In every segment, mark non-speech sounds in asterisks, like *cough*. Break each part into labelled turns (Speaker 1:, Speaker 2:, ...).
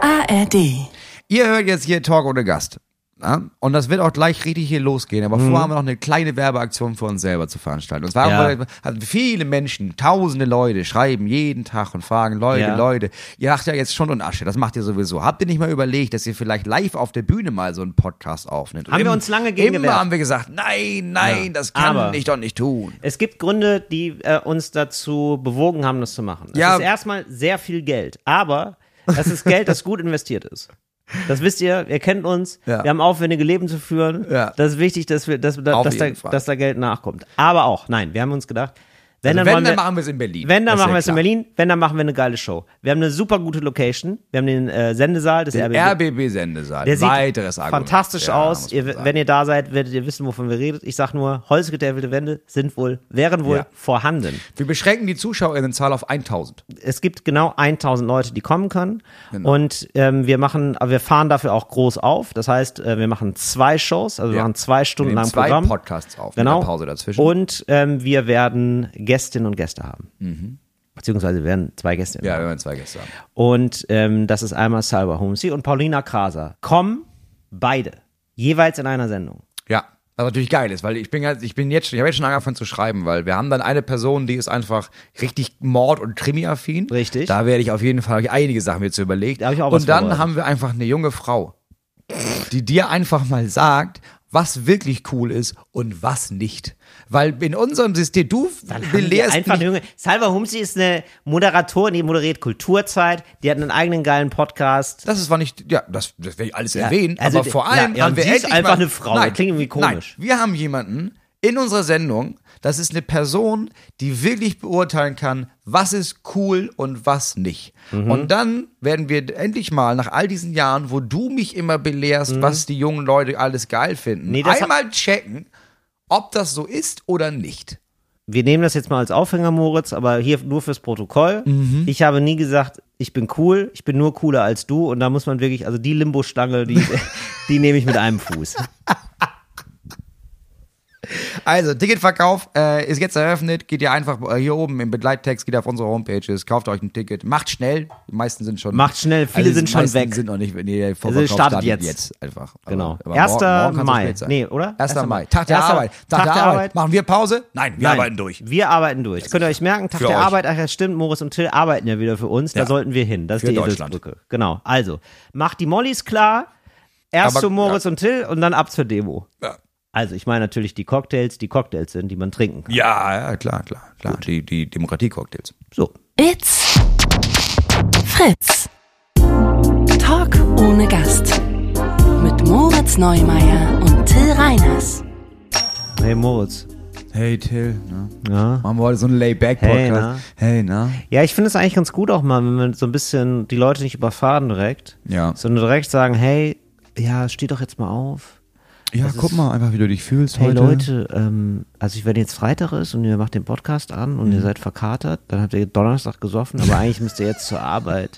Speaker 1: ARD.
Speaker 2: Ihr hört jetzt hier Talk ohne Gast. Ja? Und das wird auch gleich richtig hier losgehen. Aber vorher haben wir noch eine kleine Werbeaktion für uns selber zu veranstalten. Und zwar
Speaker 3: Mhm. Ja.
Speaker 2: haben wir, also viele Menschen, tausende Leute schreiben jeden Tag und fragen, Leute,
Speaker 3: Ja.
Speaker 2: Leute, ihr macht ja jetzt schon und Asche, das macht ihr sowieso. Habt ihr nicht mal überlegt, dass ihr vielleicht live auf der Bühne mal so einen Podcast aufnimmt? Und
Speaker 3: Haben wir
Speaker 2: im-
Speaker 3: uns lange gegen
Speaker 2: Immer
Speaker 3: gewehrt.
Speaker 2: haben wir gesagt, nein, nein,
Speaker 3: Ja.
Speaker 2: das kann
Speaker 3: Aber-
Speaker 2: ich doch nicht tun.
Speaker 3: Es gibt Gründe, die äh, uns dazu bewogen haben, das zu machen. Es
Speaker 2: Ja.
Speaker 3: ist erstmal sehr viel Geld, aber das ist Geld, das gut investiert ist. Das wisst ihr, ihr kennt uns,
Speaker 2: Ja.
Speaker 3: wir haben aufwendige Leben zu führen.
Speaker 2: Ja.
Speaker 3: Das ist wichtig, dass, wir, dass, da-
Speaker 2: Auf
Speaker 3: dass, da,
Speaker 2: jeden Fall.
Speaker 3: dass da Geld nachkommt. Aber auch, nein, wir haben uns gedacht,
Speaker 2: Also
Speaker 3: wenn,
Speaker 2: Wenn,
Speaker 3: dann, wollen
Speaker 2: dann
Speaker 3: wir,
Speaker 2: machen wir es in Berlin.
Speaker 3: wenn, dann
Speaker 2: Das ist
Speaker 3: machen
Speaker 2: ja
Speaker 3: wir es in
Speaker 2: klar.
Speaker 3: Berlin, wenn, dann machen wir eine geile Show. Wir haben eine super gute Location, wir haben den äh, Sendesaal des RBB.
Speaker 2: RBB-Sendesaal.
Speaker 3: Der sieht
Speaker 2: Weiteres Argument.
Speaker 3: fantastisch
Speaker 2: Ja,
Speaker 3: aus.
Speaker 2: muss
Speaker 3: Ihr,
Speaker 2: man sagen.
Speaker 3: wenn ihr da seid, werdet ihr wissen, wovon wir redet. Ich sag nur, holzgedämpfte Wände sind wohl, wären wohl
Speaker 2: Ja.
Speaker 3: vorhanden.
Speaker 2: wir beschränken die Zuschauerinnenzahl auf 1000.
Speaker 3: Es gibt genau 1000 Leute, die kommen können.
Speaker 2: Genau.
Speaker 3: Und ähm, wir machen, aber wir fahren dafür auch groß auf. Das heißt, äh, wir machen zwei Shows, also wir
Speaker 2: Ja.
Speaker 3: machen zwei Stunden
Speaker 2: Wir nehmen
Speaker 3: lang
Speaker 2: zwei
Speaker 3: Programm.
Speaker 2: Podcasts auf, mit
Speaker 3: genau.
Speaker 2: einer Pause dazwischen.
Speaker 3: Und ähm, wir werden Gästinnen und Gäste haben. Beziehungsweise wir werden zwei Gäste.
Speaker 2: Mhm. Ja, wir haben zwei Gäste. haben.
Speaker 3: Und ähm, das ist einmal Salva Homsi und Paulina Kraser. Kommen beide, jeweils in einer Sendung.
Speaker 2: Ja. Was natürlich geil ist, weil ich bin ganz, ich bin jetzt schon, ich habe jetzt schon angefangen zu schreiben, weil wir haben dann eine Person, die ist einfach richtig Mord- und Krimi-affin.
Speaker 3: Richtig.
Speaker 2: Da werde ich auf jeden Fall habe ich einige Sachen mir zu überlegt.
Speaker 3: Da habe ich auch was
Speaker 2: und dann
Speaker 3: vorbereitet.
Speaker 2: haben wir einfach eine junge Frau, die dir einfach mal sagt, was wirklich cool ist und was nicht. Weil in unserem System, du belehrst
Speaker 3: einfach
Speaker 2: mich
Speaker 3: eine junge. Salva Humsi ist eine Moderatorin, die moderiert Kulturzeit, die hat einen eigenen geilen Podcast.
Speaker 2: Das ist war nicht, ja, das, das werde ich alles
Speaker 3: Ja,
Speaker 2: erwähnen,
Speaker 3: also
Speaker 2: aber
Speaker 3: d-
Speaker 2: vor
Speaker 3: ja,
Speaker 2: allem
Speaker 3: ja,
Speaker 2: haben
Speaker 3: und
Speaker 2: wir
Speaker 3: sie ist
Speaker 2: endlich
Speaker 3: einfach
Speaker 2: mal,
Speaker 3: eine Frau, das klingt irgendwie komisch.
Speaker 2: Nein, wir haben jemanden in unserer Sendung, das ist eine Person, die wirklich beurteilen kann, was ist cool und was nicht.
Speaker 3: Mhm.
Speaker 2: Und dann werden wir endlich mal nach all diesen Jahren, wo du mich immer belehrst, was die jungen Leute alles geil finden,
Speaker 3: Mhm. Nee, das hat-
Speaker 2: einmal checken, ob das so ist oder nicht.
Speaker 3: Wir nehmen das jetzt mal als Aufhänger, Moritz, aber hier nur fürs Protokoll.
Speaker 2: Mhm.
Speaker 3: Ich habe nie gesagt, ich bin cool, ich bin nur cooler als du und da muss man wirklich, also die
Speaker 2: *laughs*
Speaker 3: Limbo-Stange, die, die nehme ich mit einem Fuß.
Speaker 2: Also, Ticketverkauf äh, ist jetzt eröffnet. Geht ihr einfach äh, hier oben im Begleittext, geht auf unsere Homepages, kauft euch ein Ticket. Macht schnell. Die meisten sind schon. Also,
Speaker 3: Macht schnell, viele
Speaker 2: die
Speaker 3: sind schon
Speaker 2: meisten
Speaker 3: weg.
Speaker 2: sind noch nicht. Nee, der Vorverkauf
Speaker 3: Also, startet jetzt.
Speaker 2: einfach. Aber-
Speaker 3: Genau.
Speaker 2: aber
Speaker 3: 1.
Speaker 2: morgen- morgen kann's
Speaker 3: Mai.
Speaker 2: so spät sein.
Speaker 3: Nee, oder?
Speaker 2: 1.
Speaker 3: 1.
Speaker 2: Mai. Tag der
Speaker 3: 1.
Speaker 2: Arbeit. Tag, der, Arbeit. Machen wir Pause? Nein, wir
Speaker 3: Nein.
Speaker 2: arbeiten durch.
Speaker 3: Wir arbeiten durch. Könnt ihr euch merken, Tag
Speaker 2: Für
Speaker 3: der
Speaker 2: euch.
Speaker 3: Arbeit, ach ja stimmt, Moritz und Till arbeiten ja wieder für uns, da
Speaker 2: Ja.
Speaker 3: sollten wir hin. Das ist
Speaker 2: Für
Speaker 3: die
Speaker 2: Deutschland.
Speaker 3: Eselsbrücke. Genau. Also, macht die Mollys klar, erst
Speaker 2: Aber-
Speaker 3: zu Moritz
Speaker 2: ja.
Speaker 3: und Till und dann ab zur Demo.
Speaker 2: Ja.
Speaker 3: Also, ich meine natürlich die Cocktails, die Cocktails sind, die man trinken kann.
Speaker 2: Ja, ja, klar, klar, klar. Die, die Demokratie-Cocktails.
Speaker 3: So.
Speaker 1: It's Fritz. Talk ohne Gast. Mit Moritz Neumeier und Till Reiners.
Speaker 3: Hey Moritz.
Speaker 2: Hey, Till. ne? Na?
Speaker 3: Ja.
Speaker 2: Machen wir heute so einen
Speaker 3: Hey, na?
Speaker 2: Layback-Podcast. Hey, na?
Speaker 3: Ja, ich finde es eigentlich ganz gut auch mal, wenn wir so ein bisschen die Leute nicht überfahren direkt,
Speaker 2: Ja.
Speaker 3: sondern direkt sagen, hey, ja, steh doch jetzt mal auf.
Speaker 2: Ja, guck mal einfach, wie du dich fühlst
Speaker 3: Hey
Speaker 2: heute.
Speaker 3: Leute, ähm, also ich, wenn jetzt Freitag ist und ihr macht den Podcast an
Speaker 2: Mhm.
Speaker 3: und ihr seid verkatert, dann habt ihr Donnerstag gesoffen,
Speaker 2: *laughs*
Speaker 3: aber eigentlich müsst ihr jetzt zur Arbeit.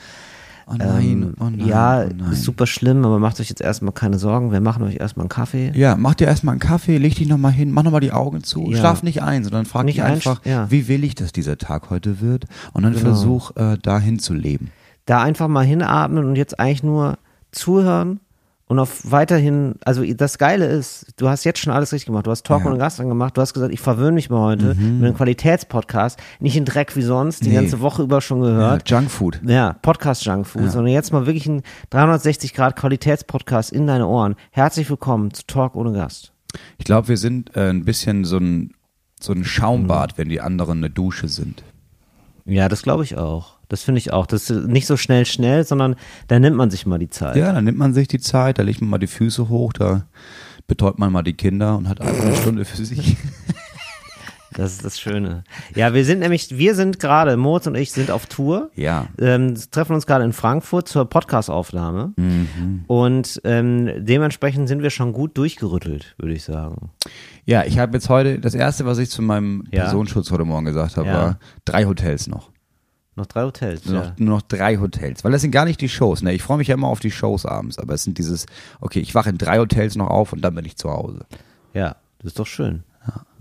Speaker 2: Oh nein,
Speaker 3: Ähm,
Speaker 2: oh nein,
Speaker 3: ja,
Speaker 2: oh nein.
Speaker 3: ist super schlimm, aber macht euch jetzt erstmal keine Sorgen, wir machen euch erstmal einen Kaffee.
Speaker 2: Ja, mach dir erstmal einen Kaffee, leg dich nochmal hin, mach nochmal die Augen zu,
Speaker 3: Ja.
Speaker 2: schlaf nicht ein, sondern frag
Speaker 3: Nicht
Speaker 2: dich
Speaker 3: ein-
Speaker 2: einfach,
Speaker 3: ja.
Speaker 2: wie will ich, dass dieser Tag heute wird und dann versuch, äh, dahin zu leben.
Speaker 3: Da einfach mal hinatmen und jetzt eigentlich nur zuhören und auf weiterhin, also das Geile ist, du hast jetzt schon alles richtig gemacht, du hast Talk
Speaker 2: Ja.
Speaker 3: und Gast angemacht, du hast gesagt, ich verwöhne mich mal heute mit einem Qualitätspodcast, nicht in Dreck wie sonst, die
Speaker 2: Nee.
Speaker 3: ganze Woche über schon
Speaker 2: Ja,
Speaker 3: gehört.
Speaker 2: Junkfood.
Speaker 3: Ja, Podcast Junk Food, sondern jetzt mal wirklich einen 360 Grad Qualitätspodcast in deine Ohren. Herzlich willkommen zu Talk ohne Gast.
Speaker 2: Ich glaube, wir sind äh, ein bisschen so ein, so ein Schaumbad, wenn die anderen eine Dusche sind.
Speaker 3: Ja, das glaube ich auch. Das finde ich auch. Das ist nicht so schnell, schnell, sondern da nimmt man sich mal die Zeit.
Speaker 2: Ja, dann nimmt man sich die Zeit, da legt man mal die Füße hoch, da betäubt man mal die Kinder und hat einfach eine Stunde für sich.
Speaker 3: Das ist das Schöne. Ja, wir sind nämlich, wir sind gerade, Moritz und ich sind auf Tour.
Speaker 2: *laughs* Ja.
Speaker 3: Ähm, treffen uns gerade in Frankfurt zur Podcastaufnahme. Und ähm, dementsprechend sind wir schon gut durchgerüttelt, würde ich sagen.
Speaker 2: Ja, ich habe jetzt heute, das erste, was ich zu meinem
Speaker 3: Ja.
Speaker 2: Personenschutz heute Morgen gesagt habe,
Speaker 3: Ja.
Speaker 2: war drei Hotels noch.
Speaker 3: Noch drei Hotels.
Speaker 2: Nur,
Speaker 3: ja.
Speaker 2: noch, nur noch drei Hotels. Weil das sind gar nicht die Shows. Ne? Ich freue mich ja immer auf die Shows abends, aber es sind dieses, okay, ich wache in drei Hotels noch auf und dann bin ich zu Hause.
Speaker 3: Ja, das ist doch schön.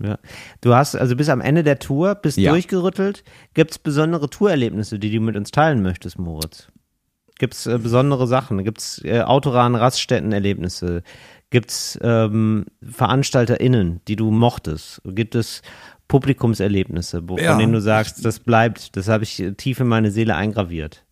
Speaker 3: Ja. Du hast also bis am Ende der Tour, bist
Speaker 2: Ja.
Speaker 3: durchgerüttelt. Gibt es besondere Tourerlebnisse, die du mit uns teilen möchtest, Moritz? Gibt's äh, besondere Sachen? Gibt's äh, autoran Raststättenerlebnisse? Gibt's ähm, VeranstalterInnen, die du mochtest? Gibt es Publikumserlebnisse, wo,
Speaker 2: Ja.
Speaker 3: von denen du sagst, das bleibt, das habe ich äh, tief in meine Seele eingraviert?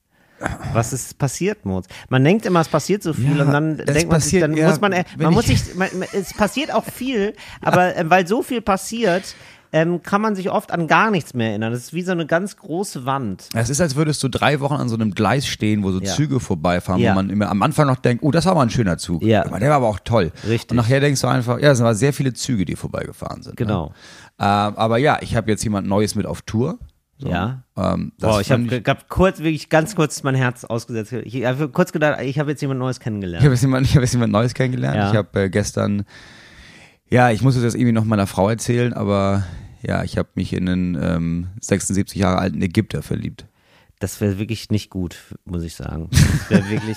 Speaker 3: Was ist passiert, Moritz? Man denkt immer, es passiert so viel
Speaker 2: Ja,
Speaker 3: und dann
Speaker 2: es
Speaker 3: denkt man sich,
Speaker 2: passiert,
Speaker 3: dann
Speaker 2: ja,
Speaker 3: muss man, äh,
Speaker 2: wenn
Speaker 3: man muss
Speaker 2: ich-
Speaker 3: sich, man, man- es passiert auch viel, aber äh, weil so viel passiert, ähm, kann man sich oft an gar nichts mehr erinnern. Das ist wie so eine ganz große Wand.
Speaker 2: Es ist, als würdest du drei Wochen an so einem Gleis stehen, wo so
Speaker 3: Ja.
Speaker 2: Züge vorbeifahren,
Speaker 3: Ja.
Speaker 2: wo man immer am Anfang noch denkt, oh, das war mal ein schöner Zug.
Speaker 3: Ja.
Speaker 2: Aber der war aber auch toll.
Speaker 3: Richtig.
Speaker 2: Und nachher denkst du einfach, ja, es waren sehr viele Züge, die vorbeigefahren sind.
Speaker 3: Genau.
Speaker 2: Ne? Ähm, aber ja, ich habe jetzt jemand Neues mit auf Tour. So.
Speaker 3: Ja.
Speaker 2: Ähm, das
Speaker 3: Boah, ich habe
Speaker 2: fand ich,
Speaker 3: hab kurz, wirklich ganz kurz mein Herz ausgesetzt. Ich habe kurz gedacht, ich habe jetzt jemand Neues
Speaker 2: ich
Speaker 3: kennengelernt.
Speaker 2: habe jetzt, jemand- ich hab jetzt jemand Neues kennengelernt.
Speaker 3: Ja.
Speaker 2: Ich habe äh, gestern, ja, ich muss das jetzt irgendwie noch meiner Frau erzählen, aber ja, ich habe mich in einen ähm, 76 Jahre alten Ägypter verliebt.
Speaker 3: Das wäre wirklich nicht gut, muss ich sagen. Das wäre
Speaker 2: *laughs*
Speaker 3: wirklich,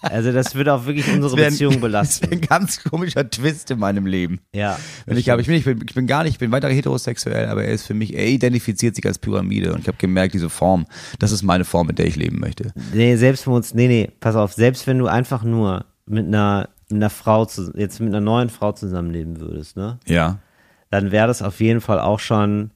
Speaker 3: also das würde auch wirklich unsere
Speaker 2: wär ein- *laughs*
Speaker 3: Beziehung
Speaker 2: Das
Speaker 3: belasten.
Speaker 2: wäre ein ganz komischer Twist in meinem Leben.
Speaker 3: Ja.
Speaker 2: Wenn ich, aber ich bin, ich, bin, ich bin gar nicht, ich bin weiter heterosexuell, aber er ist für mich, er identifiziert sich als Pyramide und ich habe gemerkt, diese Form, das ist meine Form, mit der ich leben möchte.
Speaker 3: Nee, selbst wenn uns, nee, nee, pass auf, selbst wenn du einfach nur mit einer, mit einer Frau, zu, jetzt mit einer neuen Frau zusammenleben würdest, ne?
Speaker 2: Ja.
Speaker 3: dann wäre das auf jeden Fall auch schon,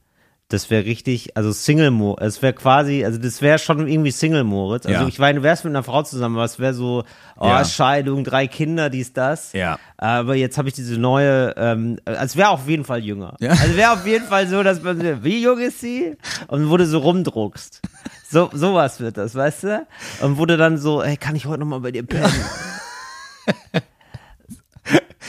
Speaker 3: das wäre richtig, also Single Mo, es wäre quasi, also das wäre schon irgendwie Single Moritz. Also
Speaker 2: Ja.
Speaker 3: ich meine, du wärst mit einer Frau zusammen, aber es wäre so, oh,
Speaker 2: Ja.
Speaker 3: Scheidung, drei Kinder, dies, das.
Speaker 2: Ja.
Speaker 3: Aber jetzt habe ich diese neue, ähm, es wäre auf jeden Fall jünger.
Speaker 2: Ja.
Speaker 3: Also wäre auf jeden Fall so, dass man, wie jung ist sie? Und wo du so rumdruckst. So, sowas wird das, weißt du? Und wo du dann so, ey, kann ich heute nochmal bei dir pennen?
Speaker 2: *laughs*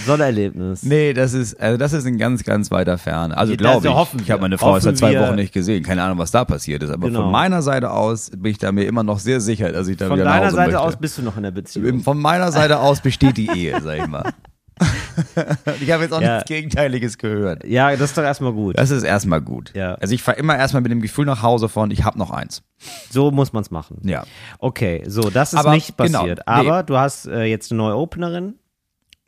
Speaker 3: Sonnerlebnis.
Speaker 2: Nee, das ist, also das ist in ganz, ganz weiter Ferne. Also
Speaker 3: Ja,
Speaker 2: glaube
Speaker 3: da
Speaker 2: ich,
Speaker 3: hoffen
Speaker 2: ich habe
Speaker 3: wir.
Speaker 2: meine Frau
Speaker 3: Hoffen
Speaker 2: seit zwei
Speaker 3: wir.
Speaker 2: Wochen nicht gesehen, keine Ahnung, was da passiert ist, aber
Speaker 3: Genau.
Speaker 2: von meiner Seite aus bin ich da mir immer noch sehr sicher, dass ich da
Speaker 3: Von
Speaker 2: wieder nach
Speaker 3: deiner
Speaker 2: Hause
Speaker 3: Seite
Speaker 2: möchte.
Speaker 3: aus bist du noch in der Beziehung.
Speaker 2: Eben Von meiner Seite aus besteht die Ehe, sag ich
Speaker 3: *laughs*
Speaker 2: mal. ich habe jetzt auch
Speaker 3: Ja.
Speaker 2: nichts Gegenteiliges gehört.
Speaker 3: Ja, das ist doch erstmal gut.
Speaker 2: Das ist erstmal gut.
Speaker 3: Ja.
Speaker 2: Also ich fahre immer erstmal mit dem Gefühl nach Hause von, ich habe noch eins.
Speaker 3: So muss man es machen.
Speaker 2: Ja.
Speaker 3: Okay, so, das ist
Speaker 2: Aber
Speaker 3: nicht
Speaker 2: genau,
Speaker 3: passiert.
Speaker 2: nee.
Speaker 3: Aber du hast äh, jetzt eine neue Openerin.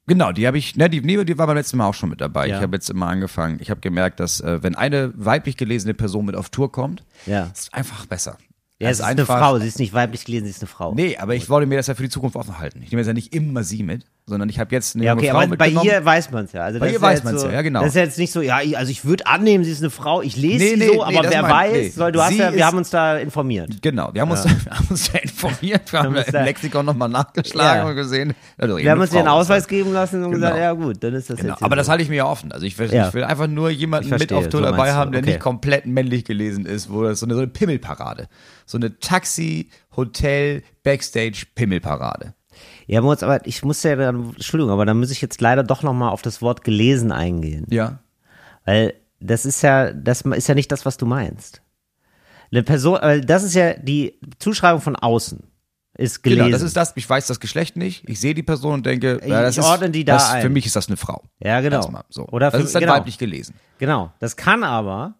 Speaker 2: Genau, die habe ich, ne, die, nee, die war beim letzten Mal auch schon mit dabei.
Speaker 3: Ja.
Speaker 2: Ich habe jetzt immer angefangen. Ich habe gemerkt, dass äh, wenn eine weiblich gelesene Person mit auf Tour kommt,
Speaker 3: Ja.
Speaker 2: ist es einfach besser. Also
Speaker 3: Ja, es ist eine Frau. Sie ist nicht weiblich gelesen, sie ist eine Frau.
Speaker 2: Nee, aber ich wollte mir das ja für die Zukunft offen halten. Ich nehme jetzt ja nicht immer sie mit, sondern ich habe jetzt eine
Speaker 3: Ja,
Speaker 2: junge
Speaker 3: okay,
Speaker 2: Frau
Speaker 3: aber bei
Speaker 2: mitgenommen.
Speaker 3: ihr weiß man es ja. Also
Speaker 2: Bei
Speaker 3: das
Speaker 2: ihr
Speaker 3: ist
Speaker 2: weiß
Speaker 3: jetzt
Speaker 2: man's
Speaker 3: so,
Speaker 2: ja, ja, genau.
Speaker 3: Das ist jetzt nicht so, ja, ich, also ich würde annehmen, sie ist eine Frau, ich lese
Speaker 2: Nee,
Speaker 3: sie
Speaker 2: nee,
Speaker 3: so,
Speaker 2: nee,
Speaker 3: aber
Speaker 2: das
Speaker 3: wer
Speaker 2: mein-
Speaker 3: weiß,
Speaker 2: nee.
Speaker 3: weil du hast
Speaker 2: Sie
Speaker 3: ja, wir
Speaker 2: ist-
Speaker 3: haben uns da informiert.
Speaker 2: Genau, wir haben, uns, *laughs* wir haben uns ja informiert, wir haben
Speaker 3: uns
Speaker 2: im
Speaker 3: da-
Speaker 2: Lexikon nochmal nachgeschlagen
Speaker 3: Ja.
Speaker 2: und gesehen. also eben
Speaker 3: Wir haben uns
Speaker 2: eine
Speaker 3: den
Speaker 2: Frau ist
Speaker 3: Ausweis geben lassen und
Speaker 2: Genau.
Speaker 3: gesagt, ja gut, dann ist das
Speaker 2: Genau,
Speaker 3: jetzt.
Speaker 2: aber das
Speaker 3: so.
Speaker 2: halte ich mir ja offen. Also ich will,
Speaker 3: Ja.
Speaker 2: ich will einfach nur jemanden
Speaker 3: Ich
Speaker 2: mit
Speaker 3: verstehe,
Speaker 2: auf Tour
Speaker 3: so
Speaker 2: dabei
Speaker 3: meinst du,
Speaker 2: haben, der
Speaker 3: okay.
Speaker 2: nicht komplett männlich gelesen ist, wo das so eine, so eine Pimmelparade. So eine Taxi, Hotel, Backstage, Pimmelparade.
Speaker 3: Ja, Moritz, aber ich muss ja dann, Entschuldigung, aber da muss ich jetzt leider doch nochmal auf das Wort gelesen eingehen.
Speaker 2: Ja.
Speaker 3: Weil das ist ja, das ist ja nicht das, was du meinst. Eine Person, weil das ist ja die Zuschreibung von außen. Ist gelesen.
Speaker 2: Genau, das ist das, ich weiß das Geschlecht nicht, ich sehe die Person und denke, ja, das
Speaker 3: Ich
Speaker 2: ist,
Speaker 3: ordne die da
Speaker 2: das,
Speaker 3: ein.
Speaker 2: Für mich ist das eine Frau.
Speaker 3: ja, genau.
Speaker 2: Erstmal, so.
Speaker 3: Oder
Speaker 2: das
Speaker 3: für,
Speaker 2: ist dann
Speaker 3: genau,
Speaker 2: weiblich gelesen.
Speaker 3: genau. Das kann aber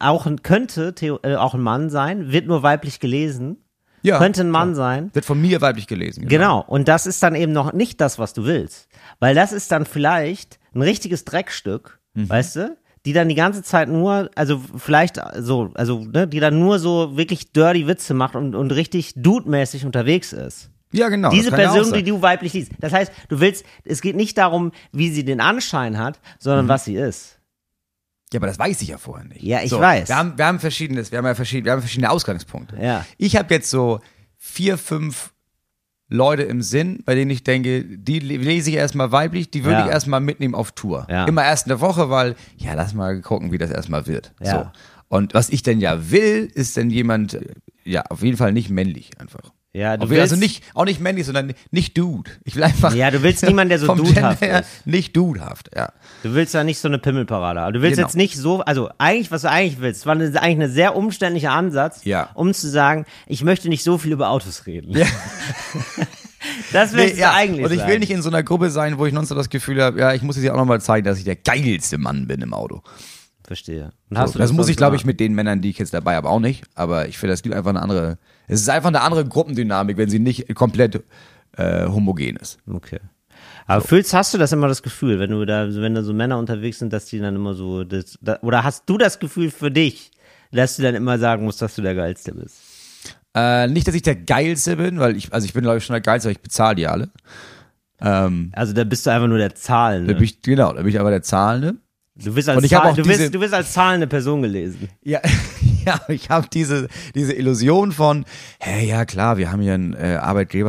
Speaker 3: auch ein- könnte theo- äh, auch ein Mann sein, wird nur weiblich gelesen,
Speaker 2: Ja.
Speaker 3: könnte ein Mann sein.
Speaker 2: Wird von mir weiblich gelesen.
Speaker 3: Genau. Und das ist dann eben noch nicht das, was du willst. Weil das ist dann vielleicht ein richtiges Dreckstück,
Speaker 2: Mhm.
Speaker 3: weißt du? Die dann die ganze Zeit nur, also vielleicht so, also, ne, die dann nur so wirklich dirty Witze macht und, und richtig dude-mäßig unterwegs ist.
Speaker 2: Ja, genau. das
Speaker 3: Diese
Speaker 2: kann ja auch
Speaker 3: Person,
Speaker 2: sein.
Speaker 3: die du weiblich liest. Das heißt, du willst, es geht nicht darum, wie sie den Anschein hat, sondern
Speaker 2: Mhm.
Speaker 3: was sie ist.
Speaker 2: Ja, aber das weiß ich ja vorher nicht.
Speaker 3: Ja, ich weiß.
Speaker 2: Wir haben, wir haben verschiedenes, wir haben ja verschiedene, wir haben verschiedene Ausgangspunkte.
Speaker 3: Ja.
Speaker 2: Ich habe jetzt so vier, fünf Leute im Sinn, bei denen ich denke, die le- lese ich erstmal weiblich, die würde
Speaker 3: Ja.
Speaker 2: ich erstmal mitnehmen auf Tour.
Speaker 3: Ja.
Speaker 2: Immer erst in der Woche, weil, ja, lass mal gucken, wie das erstmal wird.
Speaker 3: Ja.
Speaker 2: So. Und was ich denn ja will, ist denn jemand, äh, ja, auf jeden Fall nicht männlich einfach.
Speaker 3: Ja, du
Speaker 2: Auf jeden- also
Speaker 3: willst-
Speaker 2: nicht, auch nicht männlich, sondern nicht Dude. Ich will einfach.
Speaker 3: Ja, du willst niemanden, der so
Speaker 2: vom
Speaker 3: dudehaft
Speaker 2: Gender her
Speaker 3: ist.
Speaker 2: Nicht dudehaft, ja.
Speaker 3: Du willst ja nicht so eine Pimmelparade. Aber du willst
Speaker 2: Genau.
Speaker 3: jetzt nicht so, also eigentlich, was du eigentlich willst, war eine, eigentlich ein sehr umständlicher Ansatz,
Speaker 2: Ja.
Speaker 3: um zu sagen, ich möchte nicht so viel über Autos reden. *laughs* das willst
Speaker 2: Nee,
Speaker 3: du eigentlich.
Speaker 2: Und ich will
Speaker 3: sagen.
Speaker 2: nicht in so einer Gruppe sein, wo ich sonst so das Gefühl habe, ja, ich muss jetzt ja auch nochmal zeigen, dass ich der geilste Mann bin im Auto.
Speaker 3: Verstehe. Und
Speaker 2: So, das muss
Speaker 3: sonst
Speaker 2: ich, glaube ich,
Speaker 3: gemacht?
Speaker 2: mit den Männern, die ich jetzt dabei habe, auch nicht. Aber ich finde, das gibt einfach eine andere. Es ist einfach eine andere Gruppendynamik, wenn sie nicht komplett äh, homogen ist.
Speaker 3: Okay. Aber fühlst, hast du das immer das Gefühl, wenn du da, wenn da so Männer unterwegs sind, dass die dann immer so, das, da, oder hast du das Gefühl für dich, dass du dann immer sagen musst, dass du der Geilste bist?
Speaker 2: Äh, nicht, dass ich der Geilste bin, weil ich, also ich bin, glaube ich, schon der Geilste, aber ich bezahle die alle. Ähm,
Speaker 3: Also da bist du einfach nur der Zahlende.
Speaker 2: da bin ich, genau, da bin ich aber der Zahlende.
Speaker 3: Du bist als,
Speaker 2: Und ich hab
Speaker 3: Zahl-
Speaker 2: auch
Speaker 3: du
Speaker 2: diese-
Speaker 3: bist, du bist als zahlende Person gelesen.
Speaker 2: Ja, *laughs* ja ich habe diese, diese Illusion von, hey, ja klar, wir haben hier ein äh,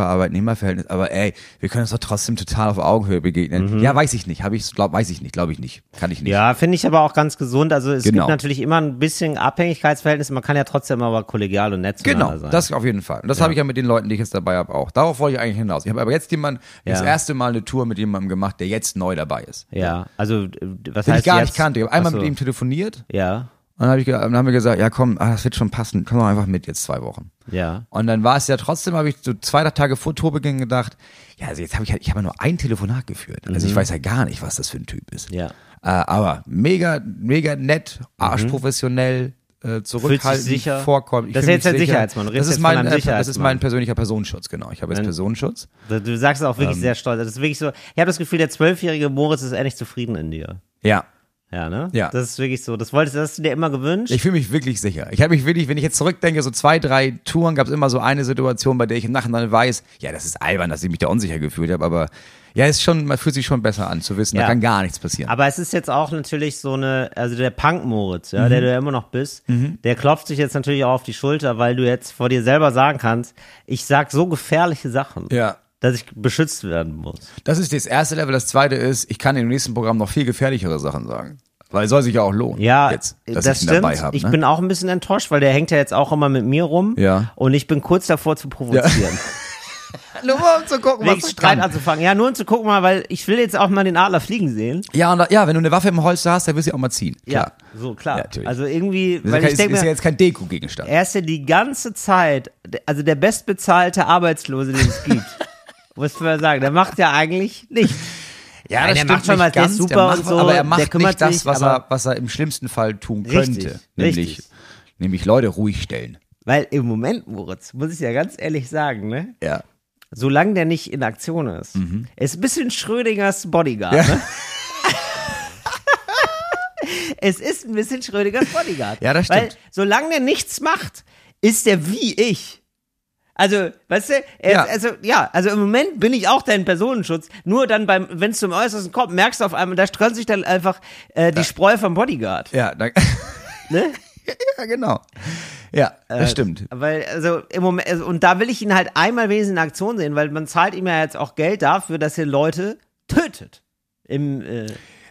Speaker 2: Arbeitgeber-Arbeitnehmer-Verhältnis, aber ey, wir können uns doch trotzdem total auf Augenhöhe begegnen. Ja, weiß ich nicht, habe ich, glaub, weiß ich nicht, glaube ich nicht, kann ich nicht.
Speaker 3: Mhm. Ja, finde ich aber auch ganz gesund. Also es
Speaker 2: Genau.
Speaker 3: gibt natürlich immer ein bisschen Abhängigkeitsverhältnis. Man kann ja trotzdem aber kollegial und nett
Speaker 2: Genau,
Speaker 3: zueinander sein.
Speaker 2: das auf jeden Fall. Und das habe ich ja mit den Leuten, die ich jetzt dabei habe, auch. Darauf wollte ich eigentlich hinaus. Ich habe aber jetzt jemand das
Speaker 3: Ja.
Speaker 2: erste Mal eine Tour mit jemandem gemacht, der jetzt neu dabei ist.
Speaker 3: ja, also äh, was
Speaker 2: Den
Speaker 3: heißt
Speaker 2: ich gar
Speaker 3: jetzt?
Speaker 2: nicht kannte. Ich habe einmal
Speaker 3: Ach so.
Speaker 2: mit ihm telefoniert
Speaker 3: Ja,
Speaker 2: und dann, hab ich, ge- dann haben wir gesagt, ja komm, ah, das wird schon passen, komm doch einfach mit jetzt zwei Wochen.
Speaker 3: ja.
Speaker 2: Und dann war es ja trotzdem, habe ich so zwei drei Tage vor Tourbeginn gedacht, ja, also jetzt habe ich halt, ich habe ja nur ein Telefonat geführt. Also ich weiß ja gar nicht, was das für ein Typ ist.
Speaker 3: Mhm. Ja. Mhm.
Speaker 2: Äh, aber mega, mega nett, arschprofessionell, äh, zurückhaltend,
Speaker 3: sicher.
Speaker 2: vorkommt. Ich
Speaker 3: Das ist
Speaker 2: fühl
Speaker 3: jetzt
Speaker 2: mich
Speaker 3: der
Speaker 2: sicher.
Speaker 3: Sicherheitsmann. Du
Speaker 2: Das
Speaker 3: redest
Speaker 2: ist
Speaker 3: jetzt von
Speaker 2: mein,
Speaker 3: einem
Speaker 2: äh, das ist mein
Speaker 3: Sicherheitsmann.
Speaker 2: persönlicher Personenschutz, genau. Ich habe jetzt
Speaker 3: Nein.
Speaker 2: Personenschutz.
Speaker 3: Du, du sagst es auch
Speaker 2: Ähm.
Speaker 3: wirklich sehr stolz. Das ist wirklich so. Ich habe das Gefühl, der zwölfjährige Moritz ist ehrlich zufrieden in dir.
Speaker 2: Ja.
Speaker 3: Ja, ne?
Speaker 2: Ja.
Speaker 3: Das ist wirklich so. Das wolltest, das hast du dir immer gewünscht.
Speaker 2: Ich fühle mich wirklich sicher. Ich habe mich wirklich, wenn ich jetzt zurückdenke, so zwei, drei Touren gab es immer so eine Situation, bei der ich im Nachhinein weiß, ja, das ist albern, dass ich mich da unsicher gefühlt habe, aber ja, ist schon, man fühlt sich schon besser an zu wissen, da
Speaker 3: Ja.
Speaker 2: kann gar nichts passieren.
Speaker 3: Aber es ist jetzt auch natürlich so eine, also der Punk-Moritz, ja,
Speaker 2: Mhm.
Speaker 3: der du ja immer noch bist, der klopft sich jetzt natürlich auch auf die Schulter, weil du jetzt vor dir selber sagen kannst, ich sag so gefährliche Sachen,
Speaker 2: ja.
Speaker 3: dass ich beschützt werden muss.
Speaker 2: Das ist das erste Level. Das zweite ist, ich kann im nächsten Programm noch viel gefährlichere Sachen sagen. Weil soll sich ja auch lohnen.
Speaker 3: Ja,
Speaker 2: jetzt, dass
Speaker 3: das
Speaker 2: ich ihn
Speaker 3: stimmt.
Speaker 2: dabei habe.
Speaker 3: Ich
Speaker 2: ne?
Speaker 3: bin auch ein bisschen enttäuscht, weil der hängt ja jetzt auch immer mit mir rum.
Speaker 2: Ja.
Speaker 3: Und ich bin kurz davor zu *laughs* provozieren.
Speaker 2: nur mal um zu gucken,
Speaker 3: Wegen
Speaker 2: was
Speaker 3: Streit
Speaker 2: Streit an.
Speaker 3: anzufangen. Ja, nur um zu gucken mal, weil ich will jetzt auch mal den Adler fliegen sehen.
Speaker 2: Ja, und, da- ja, wenn du eine Waffe im Holster hast, dann wirst du sie auch mal ziehen. Klar.
Speaker 3: Ja, so klar.
Speaker 2: Ja, natürlich.
Speaker 3: also irgendwie,
Speaker 2: Das
Speaker 3: weil
Speaker 2: ist,
Speaker 3: ich
Speaker 2: ja-
Speaker 3: denke
Speaker 2: ist ja
Speaker 3: mir,
Speaker 2: jetzt kein Deko-Gegenstand.
Speaker 3: er ist ja die ganze Zeit, also der bestbezahlte Arbeitslose, den es gibt.
Speaker 2: *laughs*
Speaker 3: Muss man sagen, der macht ja eigentlich nichts.
Speaker 2: Ja,
Speaker 3: Nein, der macht schon was, der ist super
Speaker 2: macht,
Speaker 3: und so,
Speaker 2: aber er
Speaker 3: der
Speaker 2: macht
Speaker 3: kümmert
Speaker 2: nicht das,
Speaker 3: sich,
Speaker 2: was er,
Speaker 3: aber-
Speaker 2: was er im schlimmsten Fall tun könnte.
Speaker 3: Richtig,
Speaker 2: nämlich,
Speaker 3: richtig.
Speaker 2: nämlich Leute ruhig stellen.
Speaker 3: Weil im Moment, Moritz, muss ich ja ganz ehrlich sagen, ne?
Speaker 2: Ja.
Speaker 3: Solange der nicht in Aktion ist,
Speaker 2: Mhm.
Speaker 3: ist ein bisschen Schrödingers Bodyguard, ne? *laughs* es ist ein bisschen Schrödingers Bodyguard.
Speaker 2: Ja, das
Speaker 3: Weil
Speaker 2: stimmt.
Speaker 3: solange der nichts macht, ist der wie ich. Also, weißt du, er,
Speaker 2: Ja.
Speaker 3: also ja, also im Moment bin ich auch dein Personenschutz. Nur dann beim, wenn es zum Äußersten kommt, merkst du auf einmal, da trennt sich dann einfach äh, die Spreu vom Bodyguard.
Speaker 2: Ja, da, *laughs*
Speaker 3: Ne? Äh,
Speaker 2: ja genau. Ja, das stimmt.
Speaker 3: Weil, also im Moment, also, und da will ich ihn halt einmal wenigstens in Aktion sehen, weil man zahlt ihm ja jetzt auch Geld dafür, dass ihr Leute tötet. Im, äh,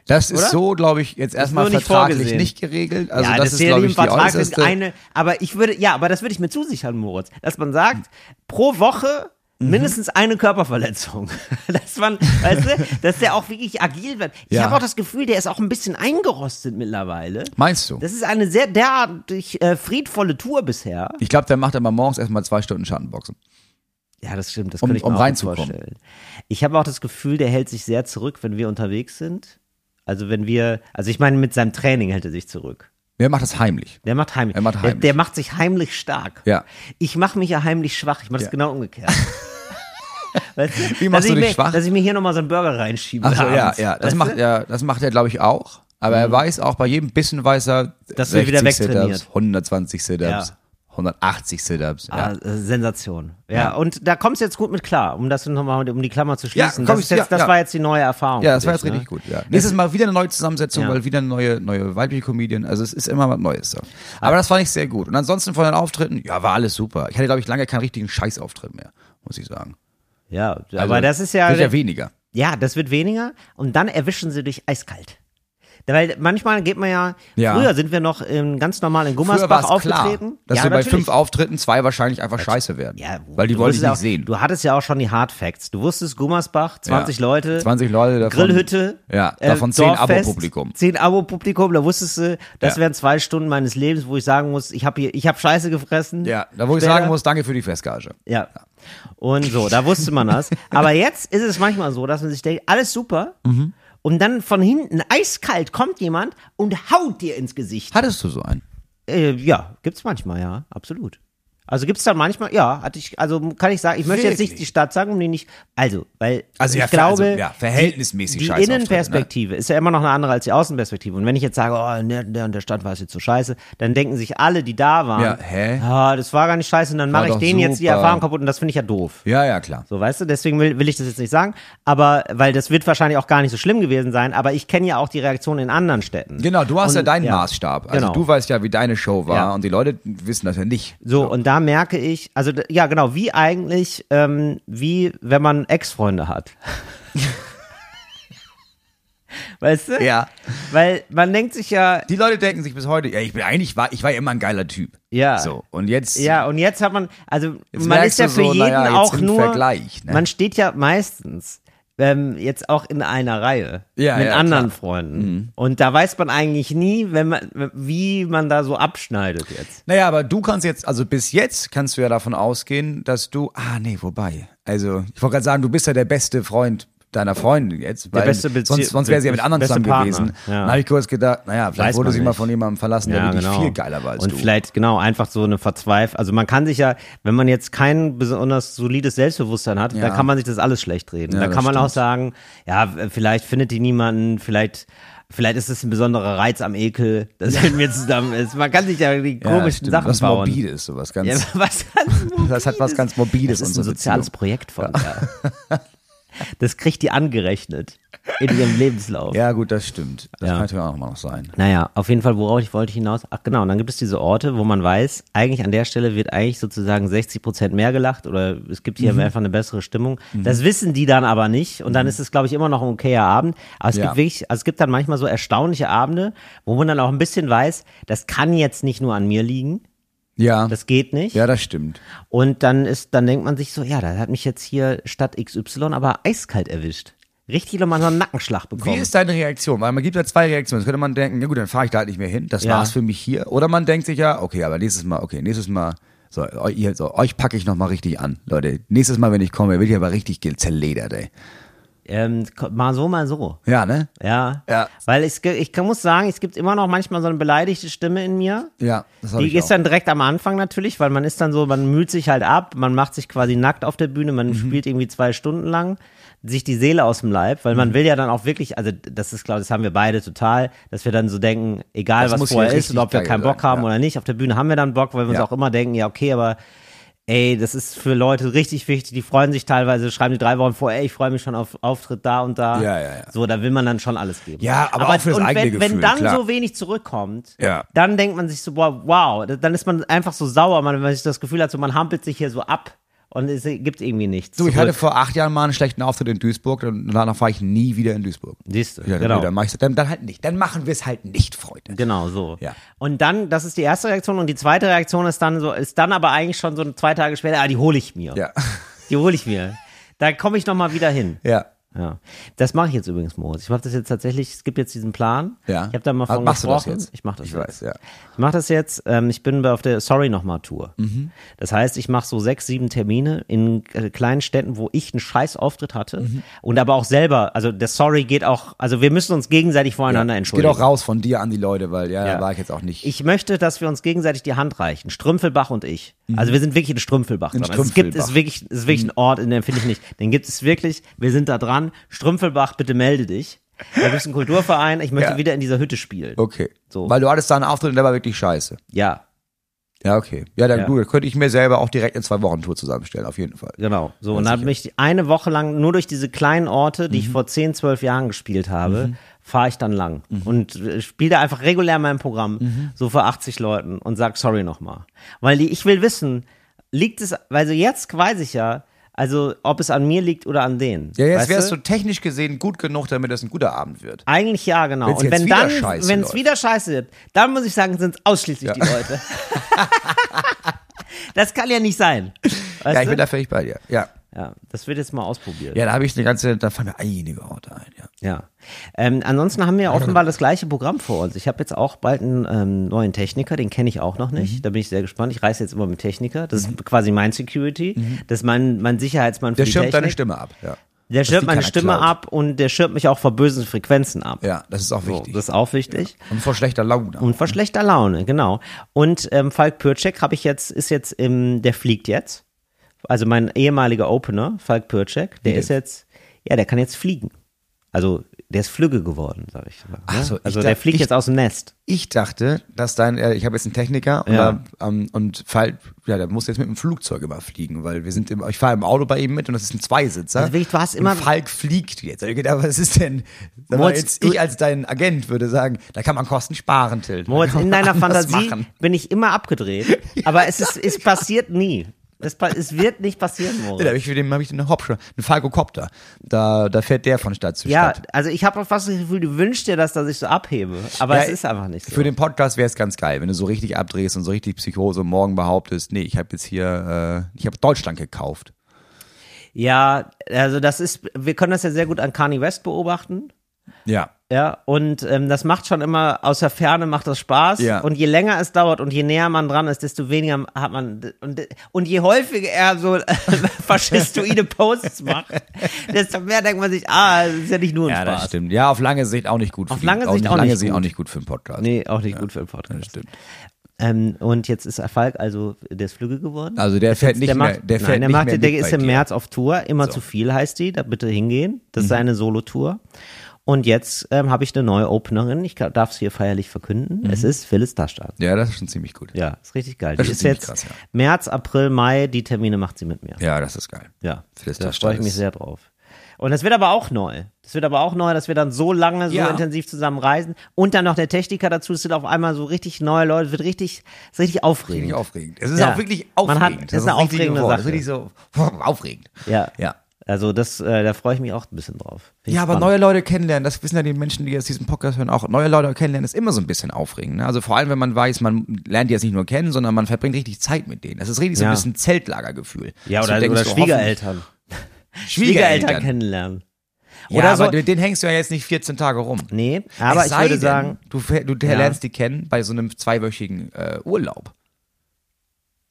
Speaker 2: Das ist
Speaker 3: Oder?
Speaker 2: so, glaube ich, jetzt erstmal
Speaker 3: nur nicht
Speaker 2: vertraglich
Speaker 3: vorgesehen.
Speaker 2: nicht geregelt. Also
Speaker 3: ja,
Speaker 2: das, ist,
Speaker 3: steht
Speaker 2: glaube
Speaker 3: im
Speaker 2: ich, die
Speaker 3: Vertrag, das
Speaker 2: äußerste.
Speaker 3: eine, aber ich würde, ja, aber das würde ich mir zusichern, Moritz, dass man sagt, pro Woche
Speaker 2: Mhm.
Speaker 3: mindestens eine Körperverletzung. *laughs* dass man, weißt du, dass der auch wirklich agil wird. Ich
Speaker 2: Ja.
Speaker 3: habe auch das Gefühl, der ist auch ein bisschen eingerostet mittlerweile.
Speaker 2: Meinst du?
Speaker 3: Das ist eine sehr derartig äh, friedvolle Tour bisher.
Speaker 2: Ich glaube, der macht aber morgens erstmal zwei Stunden Schattenboxen.
Speaker 3: Ja, das stimmt. Das
Speaker 2: Um-
Speaker 3: kann ich mir
Speaker 2: um
Speaker 3: auch nicht
Speaker 2: reinzukommen.
Speaker 3: vorstellen. Ich habe auch das Gefühl, der hält sich sehr zurück, wenn wir unterwegs sind. Also wenn wir, also ich meine, mit seinem Training hält er sich zurück.
Speaker 2: Wer macht das heimlich?
Speaker 3: Der macht heimlich.
Speaker 2: Er macht heimlich.
Speaker 3: Der, der macht sich heimlich stark.
Speaker 2: Ja.
Speaker 3: Ich mache mich ja heimlich schwach. Ich mache das
Speaker 2: Ja. *laughs*
Speaker 3: genau umgekehrt. weißt du?
Speaker 2: Wie machst
Speaker 3: dass
Speaker 2: du
Speaker 3: ich
Speaker 2: dich
Speaker 3: mir,
Speaker 2: schwach?
Speaker 3: Dass ich mir hier nochmal so einen Burger reinschiebe.
Speaker 2: Achso, ja,
Speaker 3: abends.
Speaker 2: ja. Das
Speaker 3: Weißt du? Mhm.
Speaker 2: macht er, das macht er, glaube ich, auch. Aber er weiß auch, bei jedem Bissen weiß er,
Speaker 3: Dass du wieder
Speaker 2: 60 Sit-ups,
Speaker 3: wegtrainiert.
Speaker 2: 120 Sit-ups,
Speaker 3: Ja.
Speaker 2: 180 Sit-ups.
Speaker 3: Ah,
Speaker 2: Ja.
Speaker 3: äh, Sensation. Ja, und da kommst du jetzt gut mit klar, um das nochmal, um die Klammer zu
Speaker 2: Ja,
Speaker 3: schließen.
Speaker 2: komm,
Speaker 3: das, ist jetzt,
Speaker 2: ja,
Speaker 3: das
Speaker 2: ja.
Speaker 3: war jetzt die neue Erfahrung.
Speaker 2: ja,
Speaker 3: für
Speaker 2: das war
Speaker 3: dich,
Speaker 2: jetzt richtig
Speaker 3: ne?
Speaker 2: gut. Ja. Nächstes Mal wieder eine neue Zusammensetzung,
Speaker 3: Ja.
Speaker 2: weil wieder eine neue, neue weibliche Comedian. Also es ist immer was Neues. So. Aber das fand ich sehr gut. Und ansonsten von den Auftritten, ja, war alles super. Ich hatte, glaube ich, lange keinen richtigen Scheißauftritt mehr, muss ich sagen.
Speaker 3: Ja, aber
Speaker 2: Also,
Speaker 3: das ist ja.
Speaker 2: wird ja weniger.
Speaker 3: Ja, das wird weniger und dann erwischen sie dich eiskalt. Weil manchmal geht man ja,
Speaker 2: Ja.
Speaker 3: früher sind wir noch ähm, ganz normal in
Speaker 2: Früher war
Speaker 3: Gummersbach
Speaker 2: es klar,
Speaker 3: aufgetreten.
Speaker 2: dass
Speaker 3: ja,
Speaker 2: wir bei
Speaker 3: natürlich.
Speaker 2: fünf Auftritten zwei wahrscheinlich einfach scheiße werden.
Speaker 3: ja,
Speaker 2: weil die
Speaker 3: du
Speaker 2: wollte ich
Speaker 3: wusstest
Speaker 2: nicht
Speaker 3: auch,
Speaker 2: sehen.
Speaker 3: Du hattest ja auch schon die Hard Facts. Du wusstest Gummersbach, 20
Speaker 2: Ja.
Speaker 3: Leute,
Speaker 2: 20 Leute davon.
Speaker 3: Grillhütte,
Speaker 2: Ja,
Speaker 3: äh,
Speaker 2: davon 10
Speaker 3: Dorffest,
Speaker 2: Abo-Publikum.
Speaker 3: 10 Abo-Publikum, da wusstest du, das
Speaker 2: Ja.
Speaker 3: wären zwei Stunden meines Lebens, wo ich sagen muss, ich habe ich hab Scheiße gefressen.
Speaker 2: Ja, da wo ich
Speaker 3: Später.
Speaker 2: sagen muss, danke für die Festgage.
Speaker 3: Ja. Und so, da wusste man das. Aber jetzt ist es manchmal so, dass man sich denkt, alles super. Und dann von hinten eiskalt kommt jemand und haut dir ins Gesicht.
Speaker 2: Hattest du so einen?
Speaker 3: Äh, ja, gibt's manchmal, ja, absolut. Also gibt's dann manchmal, ja, hatte ich, also kann ich sagen, ich möchte jetzt nicht
Speaker 2: Wirklich?
Speaker 3: die Stadt sagen, um die nicht, also, weil
Speaker 2: Also
Speaker 3: ich
Speaker 2: ja, ver-
Speaker 3: glaube,
Speaker 2: also, ja, verhältnismäßig ne?
Speaker 3: die, die
Speaker 2: scheiß Auftritte,
Speaker 3: Innenperspektive ist ja immer noch eine andere als die Außenperspektive. Und wenn ich jetzt sage, oh, ne, ne, und der Stadt war es jetzt so scheiße, dann denken sich alle, die da waren,
Speaker 2: Ja, hä?
Speaker 3: ah, das war gar nicht scheiße, und dann
Speaker 2: War
Speaker 3: mache ich
Speaker 2: doch
Speaker 3: denen jetzt die
Speaker 2: super.
Speaker 3: Erfahrung kaputt und das finde ich ja doof.
Speaker 2: Ja, ja, klar.
Speaker 3: So, weißt du, deswegen will, will ich das jetzt nicht sagen, aber weil das wird wahrscheinlich auch gar nicht so schlimm gewesen sein, aber ich kenne ja auch die Reaktion in anderen Städten.
Speaker 2: Genau, du hast
Speaker 3: Und-
Speaker 2: ja deinen
Speaker 3: ja,
Speaker 2: Maßstab. Also
Speaker 3: genau.
Speaker 2: du weißt ja, wie deine Show war
Speaker 3: Ja.
Speaker 2: und die Leute wissen das ja nicht.
Speaker 3: So, und da merke ich, also d- ja, genau, wie eigentlich, ähm, wie wenn man Ex-Freunde hat. *laughs* weißt du?
Speaker 2: Ja.
Speaker 3: Weil man denkt sich ja,
Speaker 2: Die Leute denken sich bis heute, ja, ich bin eigentlich war, ich war ja immer ein geiler Typ.
Speaker 3: Ja.
Speaker 2: So, und jetzt
Speaker 3: ja, und jetzt hat man, also
Speaker 2: Jetzt
Speaker 3: man
Speaker 2: merkst
Speaker 3: ist ja
Speaker 2: du
Speaker 3: für
Speaker 2: so,
Speaker 3: jeden
Speaker 2: naja, jetzt
Speaker 3: auch
Speaker 2: im
Speaker 3: nur,
Speaker 2: Vergleich, ne?
Speaker 3: man steht ja meistens ähm, jetzt auch in einer Reihe
Speaker 2: Ja, Mhm.
Speaker 3: mit
Speaker 2: ja,
Speaker 3: anderen Freunden. Und da weiß man eigentlich nie, wenn man, wie man da so abschneidet jetzt.
Speaker 2: Naja, aber du kannst jetzt, also bis jetzt kannst du ja davon ausgehen, dass du, ah nee, wobei, also ich wollte gerade sagen, du bist ja der beste Freund deiner Freundin jetzt, weil
Speaker 3: beste Bezie-
Speaker 2: sonst, sonst wäre sie ja mit anderen
Speaker 3: beste
Speaker 2: zusammen
Speaker 3: Partner,
Speaker 2: gewesen.
Speaker 3: ja.
Speaker 2: Dann habe ich kurz gedacht, naja, vielleicht
Speaker 3: Weiß
Speaker 2: wurde
Speaker 3: man
Speaker 2: sie mal
Speaker 3: nicht.
Speaker 2: von jemandem verlassen, der wirklich viel geiler war als
Speaker 3: genau. Und
Speaker 2: du.
Speaker 3: vielleicht, genau, einfach so eine Verzweiflung. Also man kann sich ja, wenn man jetzt kein besonders solides Selbstbewusstsein hat,
Speaker 2: Ja.
Speaker 3: dann kann man sich das alles schlecht reden.
Speaker 2: Ja,
Speaker 3: da
Speaker 2: das
Speaker 3: kann man auch
Speaker 2: stimmt.
Speaker 3: sagen, ja, vielleicht findet die niemanden, vielleicht, vielleicht ist es ein besonders Reiz am Ekel,
Speaker 2: *laughs*
Speaker 3: dass wenn wir zusammen ist. Man kann sich ja die
Speaker 2: ja,
Speaker 3: komischen
Speaker 2: stimmt,
Speaker 3: Sachen
Speaker 2: was
Speaker 3: bauen.
Speaker 2: morbides, sowas ganz.
Speaker 3: *laughs* Ja, was ganz Morbides.
Speaker 2: Das hat was ganz Morbides,
Speaker 3: Das ist ein
Speaker 2: unsere
Speaker 3: soziales Projekt von ja. Das kriegt die angerechnet
Speaker 2: *laughs*
Speaker 3: in ihrem
Speaker 2: *laughs*
Speaker 3: Lebenslauf.
Speaker 2: Ja, gut, das stimmt. Das
Speaker 3: Ja.
Speaker 2: kann natürlich auch noch mal noch sein.
Speaker 3: Naja, auf jeden Fall, worauf ich wollte ich hinaus? Ach genau, und dann gibt es diese Orte, wo man weiß, eigentlich an der Stelle wird eigentlich sozusagen 60 Prozent mehr gelacht oder es gibt
Speaker 2: Mhm.
Speaker 3: hier einfach eine bessere Stimmung. Das wissen die dann aber nicht und dann ist es, glaube ich, immer noch ein okayer Abend. Aber es
Speaker 2: Ja.
Speaker 3: gibt wirklich, also es gibt dann manchmal so erstaunliche Abende, wo man dann auch ein bisschen weiß, das kann jetzt nicht nur an mir liegen,
Speaker 2: Ja,
Speaker 3: das geht nicht.
Speaker 2: ja, das stimmt.
Speaker 3: Und dann ist, dann denkt man sich so, ja, da hat mich jetzt hier Stadt XY aber eiskalt erwischt. Richtig nochmal so einen Nackenschlag
Speaker 2: Wie
Speaker 3: bekommen.
Speaker 2: ist deine Reaktion? Weil man gibt ja zwei Reaktionen. Jetzt könnte man denken, ja gut, dann fahre ich da halt nicht mehr hin. Das
Speaker 3: Ja.
Speaker 2: war's für mich hier. Oder man denkt sich ja, okay, aber nächstes Mal, okay, nächstes Mal, so, eu- ihr, so euch packe ich nochmal richtig an, Leute. Nächstes Mal, wenn ich komme, will ich aber richtig ge- zerledert, ey.
Speaker 3: ähm, mal so, mal so.
Speaker 2: Ja, ne?
Speaker 3: Ja.
Speaker 2: Ja.
Speaker 3: Weil es, ge- ich kann- muss sagen, es gibt immer noch manchmal so eine beleidigte Stimme in mir.
Speaker 2: Ja, das habe
Speaker 3: Die
Speaker 2: ich
Speaker 3: ist
Speaker 2: auch.
Speaker 3: dann direkt am Anfang natürlich, weil man ist dann so, man müht sich halt ab, man macht sich quasi nackt auf der Bühne,
Speaker 2: Mhm.
Speaker 3: man spielt irgendwie zwei Stunden lang sich die Seele aus dem Leib, weil
Speaker 2: Mhm.
Speaker 3: man will ja dann auch wirklich, also das ist glaube ich, das haben wir beide total, dass wir dann so denken, egal
Speaker 2: Das
Speaker 3: was
Speaker 2: muss
Speaker 3: vorher
Speaker 2: hier
Speaker 3: ist und ob wir
Speaker 2: richtig
Speaker 3: keinen
Speaker 2: geil
Speaker 3: Bock
Speaker 2: sein,
Speaker 3: haben
Speaker 2: ja.
Speaker 3: oder nicht, auf der Bühne haben wir dann Bock, weil wir
Speaker 2: Ja.
Speaker 3: uns auch immer denken, ja okay, aber ey, das ist für Leute richtig wichtig, die freuen sich teilweise, schreiben die drei Wochen vor, ey, ich freue mich schon auf Auftritt da und da.
Speaker 2: Ja, ja, ja.
Speaker 3: So, da will man dann schon alles geben.
Speaker 2: Ja, aber auch für das
Speaker 3: und
Speaker 2: eigene
Speaker 3: wenn, Wenn
Speaker 2: Gefühl,
Speaker 3: dann
Speaker 2: klar.
Speaker 3: so wenig zurückkommt,
Speaker 2: Ja.
Speaker 3: dann denkt man sich so, boah, wow, dann ist man einfach so sauer, man, wenn man sich das Gefühl hat, so, man hampelt sich hier so ab und es gibt irgendwie nichts.
Speaker 2: Du, ich
Speaker 3: zurück.
Speaker 2: hatte vor acht Jahren mal einen schlechten Auftritt in Duisburg und danach fahre ich nie wieder in Duisburg.
Speaker 3: Siehst du,
Speaker 2: Ja,
Speaker 3: genau.
Speaker 2: genau. dann, mach ich's, dann, dann halt nicht. Dann machen wir es halt nicht, Freunde.
Speaker 3: Genau, so.
Speaker 2: Ja.
Speaker 3: Und dann, das ist die erste Reaktion und die zweite Reaktion ist dann so, ist dann aber eigentlich schon so zwei Tage später, ah, die hole ich mir.
Speaker 2: Ja. *laughs*
Speaker 3: Die hole ich mir. Da komme ich nochmal wieder hin.
Speaker 2: Ja.
Speaker 3: Ja, das mache ich jetzt übrigens, Moritz. Ich mache das jetzt tatsächlich, es gibt jetzt diesen Plan.
Speaker 2: Ja.
Speaker 3: Ich habe da mal
Speaker 2: Ah,
Speaker 3: von
Speaker 2: machst du das
Speaker 3: gesprochen.
Speaker 2: jetzt?
Speaker 3: Ich mache das
Speaker 2: Ich
Speaker 3: jetzt.
Speaker 2: weiß, ja.
Speaker 3: Ich mache das jetzt, ähm, ich bin bei- auf der Sorry nochmal Tour.
Speaker 2: Mhm.
Speaker 3: Das heißt, ich mache so sechs, sieben Termine in äh, kleinen Städten, wo ich einen scheiß Auftritt hatte
Speaker 2: Mhm.
Speaker 3: und aber auch selber, also der Sorry geht auch, also wir müssen uns gegenseitig voreinander
Speaker 2: ja. Es Geht
Speaker 3: entschuldigen.
Speaker 2: auch raus von dir an die Leute, weil ja,
Speaker 3: Ja.
Speaker 2: da war ich jetzt auch nicht.
Speaker 3: Ich möchte, dass wir uns gegenseitig die Hand reichen. Strümpfelbach und ich. Also wir sind wirklich in Strümpfelbach dran. Also Es gibt
Speaker 2: Mhm. Strümpfelbach. Mhm.
Speaker 3: es wirklich, es ist wirklich ein Ort, in dem finde ich nicht. Den gibt es wirklich. Wir sind da dran. Strümpfelbach, bitte melde dich. Da gibt es einen Kulturverein. Ich möchte
Speaker 2: Ja.
Speaker 3: wieder in dieser Hütte spielen.
Speaker 2: okay.
Speaker 3: So.
Speaker 2: Weil du hattest da einen Auftritt und der war wirklich scheiße.
Speaker 3: Ja,
Speaker 2: Ja, okay. Ja, dann
Speaker 3: Ja.
Speaker 2: gut, könnte ich mir selber auch direkt eine Zwei-Wochen-Tour zusammenstellen, auf jeden Fall.
Speaker 3: genau. So und
Speaker 2: Ja, sicher.
Speaker 3: dann
Speaker 2: Mhm.
Speaker 3: bin ich eine Woche lang nur durch diese kleinen Orte, die ich vor 10, 12 Jahren gespielt habe, fahre ich dann lang
Speaker 2: Mhm.
Speaker 3: und äh, spiele da einfach regulär mein Programm so vor 80 Leuten und sag sorry nochmal, weil die, ich will wissen, liegt es, also jetzt weiß ich ja, also ob es an mir liegt oder an denen.
Speaker 2: Ja, jetzt
Speaker 3: Weißt
Speaker 2: wärst du
Speaker 3: du?
Speaker 2: technisch gesehen gut genug, damit das ein guter Abend wird.
Speaker 3: Eigentlich ja, genau.
Speaker 2: Wenn's
Speaker 3: und
Speaker 2: jetzt
Speaker 3: wenn
Speaker 2: wieder
Speaker 3: dann,
Speaker 2: scheiße
Speaker 3: wenn es
Speaker 2: läuft.
Speaker 3: wieder scheiße wird, dann muss ich sagen, sind es ausschließlich
Speaker 2: *laughs*
Speaker 3: die Leute. das kann ja nicht sein. Weißt
Speaker 2: ja, ich
Speaker 3: du?
Speaker 2: bin da völlig bei dir. Ja.
Speaker 3: ja, das wird jetzt mal ausprobiert.
Speaker 2: Ja, da habe ich eine ganze, da fallen mir einige Orte ein, ja.
Speaker 3: Ja. Ähm, ansonsten haben wir ja offenbar
Speaker 2: genau.
Speaker 3: das gleiche Programm vor uns. Ich habe jetzt auch bald einen ähm, neuen Techniker, den kenne ich auch noch
Speaker 2: Mhm.
Speaker 3: nicht. Da bin ich sehr gespannt. Ich reise jetzt immer mit Techniker. Das ist quasi mein Security. Das ist mein, mein Sicherheitsmann
Speaker 2: Mhm.
Speaker 3: für
Speaker 2: Der
Speaker 3: die
Speaker 2: schirmt
Speaker 3: Technik.
Speaker 2: deine Stimme ab, ja.
Speaker 3: Der
Speaker 2: dass
Speaker 3: schirmt
Speaker 2: die
Speaker 3: meine
Speaker 2: keiner
Speaker 3: Stimme
Speaker 2: klaut.
Speaker 3: ab und der schirmt mich auch vor bösen Frequenzen ab.
Speaker 2: Ja, das ist auch
Speaker 3: So,
Speaker 2: wichtig.
Speaker 3: das ist auch wichtig.
Speaker 2: Und vor schlechter Laune.
Speaker 3: Und vor schlechter Laune, genau. Und ähm, Falk Pürcek habe ich jetzt, ist jetzt im, der fliegt jetzt. Also mein ehemaliger Opener, Falk Pürcek, der
Speaker 2: Wie
Speaker 3: ist jetzt, ja, der kann jetzt fliegen. Also der ist Flügge geworden, sag ich. mal,
Speaker 2: Ach
Speaker 3: ne?
Speaker 2: so, ich
Speaker 3: also der
Speaker 2: dacht-
Speaker 3: fliegt
Speaker 2: ich-
Speaker 3: jetzt aus dem Nest.
Speaker 2: Ich dachte, dass dein, äh, ich habe jetzt einen Techniker und,
Speaker 3: Ja.
Speaker 2: da, ähm, und fall, ja, der muss jetzt mit dem Flugzeug immer fliegen, weil wir sind im, ich fahre im Auto bei ihm mit und das ist ein Zweisitzer.
Speaker 3: Also wirklich, du hast immer-
Speaker 2: Und Falk fliegt jetzt. Ich gedacht, was ist denn? Sag mal,
Speaker 3: Moritz,
Speaker 2: jetzt,
Speaker 3: du-
Speaker 2: ich als dein Agent würde sagen, da kann man Kosten sparen, Till. Da
Speaker 3: Moritz,
Speaker 2: kann
Speaker 3: in
Speaker 2: man
Speaker 3: deiner
Speaker 2: anders
Speaker 3: Fantasie
Speaker 2: machen.
Speaker 3: bin ich
Speaker 2: *laughs*
Speaker 3: immer abgedreht, aber es ist, es passiert nie. Es, pa- es wird nicht passieren,
Speaker 2: Ja, da
Speaker 3: Moritz.
Speaker 2: habe ich für den habe ich einen Hopscher, einen Falkocopter. Da, da fährt der von Stadt zu
Speaker 3: Ja,
Speaker 2: Stadt.
Speaker 3: also ich habe auch fast das Gefühl, du wünschst dir das, dass ich so abhebe, aber
Speaker 2: Ja,
Speaker 3: es ist einfach nicht so.
Speaker 2: Für den Podcast wäre es ganz geil, wenn du so richtig abdrehst und so richtig Psychose und morgen behauptest, nee, ich habe jetzt hier, äh, ich habe Deutschland gekauft.
Speaker 3: Ja, also das ist, wir können das ja sehr gut an Kanye West beobachten.
Speaker 2: Ja.
Speaker 3: Ja, und ähm, das macht schon immer, aus der Ferne macht das Spaß.
Speaker 2: Ja.
Speaker 3: Und je länger es dauert und je näher man dran ist, desto weniger hat man, und, und je häufiger er so *laughs* faschistoide Posts
Speaker 2: *laughs*
Speaker 3: macht, desto mehr denkt man sich, ah, es ist ja nicht nur ein
Speaker 2: Ja, das
Speaker 3: Spaß.
Speaker 2: stimmt. Ja, auf lange Sicht auch nicht gut.
Speaker 3: Auf
Speaker 2: für-
Speaker 3: lange Sicht
Speaker 2: nicht-
Speaker 3: auch
Speaker 2: lange
Speaker 3: nicht
Speaker 2: Sicht
Speaker 3: gut.
Speaker 2: auch nicht gut für einen Podcast.
Speaker 3: Nee, auch nicht gut für den Podcast.
Speaker 2: Das stimmt.
Speaker 3: Ähm, und jetzt ist Falk also der ist Flügge geworden.
Speaker 2: Also der fährt nicht
Speaker 3: der
Speaker 2: mehr,
Speaker 3: macht,
Speaker 2: der fährt
Speaker 3: nein, der,
Speaker 2: nicht
Speaker 3: macht,
Speaker 2: mehr
Speaker 3: der
Speaker 2: mit
Speaker 3: ist
Speaker 2: bei
Speaker 3: im
Speaker 2: dir.
Speaker 3: März auf Tour. Immer
Speaker 2: So. Mhm.
Speaker 3: zu viel heißt die. Da bitte hingehen. Das ist seine Solo-Tour. Und jetzt ähm, habe ich eine neue Openerin. Ich darf es hier feierlich verkünden. Es
Speaker 2: Mhm.
Speaker 3: ist Phyllis Taschtan.
Speaker 2: Ja, das ist schon ziemlich gut.
Speaker 3: Ja, ist richtig geil.
Speaker 2: Das
Speaker 3: die
Speaker 2: ist
Speaker 3: ist
Speaker 2: ziemlich
Speaker 3: jetzt
Speaker 2: krass, ja.
Speaker 3: März, April, Mai. Die Termine macht sie mit mir.
Speaker 2: Ja, das ist geil.
Speaker 3: Ja,
Speaker 2: Phyllis
Speaker 3: da
Speaker 2: Taschtan
Speaker 3: freue ich mich
Speaker 2: ist-
Speaker 3: sehr drauf. Und das wird aber auch neu. Das wird aber auch neu, dass wir dann so lange, so
Speaker 2: Ja.
Speaker 3: intensiv zusammen reisen. Und dann noch der Techniker dazu. Es sind auf einmal so richtig neue Leute. Wird richtig, ist richtig aufregend.
Speaker 2: Richtig aufregend. Es ist
Speaker 3: Ja.
Speaker 2: auch wirklich
Speaker 3: Man
Speaker 2: aufregend.
Speaker 3: hat- das ist eine
Speaker 2: richtige
Speaker 3: aufregende
Speaker 2: Wort. Das
Speaker 3: Sache.
Speaker 2: ist wirklich so aufregend.
Speaker 3: Ja.
Speaker 2: Ja.
Speaker 3: Also das, äh, da freue ich mich auch ein bisschen drauf. Bin
Speaker 2: Ja, aber
Speaker 3: gespannt.
Speaker 2: neue Leute kennenlernen, das wissen ja die Menschen, die jetzt diesen Podcast hören, auch neue Leute kennenlernen, ist immer so ein bisschen aufregend. Ne? Also vor allem, wenn man weiß, man lernt die jetzt nicht nur kennen, sondern man verbringt richtig Zeit mit denen. Das ist richtig so
Speaker 3: Ja.
Speaker 2: ein bisschen Zeltlagergefühl.
Speaker 3: Ja,
Speaker 2: Dass du
Speaker 3: oder,
Speaker 2: denkst,
Speaker 3: oder
Speaker 2: so,
Speaker 3: Schwiegereltern.
Speaker 2: hoffentlich-
Speaker 3: Schwiegereltern
Speaker 2: Schwiegereltern.
Speaker 3: kennenlernen.
Speaker 2: Ja,
Speaker 3: oder
Speaker 2: aber
Speaker 3: so.
Speaker 2: mit denen hängst du ja jetzt nicht 14 Tage rum.
Speaker 3: Nee, aber
Speaker 2: es
Speaker 3: ich
Speaker 2: sei
Speaker 3: würde
Speaker 2: denn,
Speaker 3: sagen,
Speaker 2: du, fähr- du
Speaker 3: Ja.
Speaker 2: lernst die kennen bei so einem zweiwöchigen äh, Urlaub.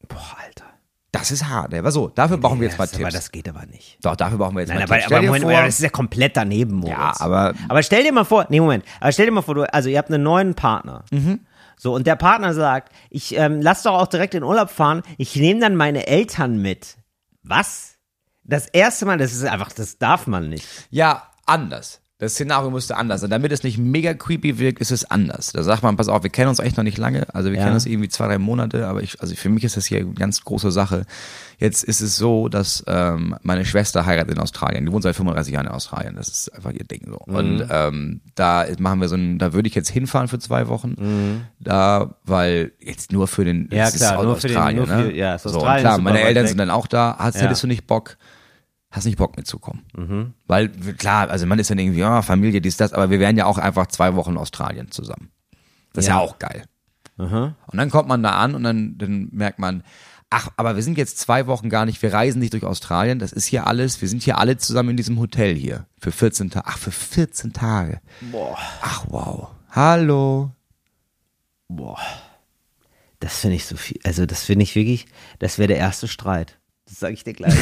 Speaker 3: boah, Alter.
Speaker 2: Das ist hart. ey. Aber so, dafür brauchen wir jetzt mal
Speaker 3: das, aber
Speaker 2: Tipps.
Speaker 3: das geht aber nicht.
Speaker 2: Doch, dafür brauchen wir jetzt
Speaker 3: Nein,
Speaker 2: mal
Speaker 3: aber,
Speaker 2: Tipps. Stell
Speaker 3: aber
Speaker 2: dir
Speaker 3: Moment,
Speaker 2: vor,
Speaker 3: aber das ist ja komplett daneben, Moritz.
Speaker 2: ja, aber
Speaker 3: Aber stell dir mal vor, nee, Moment, aber stell dir mal vor, du, also ihr habt einen neuen Partner.
Speaker 2: Mhm.
Speaker 3: So, und der Partner sagt, ich ähm, lass doch auch direkt in Urlaub fahren, ich nehme dann meine Eltern mit. Was? Das erste Mal, das ist einfach, das darf man nicht.
Speaker 2: ja, anders. Das Szenario müsste anders sein. Damit es nicht mega creepy wirkt, ist es anders. Da sagt man, pass auf, wir kennen uns echt noch nicht lange. Also wir
Speaker 3: Ja.
Speaker 2: kennen uns irgendwie zwei, drei Monate, aber ich, also für mich ist das hier eine ganz große Sache. Jetzt ist es so, dass ähm, meine Schwester heiratet in Australien. Die wohnt seit 35 Jahren in Australien. Das ist einfach ihr Ding so.
Speaker 3: Mhm.
Speaker 2: Und ähm, da machen wir so ein, da würde ich jetzt hinfahren für zwei Wochen. Da, weil jetzt nur für den
Speaker 3: Mhm. Ja,
Speaker 2: das ist
Speaker 3: klar,
Speaker 2: Au-
Speaker 3: nur für den-
Speaker 2: Australien,
Speaker 3: nur für-
Speaker 2: ne?
Speaker 3: ja, ist
Speaker 2: so, und
Speaker 3: Australien
Speaker 2: klar,
Speaker 3: super
Speaker 2: meine
Speaker 3: weit
Speaker 2: Eltern
Speaker 3: weg.
Speaker 2: sind dann auch da. Hast,
Speaker 3: Ja.
Speaker 2: Hättest du nicht Bock? hast nicht Bock mitzukommen. Weil, klar, also man ist dann irgendwie, ja, Familie, dies, das, aber wir wären ja auch einfach zwei Wochen in Australien zusammen. Das ist ja
Speaker 3: Ja.
Speaker 2: auch geil. Und dann kommt man da an und dann, dann merkt man, ach, aber wir sind jetzt zwei Wochen gar nicht, wir reisen nicht durch Australien, das ist hier alles, wir sind hier alle zusammen in diesem Hotel hier. Für 14 Tage, ach, für 14 Tage.
Speaker 3: Boah.
Speaker 2: Ach, wow. Hallo.
Speaker 3: Boah. Das finde ich so viel. Also, das finde ich wirklich, das wäre der erste Streit. Das sage ich dir gleich.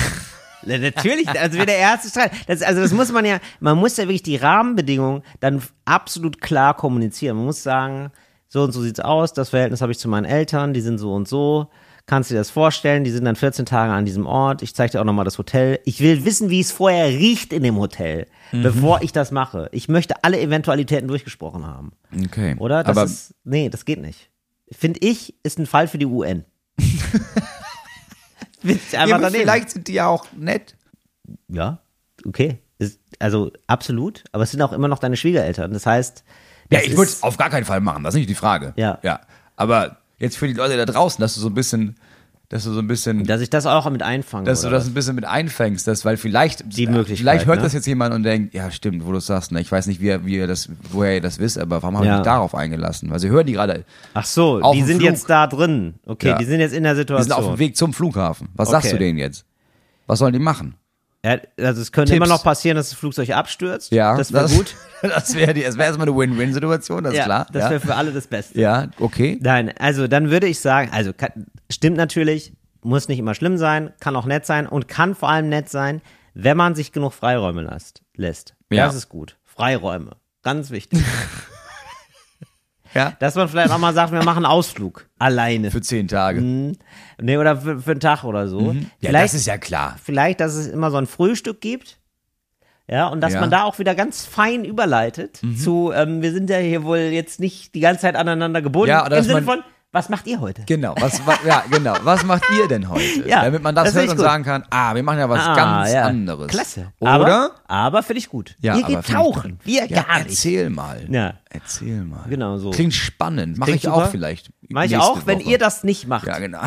Speaker 3: Na, Natürlich, also wäre der erste Streit. Das, also das muss man ja, man muss ja wirklich die Rahmenbedingungen dann absolut klar kommunizieren. Man muss sagen, so und so sieht's aus, das Verhältnis habe ich zu meinen Eltern, die sind so und so. Kannst du dir das vorstellen? Die sind dann 14 Tage an diesem Ort. Ich zeige dir auch nochmal das Hotel. Ich will wissen, wie es vorher riecht in dem Hotel, bevor ich das mache. Ich möchte alle Eventualitäten durchgesprochen haben.
Speaker 2: Okay.
Speaker 3: Oder? Das
Speaker 2: aber
Speaker 3: ist, nee, das geht nicht. Finde ich, ist ein Fall für
Speaker 2: *laughs*
Speaker 3: die UN. Find ich
Speaker 2: ja,
Speaker 3: einfach
Speaker 2: aber
Speaker 3: daneben.
Speaker 2: vielleicht sind die ja auch nett.
Speaker 3: Ja, okay. Ist, also absolut, aber es sind auch immer noch deine Schwiegereltern. Das heißt, das
Speaker 2: ja, ich würde
Speaker 3: ist-
Speaker 2: es auf gar keinen Fall machen, das ist nicht die Frage.
Speaker 3: Ja.
Speaker 2: Ja. Aber jetzt für die Leute da draußen, dass du so ein bisschen, dass du so ein bisschen,
Speaker 3: dass ich das auch mit einfange.
Speaker 2: dass du
Speaker 3: oder
Speaker 2: das ein bisschen mit einfängst, dass, weil vielleicht, äh,
Speaker 3: Die Möglichkeit,
Speaker 2: vielleicht hört
Speaker 3: ne?
Speaker 2: das jetzt jemand und denkt, ja, stimmt, wo du es sagst, ne? ich weiß nicht, wie, ihr- wie ihr das, woher ihr das wisst, aber warum habe ich
Speaker 3: Ja.
Speaker 2: mich darauf eingelassen? Weil sie hören die gerade,
Speaker 3: was. Ach so,
Speaker 2: auf
Speaker 3: die
Speaker 2: dem
Speaker 3: sind
Speaker 2: Flug.
Speaker 3: jetzt da drin. Okay,
Speaker 2: Ja.
Speaker 3: die sind jetzt in der
Speaker 2: die
Speaker 3: Situation.
Speaker 2: sind auf dem Weg zum Flughafen. Was sagst
Speaker 3: Okay.
Speaker 2: du denen jetzt? Was sollen die machen?
Speaker 3: Ja, also es könnte
Speaker 2: Tipps.
Speaker 3: immer noch passieren, dass das Flugzeug abstürzt.
Speaker 2: Ja,
Speaker 3: das wäre gut.
Speaker 2: *laughs* Das wäre die, das wäre erstmal eine Win-Win-Situation, das ist
Speaker 3: ja,
Speaker 2: klar.
Speaker 3: das
Speaker 2: ja.
Speaker 3: wäre für alle das Beste.
Speaker 2: ja, okay.
Speaker 3: Nein, also dann würde ich sagen, also kann, stimmt natürlich, muss nicht immer schlimm sein, kann auch nett sein und kann vor allem nett sein, wenn man sich genug Freiräume lässt. lässt.
Speaker 2: Ja.
Speaker 3: Das ist gut. Freiräume.
Speaker 2: *laughs*
Speaker 3: Ganz wichtig.
Speaker 2: Ja?
Speaker 3: Dass man vielleicht auch mal sagt, wir machen einen Ausflug. Alleine.
Speaker 2: Für zehn Tage.
Speaker 3: nee, oder für, für einen Tag oder so.
Speaker 2: Mhm. Ja, das
Speaker 3: vielleicht,
Speaker 2: ist ja klar.
Speaker 3: vielleicht, dass es immer so ein Frühstück gibt. Ja, und dass
Speaker 2: Ja. Mhm.
Speaker 3: man da auch wieder ganz fein überleitet zu, ähm, wir sind ja hier wohl jetzt nicht die ganze Zeit aneinander gebunden.
Speaker 2: Ja, oder
Speaker 3: Im
Speaker 2: dass
Speaker 3: Sinne
Speaker 2: man-
Speaker 3: von, was macht ihr heute?
Speaker 2: Genau, was, wa, ja, genau. Was macht ihr denn heute?
Speaker 3: Ja,
Speaker 2: Damit man das,
Speaker 3: das
Speaker 2: hört
Speaker 3: find ich
Speaker 2: und
Speaker 3: gut.
Speaker 2: sagen kann, ah, wir machen ja was
Speaker 3: Ah,
Speaker 2: ganz
Speaker 3: ja.
Speaker 2: anderes.
Speaker 3: Klasse.
Speaker 2: Oder?
Speaker 3: Aber, aber finde ich gut.
Speaker 2: Ja,
Speaker 3: ihr
Speaker 2: aber
Speaker 3: geht
Speaker 2: find ich
Speaker 3: tauchen. Wir
Speaker 2: ja,
Speaker 3: gar nicht.
Speaker 2: erzähl mal.
Speaker 3: Ja.
Speaker 2: Erzähl mal.
Speaker 3: Genau so.
Speaker 2: Klingt spannend. Mache
Speaker 3: Klingt
Speaker 2: ich auch
Speaker 3: super.
Speaker 2: vielleicht.
Speaker 3: Mach ich
Speaker 2: nächste
Speaker 3: auch, wenn
Speaker 2: Woche.
Speaker 3: ihr das nicht macht.
Speaker 2: Ja, genau.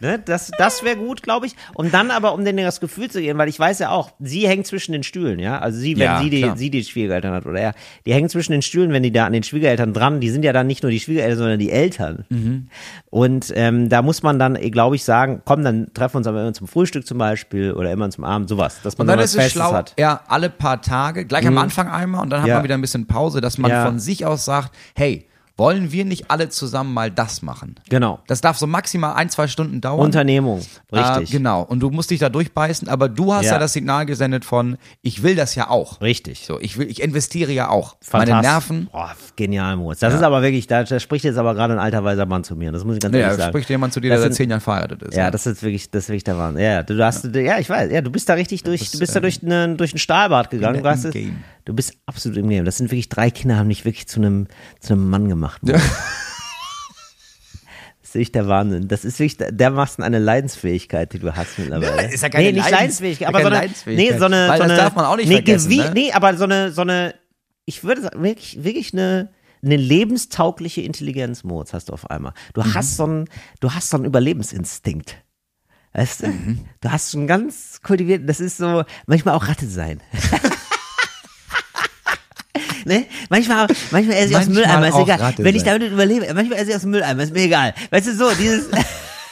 Speaker 3: Ne? Das, das wäre gut, glaube ich. Um dann aber, um denen das Gefühl zu geben, weil ich weiß ja auch, sie hängt zwischen den Stühlen, ja. Also sie, wenn
Speaker 2: Ja,
Speaker 3: sie, die,
Speaker 2: klar.
Speaker 3: sie die Schwiegereltern hat oder er, die hängen zwischen den Stühlen, wenn die da an den Schwiegereltern dran, die sind ja dann nicht nur die Schwiegereltern, sondern die Eltern.
Speaker 2: Mhm.
Speaker 3: Und ähm, da muss man dann, glaube ich, sagen, komm, dann treffen wir uns aber immer zum Frühstück zum Beispiel oder immer zum Abend, sowas, dass man
Speaker 2: Und dann
Speaker 3: was
Speaker 2: ist es
Speaker 3: Festes
Speaker 2: schlau,
Speaker 3: hat.
Speaker 2: ja, alle paar Tage, gleich am Anfang einmal und dann hat
Speaker 3: Ja.
Speaker 2: man wieder ein bisschen Pause, dass man
Speaker 3: Ja.
Speaker 2: von sich aus sagt, hey, wollen wir nicht alle zusammen mal das machen?
Speaker 3: Genau.
Speaker 2: Das darf so maximal ein, zwei Stunden dauern.
Speaker 3: Unternehmung, richtig.
Speaker 2: Äh, genau. Und du musst dich da durchbeißen, aber du hast ja.
Speaker 3: Ja.
Speaker 2: das Signal gesendet von, ich will das ja auch.
Speaker 3: Richtig.
Speaker 2: So, ich will, ich investiere ja auch. Meine
Speaker 3: Fantastisch.
Speaker 2: Nerven.
Speaker 3: Boah, genial, Moritz. Das ist aber wirklich, da, da spricht jetzt aber gerade ein alter weiser Mann zu mir. Das muss ich ganz
Speaker 2: Ja,
Speaker 3: ehrlich
Speaker 2: da
Speaker 3: sagen.
Speaker 2: spricht jemand zu dir,
Speaker 3: Das
Speaker 2: der seit
Speaker 3: sind-
Speaker 2: zehn Jahren verheiratet ist.
Speaker 3: Ja,
Speaker 2: ne?
Speaker 3: das ist wirklich, das ist wirklich der Wahnsinn. Ja, du, du hast, ja, ich weiß, ja, du bist da richtig durch, du
Speaker 2: äh,
Speaker 3: bist da durch, einen durch einen Stahlbart gegangen.
Speaker 2: bin
Speaker 3: Du,
Speaker 2: da
Speaker 3: hast
Speaker 2: im
Speaker 3: es,
Speaker 2: Game.
Speaker 3: du bist absolut im Game. Das sind wirklich drei Kinder, haben dich wirklich zu einem, zu einem Mann gemacht. Das ist wirklich der Wahnsinn. Das ist wirklich der- dermaßen eine Leidensfähigkeit, die du hast mittlerweile.
Speaker 2: Ja, ist ja keine
Speaker 3: nee, nicht
Speaker 2: Leidens-
Speaker 3: Leidensfähigkeit,
Speaker 2: ja,
Speaker 3: aber
Speaker 2: keine
Speaker 3: so eine,
Speaker 2: Leidensfähigkeit.
Speaker 3: nee, so eine,
Speaker 2: Weil
Speaker 3: so
Speaker 2: das
Speaker 3: eine,
Speaker 2: darf man auch nicht
Speaker 3: nee,
Speaker 2: vergessen,
Speaker 3: Gewie-
Speaker 2: ne?
Speaker 3: nee, aber so eine, so eine, ich würde sagen, wirklich, wirklich eine, eine lebenstaugliche Intelligenz, Moritz, hast du auf einmal. Du
Speaker 2: Mhm.
Speaker 3: hast so einen, du hast so einen Überlebensinstinkt. Weißt du?
Speaker 2: Mhm.
Speaker 3: Du hast schon ganz kultiviert, das ist so, manchmal auch
Speaker 2: *laughs*
Speaker 3: Ratte sein. ne? Manchmal, auch, manchmal esse ich aus dem
Speaker 2: Manchmal
Speaker 3: Mülleimer, ist
Speaker 2: auch
Speaker 3: egal.
Speaker 2: Ratte
Speaker 3: Wenn ich
Speaker 2: sein.
Speaker 3: damit überlebe, manchmal esse ich aus dem Mülleimer, ist mir egal. Weißt du, so, dieses,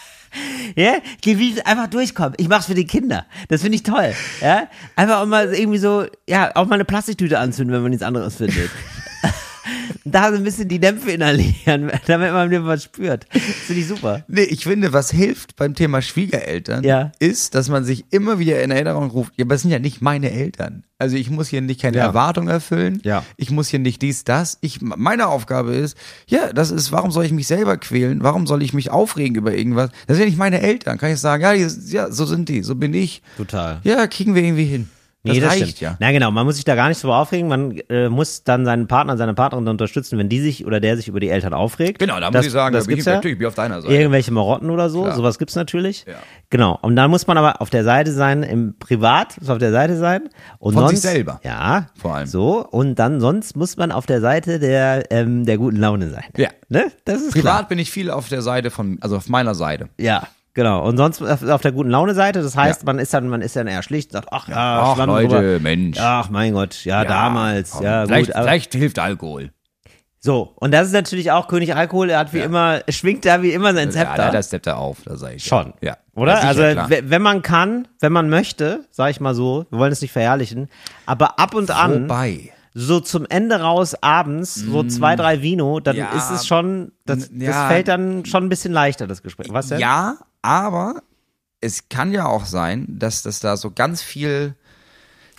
Speaker 3: *laughs* ja, die will einfach durchkommen. Ich mach's für die Kinder. Das finde ich toll. Ja, einfach auch mal irgendwie so, ja, auch mal eine Plastiktüte anzünden, wenn man nichts anderes findet.
Speaker 2: *laughs*
Speaker 3: da so ein bisschen die Dämpfe inhalieren, *laughs* damit man wieder was spürt. Das finde ich super.
Speaker 2: Nee, ich finde, was hilft beim Thema Schwiegereltern,
Speaker 3: Ja.
Speaker 2: ist, dass man sich immer wieder in Erinnerung ruft, ja, aber das sind ja nicht meine Eltern. Also ich muss hier nicht keine
Speaker 3: Ja.
Speaker 2: Erwartung erfüllen.
Speaker 3: Ja.
Speaker 2: Ich muss hier nicht dies, das. Ich, meine Aufgabe ist, ja, das ist, warum soll ich mich selber quälen? Warum soll ich mich aufregen über irgendwas? Das sind ja nicht meine Eltern. Kann ich sagen, ja, die, ja, so sind die, so bin ich.
Speaker 3: Total.
Speaker 2: Ja, kriegen wir irgendwie hin. Das, reicht
Speaker 3: stimmt.
Speaker 2: ja.
Speaker 3: Na genau, man muss sich da gar nicht drüber aufregen. Man äh, muss dann seinen Partner, seine Partnerin unterstützen, wenn die sich oder der sich über die Eltern aufregt.
Speaker 2: Genau, da muss
Speaker 3: Das-
Speaker 2: ich sagen,
Speaker 3: das
Speaker 2: da bin ich
Speaker 3: gibt's ja.
Speaker 2: natürlich bin ich auf deiner Seite.
Speaker 3: Irgendwelche Marotten oder so,
Speaker 2: Klar.
Speaker 3: sowas gibt's natürlich.
Speaker 2: Ja.
Speaker 3: Genau. Und dann muss man aber auf der Seite sein, im Privat muss auf der Seite sein. Und
Speaker 2: Von
Speaker 3: sonst,
Speaker 2: sich selber.
Speaker 3: Ja.
Speaker 2: Vor allem.
Speaker 3: So, und dann sonst muss man auf der Seite der, ähm, der guten Laune sein.
Speaker 2: Ja.
Speaker 3: Ne? Das ist klar.
Speaker 2: Privat bin ich viel auf der Seite von, also auf meiner Seite.
Speaker 3: Ja, genau. Und sonst auf, auf der guten Laune Seite, das heißt,
Speaker 2: Ja.
Speaker 3: man ist dann, man ist dann eher schlicht, sagt, ach ja,
Speaker 2: Ach,
Speaker 3: Ah, schwamm
Speaker 2: Leute,
Speaker 3: drüber.
Speaker 2: Mensch.
Speaker 3: Ach mein Gott, ja, damals,
Speaker 2: komm,
Speaker 3: ja,
Speaker 2: vielleicht,
Speaker 3: gut. Aber,
Speaker 2: vielleicht hilft Alkohol.
Speaker 3: so, und das ist natürlich auch König Alkohol, er hat wie immer, schwingt da wie immer sein Zepter.
Speaker 2: Ja, da- da steppt er auf, da sag ich.
Speaker 3: Schon.
Speaker 2: Ja.
Speaker 3: Oder?
Speaker 2: Ja,
Speaker 3: also,
Speaker 2: sicher, klar.
Speaker 3: we- wenn man kann, wenn man möchte, sag ich mal so, wir wollen es nicht verherrlichen, aber ab und an,
Speaker 2: Wobei.
Speaker 3: so zum Ende raus abends, so zwei, drei Vino, dann
Speaker 2: Mm. Ja.
Speaker 3: ist es schon, das,
Speaker 2: N- ja.
Speaker 3: das fällt dann schon ein bisschen leichter, das Gespräch. Was denn?
Speaker 2: Ja, aber es kann ja auch sein, dass das da so ganz viel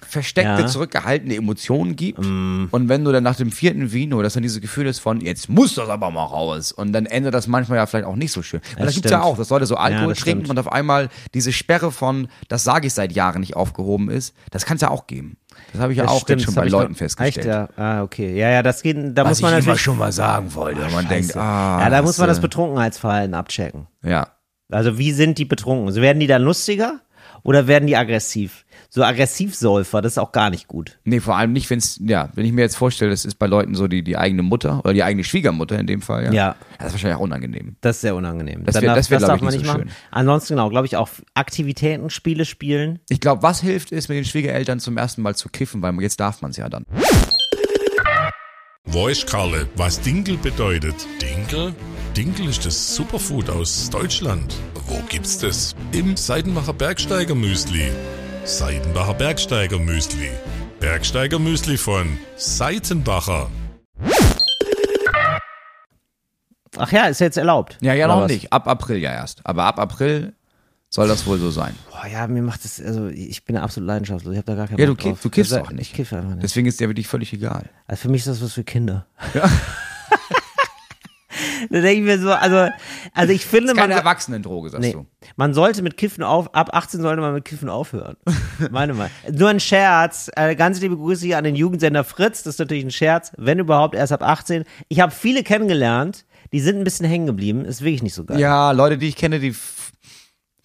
Speaker 2: versteckte,
Speaker 3: Ja. Mm.
Speaker 2: zurückgehaltene Emotionen gibt. Und wenn du dann nach dem vierten Vino, dass dann dieses Gefühl ist von, jetzt muss das aber mal raus. Und dann endet das manchmal ja vielleicht auch nicht so schön. Weil das, gibt's ja
Speaker 3: stimmt.
Speaker 2: auch, dass Leute so Alkohol
Speaker 3: das
Speaker 2: trinken
Speaker 3: stimmt.
Speaker 2: und auf einmal diese Sperre von, das sage ich seit Jahren nicht aufgehoben ist, das kann's ja auch geben. Das habe ich ja
Speaker 3: Das
Speaker 2: auch
Speaker 3: stimmt,
Speaker 2: jetzt schon
Speaker 3: das
Speaker 2: bei
Speaker 3: hab ich
Speaker 2: Leuten
Speaker 3: noch-
Speaker 2: festgestellt.
Speaker 3: Echt, ja. Ah, okay. Ja, ja, das geht, da
Speaker 2: Was
Speaker 3: muss man
Speaker 2: ich immer
Speaker 3: natürlich.
Speaker 2: schon mal sagen wollte. Und man denkt, ah,
Speaker 3: ja, da muss man das
Speaker 2: äh,
Speaker 3: Betrunkenheitsverhalten abchecken.
Speaker 2: Ja.
Speaker 3: Also wie sind die betrunken? Also werden die dann lustiger oder werden die aggressiv? So Aggressivsäufer, das ist auch gar nicht gut.
Speaker 2: Nee, vor allem nicht, wenn es, ja, wenn ich mir jetzt vorstelle, das ist bei Leuten so die, die eigene Mutter oder die eigene Schwiegermutter in dem Fall, ja.
Speaker 3: Ja.
Speaker 2: Das ist wahrscheinlich auch unangenehm.
Speaker 3: Das ist sehr unangenehm.
Speaker 2: Das
Speaker 3: Dann
Speaker 2: wär-
Speaker 3: darf-
Speaker 2: das wär, glaub ich, nicht so schön.
Speaker 3: Ansonsten, genau, glaube ich, auch Aktivitäten, Spiele spielen.
Speaker 2: Ich glaube, was hilft, ist mit den Schwiegereltern zum ersten Mal zu kiffen, weil jetzt darf man es ja dann.
Speaker 4: Weiß Karle, was Dinkel bedeutet? Dinkel? Dinkel ist das Superfood aus Deutschland. Wo gibt's das? Im Seidenbacher Bergsteiger Müsli. Seidenbacher Bergsteiger Müsli. Bergsteiger Müsli von Seitenbacher.
Speaker 3: Ach ja, ist jetzt erlaubt.
Speaker 2: Ja, ja,
Speaker 3: Oder
Speaker 2: noch
Speaker 3: was?
Speaker 2: nicht. Ab April ja erst. Aber ab April soll das wohl so sein.
Speaker 3: Boah, Boah, ja, mir macht das, also ich bin absolut leidenschaftslos. Ich habe da gar keinen
Speaker 2: Ja, du,
Speaker 3: Bock drauf.
Speaker 2: kiff, du kiffst
Speaker 3: also,
Speaker 2: auch nicht.
Speaker 3: Ich kiffe einfach nicht.
Speaker 2: Deswegen ist dir wirklich völlig egal.
Speaker 3: Also für mich ist das was für Kinder. *laughs* da denke ich mir so, also, also ich finde, man,
Speaker 2: Keine Erwachsenendroge, sagst
Speaker 3: nee,
Speaker 2: du.
Speaker 3: man sollte mit Kiffen auf, ab 18 sollte man mit
Speaker 2: *laughs*
Speaker 3: Kiffen aufhören. Meine Meinung. Nur ein Scherz. Äh, ganz liebe Grüße hier an den Jugendsender Fritz. Das ist natürlich ein Scherz. Wenn überhaupt, erst ab 18. Ich habe viele kennengelernt, die sind ein bisschen hängen geblieben. Ist wirklich nicht so geil.
Speaker 2: Ja, Leute, die ich kenne, die, f-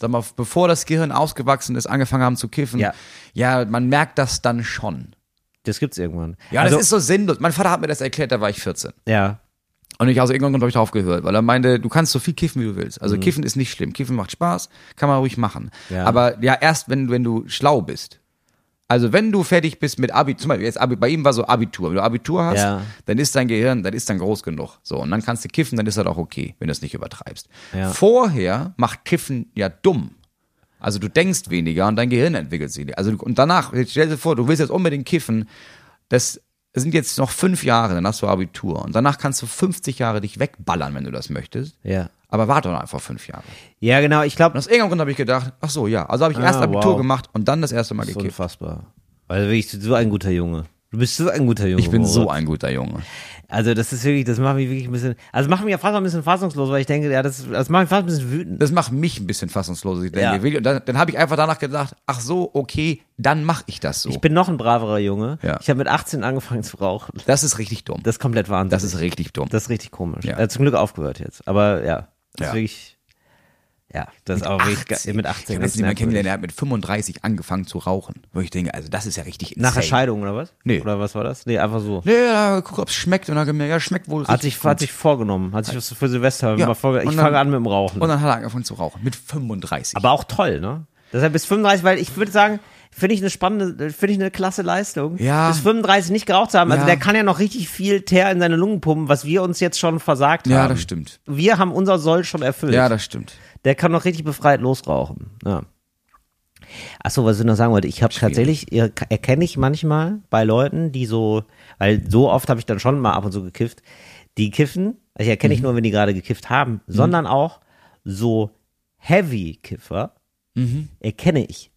Speaker 2: sag mal, bevor das Gehirn ausgewachsen ist, angefangen haben zu kiffen.
Speaker 3: Ja.
Speaker 2: ja man merkt das dann schon.
Speaker 3: Das gibt's irgendwann.
Speaker 2: Ja,
Speaker 3: also,
Speaker 2: das ist so sinnlos. Mein Vater hat mir das erklärt, da war ich 14.
Speaker 3: Ja.
Speaker 2: Und ich habe aus irgendeinem Grund hab ich drauf gehört, weil er meinte, du kannst so viel kiffen, wie du willst. Also kiffen ist nicht schlimm. Kiffen macht Spaß, kann man ruhig machen.
Speaker 3: Mhm. Ja.
Speaker 2: Aber ja, erst wenn, wenn du schlau bist. Also wenn du fertig bist mit Abi, zum Beispiel jetzt Abi, bei ihm war so Abitur. Wenn du Abitur hast,
Speaker 3: Ja.
Speaker 2: dann ist dein Gehirn, dann ist dann groß genug. So, und dann kannst du kiffen, dann ist das auch okay, wenn du es nicht übertreibst.
Speaker 3: Ja.
Speaker 2: Vorher macht Kiffen ja dumm. Also du denkst weniger und dein Gehirn entwickelt sich. Also du- und danach, jetzt stell dir vor, du willst jetzt unbedingt kiffen, das sind jetzt noch fünf Jahre, dann hast du Abitur und danach kannst du 50 Jahre dich wegballern, wenn du das möchtest.
Speaker 3: Ja.
Speaker 2: Aber warte doch einfach fünf Jahre.
Speaker 3: Ja, genau. Ich glaube,
Speaker 2: Und aus irgendeinem Grund habe ich gedacht, ach so, ja, also habe ich erst
Speaker 3: Ah,
Speaker 2: Abitur
Speaker 3: wow.
Speaker 2: gemacht und dann das erste Mal
Speaker 3: Das ist
Speaker 2: gekifft.
Speaker 3: unfassbar. Weil wirklich, du bist so ein guter Junge. Du bist so ein guter Junge.
Speaker 2: Ich bin so
Speaker 3: Moritz.
Speaker 2: ein guter Junge.
Speaker 3: Also das ist wirklich, das macht mich wirklich ein bisschen, also macht mich ja fast auch ein bisschen fassungslos, weil ich denke, ja, das, das macht mich fast ein bisschen wütend.
Speaker 2: Das macht mich ein bisschen fassungslos. Ich denke,
Speaker 3: Ja.
Speaker 2: wirklich. Und dann, dann habe ich einfach danach gedacht, ach so, okay, dann mache ich das so.
Speaker 3: Ich bin noch ein braverer Junge.
Speaker 2: Ja.
Speaker 3: Ich habe mit 18 angefangen zu rauchen.
Speaker 2: das ist richtig dumm.
Speaker 3: Das ist komplett Wahnsinn.
Speaker 2: Das ist richtig dumm.
Speaker 3: das ist richtig komisch.
Speaker 2: Ja.
Speaker 3: Äh, zum Glück aufgehört jetzt. Aber ja, das
Speaker 2: Ja.
Speaker 3: ist wirklich, ja, das ist auch wirklich, ge-
Speaker 2: Ich habe
Speaker 3: mit 18. ganz
Speaker 2: letztens jemanden
Speaker 3: merkwürdig.
Speaker 2: kennengelernt, der hat mit 35 angefangen zu rauchen. Wo ich denke, also das ist ja richtig insane.
Speaker 3: Nach der Scheidung oder was?
Speaker 2: Nee.
Speaker 3: Oder was war das? Nee, einfach so.
Speaker 2: Nee, ja, guck, ob es schmeckt. Und dann hat er gemerkt, ja, schmeckt wohl
Speaker 3: Hat
Speaker 2: richtig
Speaker 3: sich,
Speaker 2: gut.
Speaker 3: hat sich vorgenommen. Hat sich was für Silvester
Speaker 2: Ja.
Speaker 3: mal vorgenommen. Ich
Speaker 2: Und dann-
Speaker 3: fange an mit dem Rauchen.
Speaker 2: Und dann hat er angefangen zu rauchen. Mit 35.
Speaker 3: Aber auch toll, ne? Deshalb bis 35, weil ich würde sagen, finde ich eine spannende, finde ich eine klasse Leistung.
Speaker 2: Ja.
Speaker 3: Bis 35 nicht geraucht zu haben. Also
Speaker 2: Ja.
Speaker 3: der kann ja noch richtig viel Teer in seine Lungen pumpen, was wir uns jetzt schon versagt
Speaker 2: ja,
Speaker 3: haben.
Speaker 2: das stimmt.
Speaker 3: Wir haben unser Soll schon erfüllt.
Speaker 2: Ja, das stimmt.
Speaker 3: der kann noch richtig befreit losrauchen. Ja. Achso, was ich noch sagen wollte, ich habe tatsächlich, er- erkenne ich manchmal bei Leuten, die so, weil so oft habe ich dann schon mal ab und zu gekifft, die kiffen, also ich erkenne nicht nur, wenn die gerade gekifft haben, sondern auch so Heavy-Kiffer erkenne ich.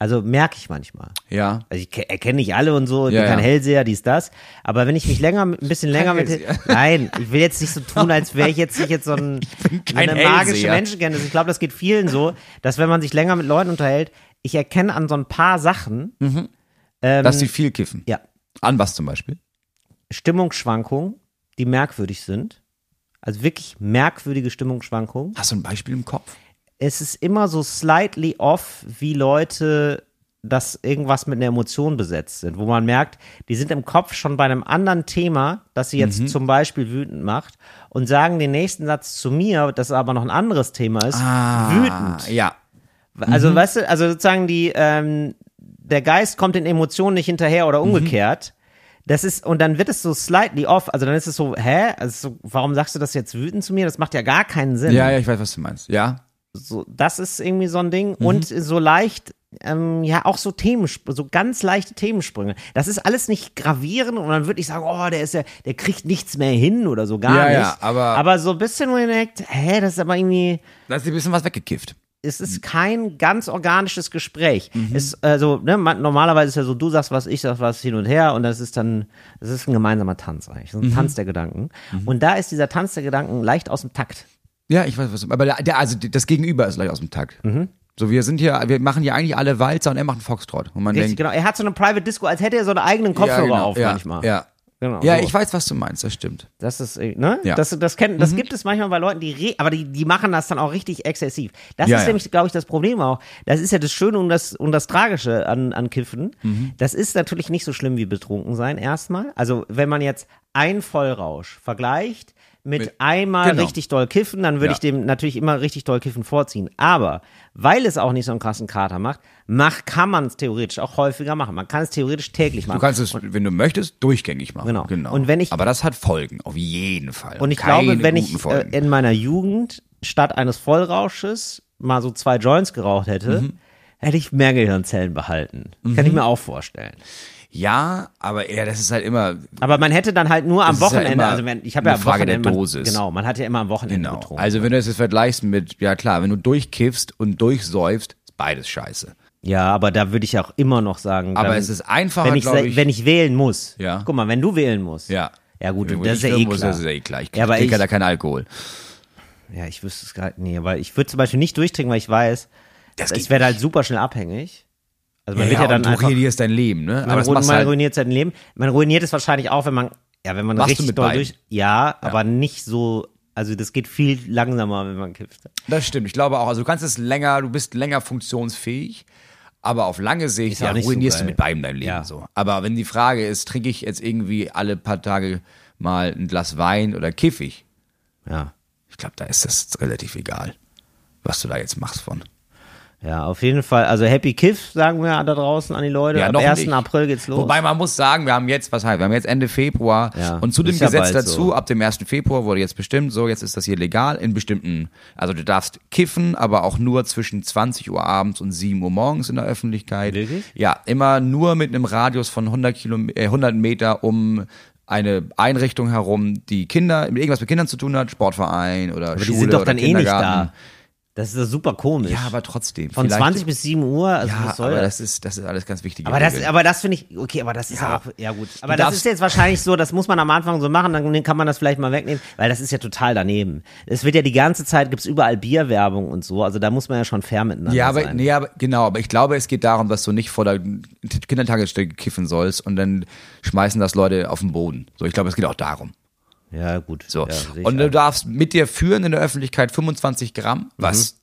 Speaker 3: Also merke ich manchmal.
Speaker 2: Ja.
Speaker 3: Also ich ke- erkenne nicht alle und so, ich
Speaker 2: Ja,
Speaker 3: bin kein
Speaker 2: ja.
Speaker 3: Hellseher, dies, das. Aber wenn ich mich länger, mit- ein bisschen länger mit.
Speaker 2: Hellseher.
Speaker 3: *laughs* Nein, ich will jetzt nicht so tun, als wäre ich jetzt nicht jetzt
Speaker 2: *laughs*
Speaker 3: so ein so
Speaker 2: kein
Speaker 3: eine magische
Speaker 2: Hellseher.
Speaker 3: Menschenkenntnis. Ich glaube, das geht vielen so, dass wenn man sich länger mit Leuten unterhält, ich erkenne an so ein paar Sachen,
Speaker 2: Hm. Dass sie viel kiffen.
Speaker 3: Ähm, ja,
Speaker 2: An was zum Beispiel?
Speaker 3: Stimmungsschwankungen, die merkwürdig sind. Also wirklich merkwürdige Stimmungsschwankungen.
Speaker 2: Hast du ein Beispiel im Kopf?
Speaker 3: es ist immer so slightly off, wie Leute dass irgendwas mit einer Emotion besetzt sind, wo man merkt, die sind im Kopf schon bei einem anderen Thema, das sie
Speaker 2: Mhm.
Speaker 3: jetzt zum Beispiel wütend macht und sagen den nächsten Satz zu mir, das aber noch ein anderes Thema ist,
Speaker 2: Ah.
Speaker 3: wütend.
Speaker 2: Ja. Mhm.
Speaker 3: Also, weißt du, also sozusagen die, ähm, der Geist kommt den Emotionen nicht hinterher
Speaker 2: Mhm.
Speaker 3: oder umgekehrt. Das ist, und dann wird es so slightly off, also dann ist es so, hä? Also, warum sagst du das jetzt wütend zu mir? Das macht ja gar keinen Sinn
Speaker 2: Ja, ja, ich weiß, was du meinst. Ja.
Speaker 3: so, das ist irgendwie so ein Ding.
Speaker 2: Mhm.
Speaker 3: Und so leicht, ähm, ja, auch so Themen, so ganz leichte Themensprünge. Das ist alles nicht gravierend und dann würde ich sagen, oh, der ist ja, der kriegt nichts mehr hin oder so gar
Speaker 2: Ja, ja,
Speaker 3: nicht.
Speaker 2: aber-
Speaker 3: aber so ein bisschen, wo ihr denkt, hä, das ist aber irgendwie,
Speaker 2: Da ist dir ein bisschen was weggekifft.
Speaker 3: es ist kein ganz organisches Gespräch.
Speaker 2: Mhm.
Speaker 3: Es, also, ne, man, normalerweise ist ja so, du sagst was, ich sag was hin und her und das ist dann, es ist ein gemeinsamer Tanz eigentlich, so ein
Speaker 2: Mhm.
Speaker 3: Tanz der Gedanken. Und da ist dieser Tanz der Gedanken leicht aus dem Takt.
Speaker 2: Ja, ich weiß, was du Aber der- der, also das Gegenüber ist leicht aus dem Takt.
Speaker 3: Mhm.
Speaker 2: So, wir sind hier, wir machen hier eigentlich alle Walzer und er macht einen Foxtrot. Und man
Speaker 3: Richtig,
Speaker 2: denkt,
Speaker 3: genau. Er hat so eine Private Disco, als hätte er so einen eigenen Kopfhörer
Speaker 2: genau,
Speaker 3: auf
Speaker 2: ja,
Speaker 3: manchmal.
Speaker 2: Ja.
Speaker 3: Genau,
Speaker 2: ja,
Speaker 3: so.
Speaker 2: ich weiß, was du meinst, das stimmt.
Speaker 3: Das ist, äh, ne?
Speaker 2: Ja. Mhm.
Speaker 3: Das, das, kennt, das gibt es manchmal bei Leuten, die, re aber die, die machen das dann auch richtig exzessiv. Das
Speaker 2: Ja,
Speaker 3: ist
Speaker 2: ja.
Speaker 3: nämlich, glaube ich, das Problem auch. Das ist ja das Schöne und das, und das Tragische an, an Kiffen.
Speaker 2: Mhm.
Speaker 3: Das ist natürlich nicht so schlimm wie betrunken sein, erstmal. Also, wenn man jetzt ein Vollrausch vergleicht mit,
Speaker 2: Mit-
Speaker 3: einmal
Speaker 2: genau.
Speaker 3: richtig doll kiffen, dann würde
Speaker 2: Ja.
Speaker 3: ich dem natürlich immer richtig doll kiffen vorziehen. Aber, weil es auch nicht so einen krassen Kater macht, mach, kann man es theoretisch auch häufiger machen. Man kann es theoretisch täglich machen.
Speaker 2: Du kannst es, wenn du möchtest, durchgängig machen.
Speaker 3: Genau. Und wenn ich-
Speaker 2: Aber das hat Folgen, auf jeden Fall.
Speaker 3: Und ich
Speaker 2: Keine
Speaker 3: glaube, wenn
Speaker 2: guten
Speaker 3: ich äh,
Speaker 2: Folgen.
Speaker 3: in meiner Jugend statt eines Vollrausches mal so zwei Joints geraucht hätte,
Speaker 2: Mhm.
Speaker 3: hätte ich mehr Gehirnzellen behalten. Kann ich mir auch vorstellen.
Speaker 2: ja, aber ja, das ist halt immer,
Speaker 3: Aber man hätte dann halt nur
Speaker 2: Das
Speaker 3: am
Speaker 2: ist ja
Speaker 3: Wochenende,
Speaker 2: immer
Speaker 3: also wenn, ich habe ja
Speaker 2: eine
Speaker 3: am
Speaker 2: Frage der
Speaker 3: Wochenende, Man,
Speaker 2: Dosis.
Speaker 3: genau, man hat ja immer am Wochenende
Speaker 2: genau.
Speaker 3: getrunken.
Speaker 2: Also wenn du das jetzt vergleichst mit, ja klar, wenn du durchkiffst und durchsäufst, ist beides scheiße.
Speaker 3: Ja, aber da würde ich auch immer noch sagen.
Speaker 2: Aber
Speaker 3: dann,
Speaker 2: es ist einfacher,
Speaker 3: wenn ich,
Speaker 2: glaube ich.
Speaker 3: wenn ich wählen muss.
Speaker 2: Ja.
Speaker 3: Guck mal, wenn du wählen musst.
Speaker 2: ja.
Speaker 3: Ja gut,
Speaker 2: Wenn
Speaker 3: das
Speaker 2: ich
Speaker 3: ist ja eh
Speaker 2: schwimmen muss,
Speaker 3: klar.
Speaker 2: Das ist ja eh klar. Ich
Speaker 3: Ja, aber
Speaker 2: trinke
Speaker 3: ich-
Speaker 2: da keinen Alkohol.
Speaker 3: Ja, ich wüsste es gerade nie, aber ich würde zum Beispiel nicht durchtrinken, weil ich weiß,
Speaker 2: Das
Speaker 3: ich
Speaker 2: geht
Speaker 3: werde halt super schnell abhängig. Also man wird ja,
Speaker 2: und
Speaker 3: dann
Speaker 2: du
Speaker 3: einfach,
Speaker 2: ruinierst dein Leben, ne?
Speaker 3: man,
Speaker 2: Aber das
Speaker 3: ruin,
Speaker 2: machst
Speaker 3: man
Speaker 2: du halt,
Speaker 3: ruiniert sein Leben. Man ruiniert es wahrscheinlich auch, wenn man, ja, wenn man
Speaker 2: Machst du
Speaker 3: richtig
Speaker 2: mit
Speaker 3: doll
Speaker 2: beiden?
Speaker 3: durch, ja, aber nicht so, also das geht viel langsamer, wenn man kifft.
Speaker 2: das stimmt. Ich glaube auch. Also du kannst es länger, du bist länger funktionsfähig. Aber auf lange Sicht
Speaker 3: ja
Speaker 2: ja,
Speaker 3: auch nicht so
Speaker 2: ruinierst du
Speaker 3: geil.
Speaker 2: mit beidem dein Leben
Speaker 3: Ja.
Speaker 2: so. Aber wenn die Frage ist, trinke ich jetzt irgendwie alle paar Tage mal ein Glas Wein oder kiff ich?
Speaker 3: Ja.
Speaker 2: Ich glaube, da ist das relativ egal, was du da jetzt machst von.
Speaker 3: Ja, auf jeden Fall. Also Happy Kiff, sagen wir da draußen an die Leute. Am 1.
Speaker 2: nicht.
Speaker 3: April geht's los.
Speaker 2: Wobei man muss sagen, wir haben jetzt, was heißt, wir haben jetzt Ende Februar
Speaker 3: Ja,
Speaker 2: und zu dem
Speaker 3: ist ja
Speaker 2: Gesetz
Speaker 3: bald
Speaker 2: dazu,
Speaker 3: so.
Speaker 2: ab dem 1. Februar wurde jetzt bestimmt so, jetzt ist das hier legal in bestimmten, also du darfst kiffen, aber auch nur zwischen 20 Uhr abends und 7 Uhr morgens in der Öffentlichkeit.
Speaker 3: Wirklich?
Speaker 2: Ja, immer nur mit einem Radius von 100, Kilom äh, 100 Meter um eine Einrichtung herum, die Kinder, mit irgendwas mit Kindern zu tun hat, Sportverein oder
Speaker 3: aber
Speaker 2: Schule
Speaker 3: die sind doch
Speaker 2: oder
Speaker 3: dann eh nicht
Speaker 2: Kindergarten.
Speaker 3: da. Das ist doch super komisch.
Speaker 2: Ja, aber trotzdem.
Speaker 3: Von
Speaker 2: vielleicht-
Speaker 3: 20 bis 7 Uhr, also
Speaker 2: ja,
Speaker 3: was soll
Speaker 2: aber
Speaker 3: das?
Speaker 2: das ist, das ist alles ganz wichtig.
Speaker 3: Aber das, aber das finde ich, okay, aber das ist
Speaker 2: Ja.
Speaker 3: auch, ja gut. Aber
Speaker 2: Du
Speaker 3: das
Speaker 2: darfst-
Speaker 3: ist jetzt wahrscheinlich so, das muss man am Anfang so machen, dann kann man das vielleicht mal wegnehmen, weil das ist ja total daneben. Es wird ja die ganze Zeit, gibt's überall Bierwerbung und so, also da muss man ja schon fair miteinander
Speaker 2: Ja, aber,
Speaker 3: sein.
Speaker 2: nee, aber genau, aber ich glaube, es geht darum, dass du nicht vor der Kindertagesstätte kiffen sollst und dann schmeißen das Leute auf den Boden. So, ich glaube, es geht auch darum.
Speaker 3: Ja, gut.
Speaker 2: So.
Speaker 3: Ja, sehe ich
Speaker 2: und äh, du
Speaker 3: ein. Mhm.
Speaker 2: darfst mit dir führen in der Öffentlichkeit 25 Gramm, was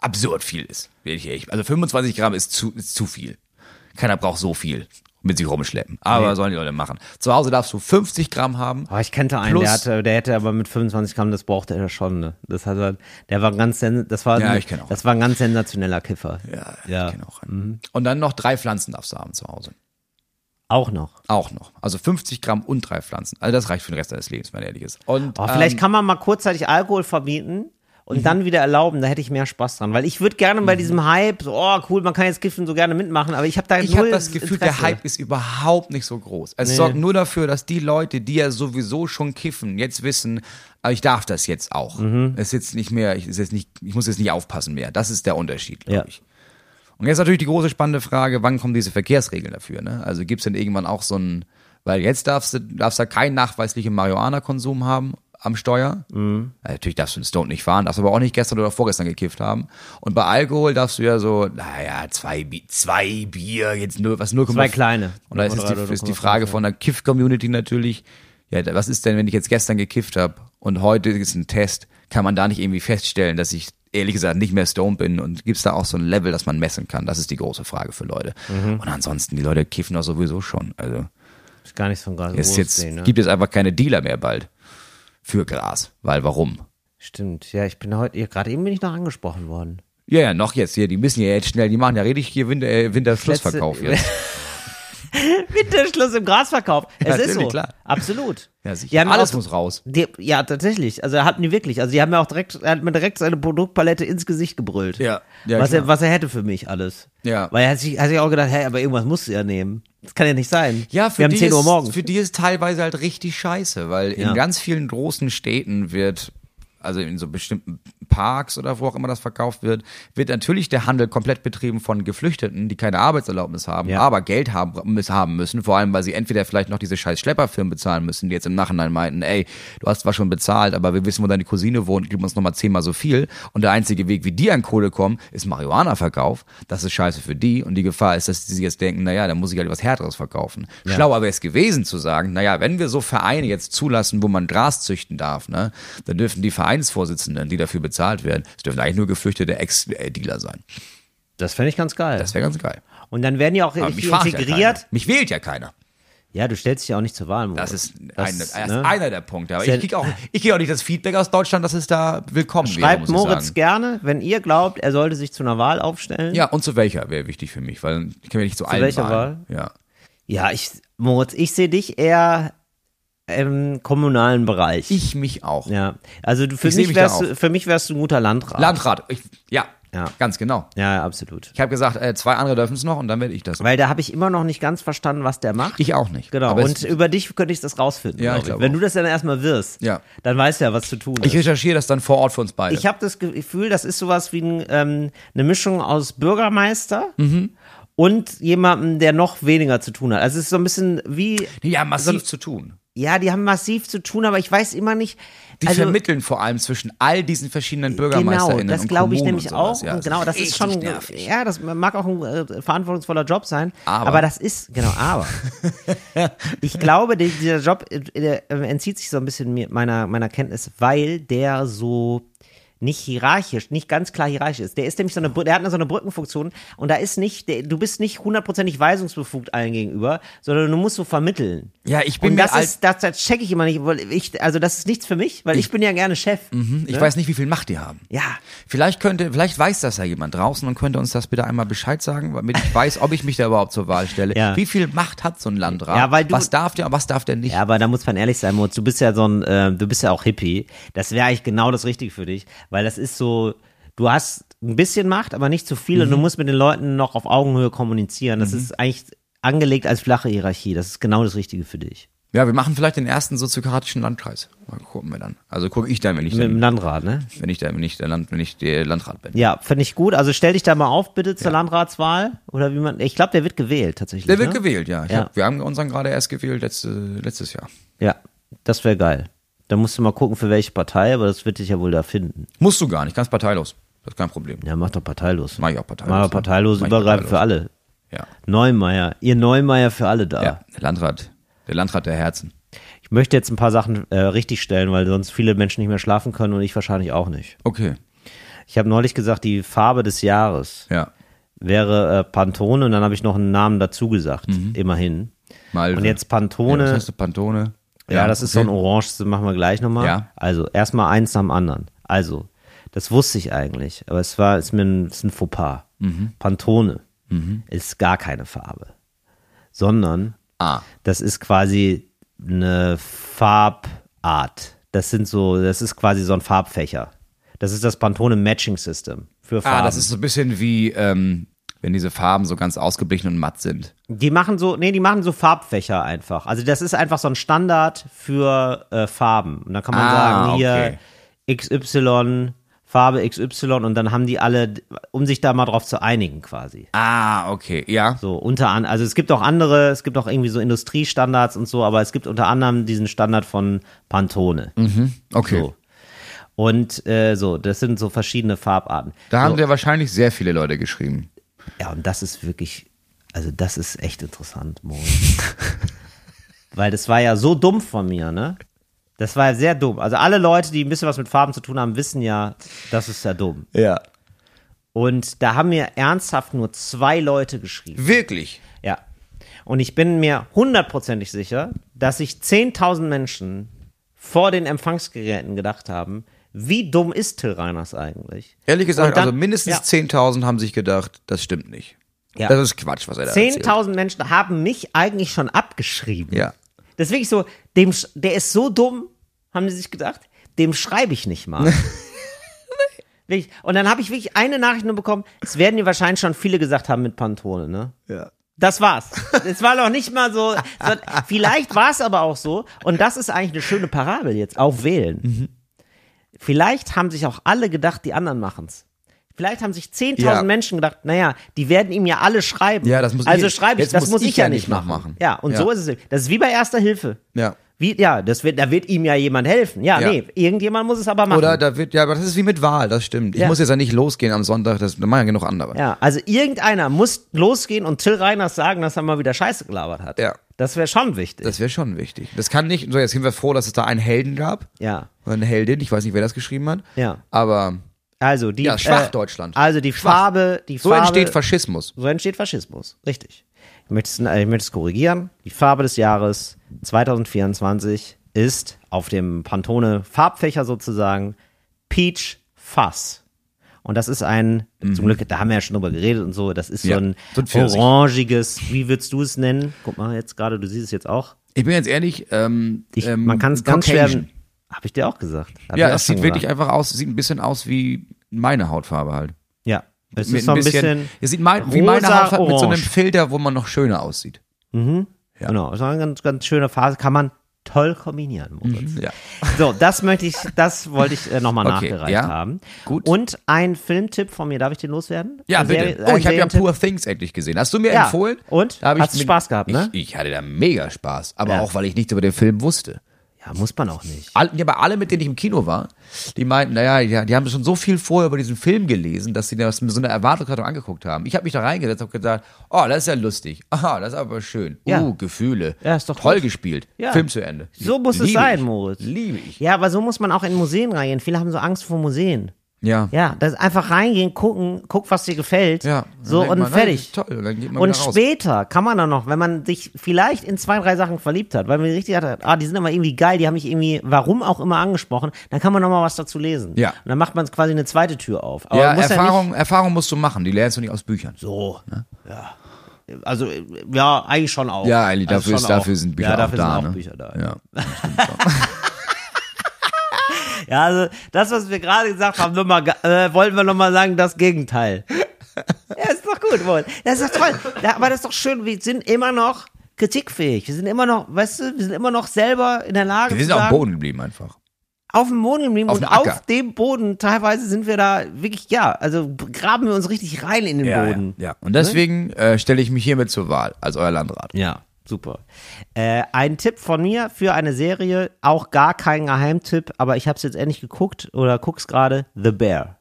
Speaker 2: absurd viel ist, bin ich ehrlich. Also 25 Gramm ist zu, ist zu viel. Keiner braucht so viel mit sich rumschleppen. Aber sollen die Leute machen. Zu Hause darfst du 50 Gramm haben.
Speaker 3: aber Oh, ich kannte einen,
Speaker 2: Plus-
Speaker 3: der hatte, der hätte aber mit 25 Gramm, das brauchte er schon. Ne? Das hat er, der war ganz, sen- das war,
Speaker 2: Ja,
Speaker 3: ein-
Speaker 2: ich kenn auch
Speaker 3: das war ein ganz sensationeller Kiffer.
Speaker 2: Ja,
Speaker 3: Ja. Mhm.
Speaker 2: Ich kenn auch einen. Und dann noch drei Pflanzen darfst du haben zu Hause.
Speaker 3: Auch noch.
Speaker 2: Auch noch. Also 50 Gramm und drei Pflanzen. Also das reicht für den Rest deines Lebens, wenn man ehrlich ist. Und
Speaker 3: Oh, vielleicht
Speaker 2: ähm,
Speaker 3: kann man mal kurzzeitig Alkohol verbieten und dann wieder erlauben, da hätte ich mehr Spaß dran. Weil ich würde gerne
Speaker 2: Mhm.
Speaker 3: bei diesem Hype, so, oh cool, man kann jetzt Kiffen so gerne mitmachen, aber ich habe da
Speaker 2: ich
Speaker 3: null
Speaker 2: habe das Gefühl,
Speaker 3: Interesse.
Speaker 2: der Hype ist überhaupt nicht so groß. Es sorgt nur dafür, dass die Leute, die ja sowieso schon kiffen, jetzt wissen, ah, ich darf das jetzt auch.
Speaker 3: Mhm.
Speaker 2: Es ist jetzt nicht mehr, ich, es ist jetzt nicht, ich muss jetzt nicht aufpassen mehr. Das ist der Unterschied, glaube
Speaker 3: Ja.
Speaker 2: ich. Und jetzt natürlich die große spannende Frage, wann kommen diese Verkehrsregeln dafür? Ne? Also gibt's denn irgendwann auch so ein, weil jetzt darfst du, darfst du keinen nachweislichen Marihuana-Konsum haben am Steuer.
Speaker 3: Mhm.
Speaker 2: Ja, natürlich darfst du einen Stone nicht fahren, darfst aber auch nicht gestern oder vorgestern gekifft haben. Und bei Alkohol darfst du ja so, naja, zwei, Bi zwei Bier, jetzt nur, was 0,5.
Speaker 3: Zwei kleine.
Speaker 2: Und da ist, es
Speaker 3: 0,3 oder
Speaker 2: die, ist die
Speaker 3: 0,5,
Speaker 2: Frage von der Kiff-Community natürlich, ja, da- was ist denn, wenn ich jetzt gestern gekifft habe und heute ist ein Test, kann man da nicht irgendwie feststellen, dass ich ehrlich gesagt nicht mehr stoned bin und gibt es da auch so ein Level, das man messen kann? Das ist die große Frage für Leute. Und ansonsten, die Leute kiffen doch sowieso schon. Also
Speaker 3: ist gar nicht so ein großes
Speaker 2: es ist jetzt,
Speaker 3: Ding, ne?
Speaker 2: gibt es einfach keine Dealer mehr bald für Gras, weil warum?
Speaker 3: Stimmt, ja, ich bin heute, ja, gerade eben bin ich noch angesprochen
Speaker 2: *laughs*
Speaker 3: worden.
Speaker 2: Ja, ja, noch jetzt hier, die müssen ja jetzt schnell, die machen ja richtig hier Winter, äh, Winterschlussverkauf
Speaker 3: Letzte-
Speaker 2: jetzt.
Speaker 3: Winterschluss im Grasverkauf. Es ist
Speaker 2: Natürlich,
Speaker 3: so.
Speaker 2: klar.
Speaker 3: Absolut.
Speaker 2: Ja, sicher.
Speaker 3: Die haben
Speaker 2: Alles
Speaker 3: auch-
Speaker 2: muss raus.
Speaker 3: Die, ja, tatsächlich. Also hatten die wirklich. Also die haben mir auch direkt, er hat mir direkt seine Produktpalette ins Gesicht gebrüllt.
Speaker 2: Ja, ja,
Speaker 3: was, er,
Speaker 2: klar.
Speaker 3: was er hätte für mich alles.
Speaker 2: Ja.
Speaker 3: Weil er hat sich, hat sich auch gedacht, hey, aber irgendwas musst du ja nehmen. Das kann ja nicht sein.
Speaker 2: Ja, für
Speaker 3: Wir haben
Speaker 2: die
Speaker 3: 10 Uhr
Speaker 2: ist,
Speaker 3: morgens.
Speaker 2: Für die ist teilweise halt richtig scheiße, weil
Speaker 3: Ja.
Speaker 2: in ganz vielen großen Städten wird, also in so bestimmten Parks oder wo auch immer das verkauft wird, wird natürlich der Handel komplett betrieben von Geflüchteten, die keine Arbeitserlaubnis haben,
Speaker 3: Ja.
Speaker 2: aber Geld haben, miss- haben müssen, vor allem, weil sie entweder vielleicht noch diese scheiß Schlepperfirmen bezahlen müssen, die jetzt im Nachhinein meinten, ey, du hast zwar schon bezahlt, aber wir wissen, wo deine Cousine wohnt, gib uns nochmal zehnmal so viel und der einzige Weg, wie die an Kohle kommen, ist Marihuana-Verkauf, das ist scheiße für die und die Gefahr ist, dass die sich jetzt denken, naja, da muss ich halt was Härteres verkaufen. Schlauer wäre es gewesen zu sagen, naja, wenn wir so Vereine jetzt zulassen, wo man Gras züchten darf, ne, dann dürfen die Vereinsvorsitzenden, die dafür bezahlt werden, es dürfen eigentlich nur geflüchtete Ex-Dealer sein.
Speaker 3: das fände ich ganz geil.
Speaker 2: Das wäre ganz geil.
Speaker 3: Und dann werden die auch
Speaker 2: Aber
Speaker 3: richtig
Speaker 2: mich, fragt Ja
Speaker 3: integriert.
Speaker 2: keiner. mich wählt ja keiner.
Speaker 3: Ja, du stellst dich ja auch nicht zur Wahl. Moritz.
Speaker 2: Das ist, eine, das ist
Speaker 3: ne?
Speaker 2: einer der Punkte. Aber
Speaker 3: Sehr-
Speaker 2: ich kriege
Speaker 3: *laughs*
Speaker 2: auch, ich krieg auch nicht das Feedback aus Deutschland, dass es da willkommen wäre,
Speaker 3: Schreibt
Speaker 2: muss ich
Speaker 3: Moritz
Speaker 2: sagen.
Speaker 3: gerne, wenn ihr glaubt, er sollte sich zu einer Wahl aufstellen.
Speaker 2: Ja, und zu welcher wäre wichtig für mich, weil ich kann mir nicht zu, allen
Speaker 3: welcher
Speaker 2: wahlen. Ja.
Speaker 3: Ja, ich, Moritz, ich sehe dich eher im kommunalen Bereich.
Speaker 2: Ich mich auch.
Speaker 3: ja, also du, für,
Speaker 2: Ich sehe
Speaker 3: mich
Speaker 2: mich da
Speaker 3: wärst
Speaker 2: auch.
Speaker 3: du, für mich wärst du ein guter Landrat.
Speaker 2: Landrat. Ich, ja,
Speaker 3: Ja.
Speaker 2: Ganz genau.
Speaker 3: Ja, ja, absolut.
Speaker 2: Ich habe gesagt, äh, zwei andere dürfen es noch und dann werde ich das.
Speaker 3: Weil da habe ich immer noch nicht ganz verstanden, was der macht.
Speaker 2: Ich auch nicht.
Speaker 3: Genau.
Speaker 2: Aber
Speaker 3: und
Speaker 2: es-
Speaker 3: über dich könnte ich das rausfinden.
Speaker 2: Ja,
Speaker 3: glaub
Speaker 2: ich glaub
Speaker 3: Wenn
Speaker 2: auch.
Speaker 3: du das dann erstmal wirst,
Speaker 2: Ja.
Speaker 3: dann weißt du ja, was zu tun ist.
Speaker 2: ich recherchiere das dann vor Ort für uns beide.
Speaker 3: Ich habe das Gefühl, das ist sowas wie ein, ähm, eine Mischung aus Bürgermeister
Speaker 2: Mhm.
Speaker 3: und jemandem, der noch weniger zu tun hat. Also es ist so ein bisschen wie,
Speaker 2: ja, massiv zu tun.
Speaker 3: ja, die haben massiv zu tun, aber ich weiß immer nicht.
Speaker 2: Die
Speaker 3: also,
Speaker 2: vermitteln vor allem zwischen all diesen verschiedenen
Speaker 3: Genau,
Speaker 2: BürgermeisterInnen
Speaker 3: das
Speaker 2: und
Speaker 3: glaube ich
Speaker 2: Kommunen
Speaker 3: nämlich
Speaker 2: und sowas.
Speaker 3: auch.
Speaker 2: Ja,
Speaker 3: und genau, das ist
Speaker 2: richtig
Speaker 3: schon, *laughs*
Speaker 2: nervig.
Speaker 3: ja, das mag auch ein äh, verantwortungsvoller Job sein.
Speaker 2: Aber-
Speaker 3: das ist, genau,
Speaker 2: *laughs*
Speaker 3: aber. ich glaube, die, dieser Job äh, äh, entzieht sich so ein bisschen mir- meiner, meiner Kenntnis, weil der so nicht hierarchisch, nicht ganz klar hierarchisch ist. Der ist nämlich so eine, Br- der hat so eine Brückenfunktion und da ist nicht, der, du bist nicht hundertprozentig weisungsbefugt allen gegenüber, sondern du musst so vermitteln.
Speaker 2: Ja, ich bin
Speaker 3: und
Speaker 2: mir
Speaker 3: das
Speaker 2: als-
Speaker 3: ist, das, das checke ich immer nicht, weil ich, also das ist nichts für mich, weil ich, bin ja gerne Chef.
Speaker 2: Mhm,
Speaker 3: ne?
Speaker 2: Ich weiß nicht, wie viel Macht die haben.
Speaker 3: Ja.
Speaker 2: Vielleicht könnte, vielleicht weiß das ja jemand draußen und könnte uns das bitte einmal Bescheid sagen, damit ich weiß, ob ich mich da überhaupt zur Wahl stelle.
Speaker 3: Ja.
Speaker 2: Wie viel Macht hat so ein Landrat?
Speaker 3: Ja, weil du-
Speaker 2: was darf der, was darf der nicht?
Speaker 3: Ja, aber da muss man ehrlich sein, Moritz, du bist ja so ein, äh, du bist ja auch Hippie. Das wäre eigentlich genau das Richtige für dich, weil das ist so, du hast ein bisschen Macht, aber nicht zu viel
Speaker 2: Mhm.
Speaker 3: und du musst mit den Leuten noch auf Augenhöhe kommunizieren. Das ist eigentlich angelegt als flache Hierarchie. Das ist genau das Richtige für dich.
Speaker 2: Ja, wir machen vielleicht den ersten soziokratischen Landkreis. Mal gucken wir dann. Also gucke ich dann, wenn ich
Speaker 3: Mit dem
Speaker 2: dann,
Speaker 3: Landrat, ne?
Speaker 2: wenn ich dann, wenn ich der Land, wenn ich der Landrat bin.
Speaker 3: Ja, finde ich gut. Also stell dich da mal auf, bitte, zur Landratswahl. Oder wie man. Ich glaube, der wird gewählt tatsächlich.
Speaker 2: Der wird
Speaker 3: ne?
Speaker 2: gewählt, ja. Ich
Speaker 3: Ja.
Speaker 2: Hab, wir haben unseren gerade erst gewählt, letzte, letztes Jahr.
Speaker 3: Ja, das wäre geil. Da musst du mal gucken, für welche Partei, aber das wird dich ja wohl da finden.
Speaker 2: Musst du gar nicht, ganz parteilos. Das ist kein Problem.
Speaker 3: Ja, mach doch parteilos.
Speaker 2: Mach ich auch parteilos,
Speaker 3: Mach
Speaker 2: ne?
Speaker 3: doch parteilos,
Speaker 2: Mach ich
Speaker 3: übergreifend für
Speaker 2: parteilos.
Speaker 3: alle.
Speaker 2: Ja.
Speaker 3: Neumeier, ihr Neumeier für alle da.
Speaker 2: Ja, der Landrat. Der Landrat der Herzen.
Speaker 3: Ich möchte jetzt ein paar Sachen äh, richtigstellen, weil sonst viele Menschen nicht mehr schlafen können und ich wahrscheinlich auch nicht.
Speaker 2: Okay.
Speaker 3: Ich habe neulich gesagt, die Farbe des Jahres
Speaker 2: Ja.
Speaker 3: wäre äh, Pantone und dann habe ich noch einen Namen dazu gesagt, immerhin.
Speaker 2: Mal.
Speaker 3: Und jetzt Pantone,
Speaker 2: Mhm. Also, Ja, was heißt
Speaker 3: ja,
Speaker 2: du, Pantone?
Speaker 3: das ist so ein Orange, das machen wir gleich nochmal.
Speaker 2: Ja.
Speaker 3: Also erstmal eins nach dem anderen. Also, das wusste ich eigentlich, aber es war, ist mir ein, ist ein Fauxpas.
Speaker 2: Mhm.
Speaker 3: Pantone ist gar keine Farbe, sondern
Speaker 2: Ah.
Speaker 3: das ist quasi eine Farbart. Das sind so, das ist quasi so ein Farbfächer. Das ist das Pantone Matching System für Farben.
Speaker 2: Ah, das ist so ein bisschen wie, ähm, wenn diese Farben so ganz ausgeblichen und matt sind.
Speaker 3: die machen so, nee, die machen so Farbfächer einfach. Also das ist einfach so ein Standard für äh, Farben. Und da kann man
Speaker 2: Ah,
Speaker 3: sagen, hier
Speaker 2: okay.
Speaker 3: XY, Farbe XY und dann haben die alle, um sich da mal drauf zu einigen quasi.
Speaker 2: Ah, okay. Ja.
Speaker 3: So, unter anderem, also es gibt auch andere, es gibt auch irgendwie so Industriestandards und so, aber es gibt unter anderem diesen Standard von Pantone.
Speaker 2: Okay.
Speaker 3: So. Und äh, so, das sind so verschiedene Farbarten.
Speaker 2: Da
Speaker 3: so,
Speaker 2: haben wir wahrscheinlich sehr viele Leute geschrieben.
Speaker 3: ja, und das ist wirklich, also das ist echt interessant, Moritz. Weil das war ja so dumm von mir, ne? Das war ja sehr dumm. Also alle Leute, die ein bisschen was mit Farben zu tun haben, wissen ja, das ist ja dumm.
Speaker 2: Ja.
Speaker 3: Und da haben mir ernsthaft nur zwei Leute geschrieben.
Speaker 2: Wirklich?
Speaker 3: Ja. Und ich bin mir hundertprozentig sicher, dass sich 10.000 Menschen vor den Empfangsgeräten gedacht haben, wie dumm ist Till Reiners eigentlich?
Speaker 2: Ehrlich gesagt,
Speaker 3: Und dann-
Speaker 2: also mindestens
Speaker 3: ja.
Speaker 2: 10.000 haben sich gedacht, das stimmt nicht.
Speaker 3: Ja.
Speaker 2: Das ist Quatsch, was er da erzählt.
Speaker 3: 10.000 Menschen haben mich eigentlich schon abgeschrieben.
Speaker 2: Ja.
Speaker 3: Das ist wirklich so, dem, sch- der ist so dumm, haben sie sich gedacht, dem schreibe ich
Speaker 2: *laughs*
Speaker 3: nicht mal. wirklich. Und dann habe ich wirklich eine Nachricht nur bekommen, es werden dir wahrscheinlich schon viele gesagt haben mit Pantone, ne?
Speaker 2: Ja.
Speaker 3: Das war's. Es war noch nicht mal so. so vielleicht war es aber auch so. Und das ist eigentlich eine schöne Parabel jetzt. Auf Wählen. Vielleicht haben sich auch alle gedacht, die anderen machen's. Vielleicht haben sich 10.000
Speaker 2: Ja.
Speaker 3: Menschen gedacht, naja, die werden ihm ja alle schreiben.
Speaker 2: Ja, das muss ich-
Speaker 3: also schreibe ich,
Speaker 2: jetzt
Speaker 3: das
Speaker 2: muss
Speaker 3: muss ich,
Speaker 2: ich
Speaker 3: ja
Speaker 2: ja
Speaker 3: nicht
Speaker 2: nicht
Speaker 3: machen.
Speaker 2: nachmachen.
Speaker 3: Ja, und
Speaker 2: Ja.
Speaker 3: so ist es. eben. Das ist wie bei Erster Hilfe.
Speaker 2: Ja.
Speaker 3: Wie, ja, das wird, da wird ihm ja jemand helfen. Ja,
Speaker 2: Ja.
Speaker 3: nee, irgendjemand muss es aber machen.
Speaker 2: Oder da wird, ja, aber das ist wie mit Wahl, das stimmt. Ich
Speaker 3: Ja.
Speaker 2: muss jetzt ja nicht losgehen am Sonntag, das da machen ja genug andere.
Speaker 3: ja, also irgendeiner muss losgehen und Till Reiners sagen, dass er mal wieder Scheiße gelabert hat.
Speaker 2: Ja.
Speaker 3: Das wäre schon wichtig.
Speaker 2: Das wäre schon wichtig. Das kann nicht, so jetzt sind wir froh, dass es da einen Helden gab.
Speaker 3: ja.
Speaker 2: Oder eine Heldin, ich weiß nicht, wer das geschrieben hat.
Speaker 3: Ja.
Speaker 2: Aber
Speaker 3: Also die
Speaker 2: Ja, schwach Deutschland.
Speaker 3: Also die
Speaker 2: Schwach.
Speaker 3: Farbe, die
Speaker 2: so
Speaker 3: Farbe,
Speaker 2: entsteht Faschismus.
Speaker 3: so entsteht Faschismus, richtig. Ich möchte, es, äh, ich möchte es korrigieren. Die Farbe des Jahres 2024 ist auf dem Pantone Farbfächer sozusagen Peach Fuzz. Und das ist ein, zum Glück, da haben wir ja schon drüber geredet und so, das ist
Speaker 2: Mhm. Ja,
Speaker 3: so ein,
Speaker 2: so ein Pfirsich.
Speaker 3: orangiges, wie würdest du es nennen? Guck mal jetzt gerade, du siehst es jetzt auch.
Speaker 2: Ich bin jetzt ehrlich, ähm,
Speaker 3: Ich,
Speaker 2: ähm,
Speaker 3: man kann es ganz schwer,
Speaker 2: Caucasian.
Speaker 3: habe ich dir auch gesagt. Hab ich
Speaker 2: Ja,
Speaker 3: auch
Speaker 2: es
Speaker 3: schon
Speaker 2: sieht wirklich
Speaker 3: gesagt.
Speaker 2: einfach aus, sieht ein bisschen aus wie meine Hautfarbe halt.
Speaker 3: Ja, Es
Speaker 2: Mit
Speaker 3: ist so ein bisschen
Speaker 2: ihr sieht mein, wie meine
Speaker 3: rosa,
Speaker 2: Haarfarbe mit so einem
Speaker 3: orange.
Speaker 2: Filter, wo man noch schöner aussieht. Ja.
Speaker 3: Genau, ist eine ganz, ganz schöne Phase. Kann man toll kombinieren. Moritz.
Speaker 2: Ja.
Speaker 3: So, das möchte ich, das wollte ich äh, nochmal
Speaker 2: Mhm. *laughs* Okay,
Speaker 3: nachgereicht
Speaker 2: ja,
Speaker 3: haben.
Speaker 2: gut.
Speaker 3: Und ein Filmtipp von mir, darf ich den loswerden?
Speaker 2: Ja,
Speaker 3: Ein
Speaker 2: bitte.
Speaker 3: Serie-
Speaker 2: oh,
Speaker 3: ein
Speaker 2: ich habe ja
Speaker 3: Serientipp.
Speaker 2: Poor Things endlich gesehen. Hast du mir
Speaker 3: Also Ja.
Speaker 2: empfohlen?
Speaker 3: Und?
Speaker 2: Da hab
Speaker 3: Hat's
Speaker 2: ich mir-
Speaker 3: Spaß gehabt, ne?
Speaker 2: Ich, ich hatte da mega Spaß. Aber
Speaker 3: Ja.
Speaker 2: auch, weil ich nichts über den Film wusste.
Speaker 3: Ja, muss man auch nicht.
Speaker 2: All, ja, aber alle, mit denen ich im Kino war, die meinten, naja, die, die haben schon so viel vorher über diesen Film gelesen, dass sie das mit so einer Erwartungshaltung angeguckt haben. Ich habe mich da reingesetzt und gesagt, oh, das ist ja lustig. Aha, das ist aber schön.
Speaker 3: Ja.
Speaker 2: Uh, Gefühle.
Speaker 3: Ja, ist doch
Speaker 2: Toll
Speaker 3: gut.
Speaker 2: gespielt.
Speaker 3: Ja.
Speaker 2: Film zu Ende.
Speaker 3: So muss
Speaker 2: Liebe
Speaker 3: es sein,
Speaker 2: ich.
Speaker 3: Moritz.
Speaker 2: Liebe ich.
Speaker 3: Ja, aber so muss man auch in Museen reingehen. Viele haben so Angst vor Museen.
Speaker 2: Ja.
Speaker 3: Ja, das ist einfach reingehen, gucken, guck, was dir gefällt.
Speaker 2: Ja.
Speaker 3: So
Speaker 2: Dann denkt man,
Speaker 3: und
Speaker 2: na, das
Speaker 3: fertig.
Speaker 2: ist Toll. Und dann geht man
Speaker 3: Und
Speaker 2: wieder raus.
Speaker 3: später kann man dann noch, wenn man sich vielleicht in zwei, drei Sachen verliebt hat, weil man richtig hat, ah, die sind immer irgendwie geil, die haben mich irgendwie, warum auch immer angesprochen, dann kann man noch mal was dazu lesen.
Speaker 2: Ja.
Speaker 3: Und dann macht man quasi eine zweite Tür auf. Aber
Speaker 2: Ja,
Speaker 3: man muss
Speaker 2: Erfahrung,
Speaker 3: Ja nicht
Speaker 2: Erfahrung musst du machen. Die lernst du nicht aus Büchern.
Speaker 3: so. Ja. Also, ja, eigentlich schon auch.
Speaker 2: Ja, eigentlich,
Speaker 3: Also
Speaker 2: dafür,
Speaker 3: schon
Speaker 2: ist,
Speaker 3: auch.
Speaker 2: dafür sind Bücher
Speaker 3: ja, dafür
Speaker 2: auch da.
Speaker 3: Sind auch
Speaker 2: ne?
Speaker 3: Bücher da.
Speaker 2: Ja.
Speaker 3: *laughs* Ja, also das, was wir gerade gesagt haben, noch mal, ge- äh, wollten wir nochmal sagen, das Gegenteil. *laughs* ja, ist doch gut, Moritz. Das ist doch toll. Ja, aber das ist doch schön, wir sind immer noch kritikfähig. Wir sind immer noch, weißt du, wir sind immer noch selber in der Lage,
Speaker 2: Wir sind
Speaker 3: zu
Speaker 2: auf dem
Speaker 3: sagen,
Speaker 2: Boden geblieben einfach.
Speaker 3: auf dem Boden geblieben
Speaker 2: Auf
Speaker 3: und
Speaker 2: dem Acker.
Speaker 3: auf dem Boden teilweise sind wir da wirklich, ja, also graben wir uns richtig rein in den Boden. Ne?
Speaker 2: ja. Und deswegen äh, stelle ich mich hiermit zur Wahl als euer Landrat.
Speaker 3: Ja, super. Äh, ein Tipp von mir für eine Serie, auch gar kein Geheimtipp, aber ich habe es jetzt endlich geguckt oder guck's gerade, The Bear.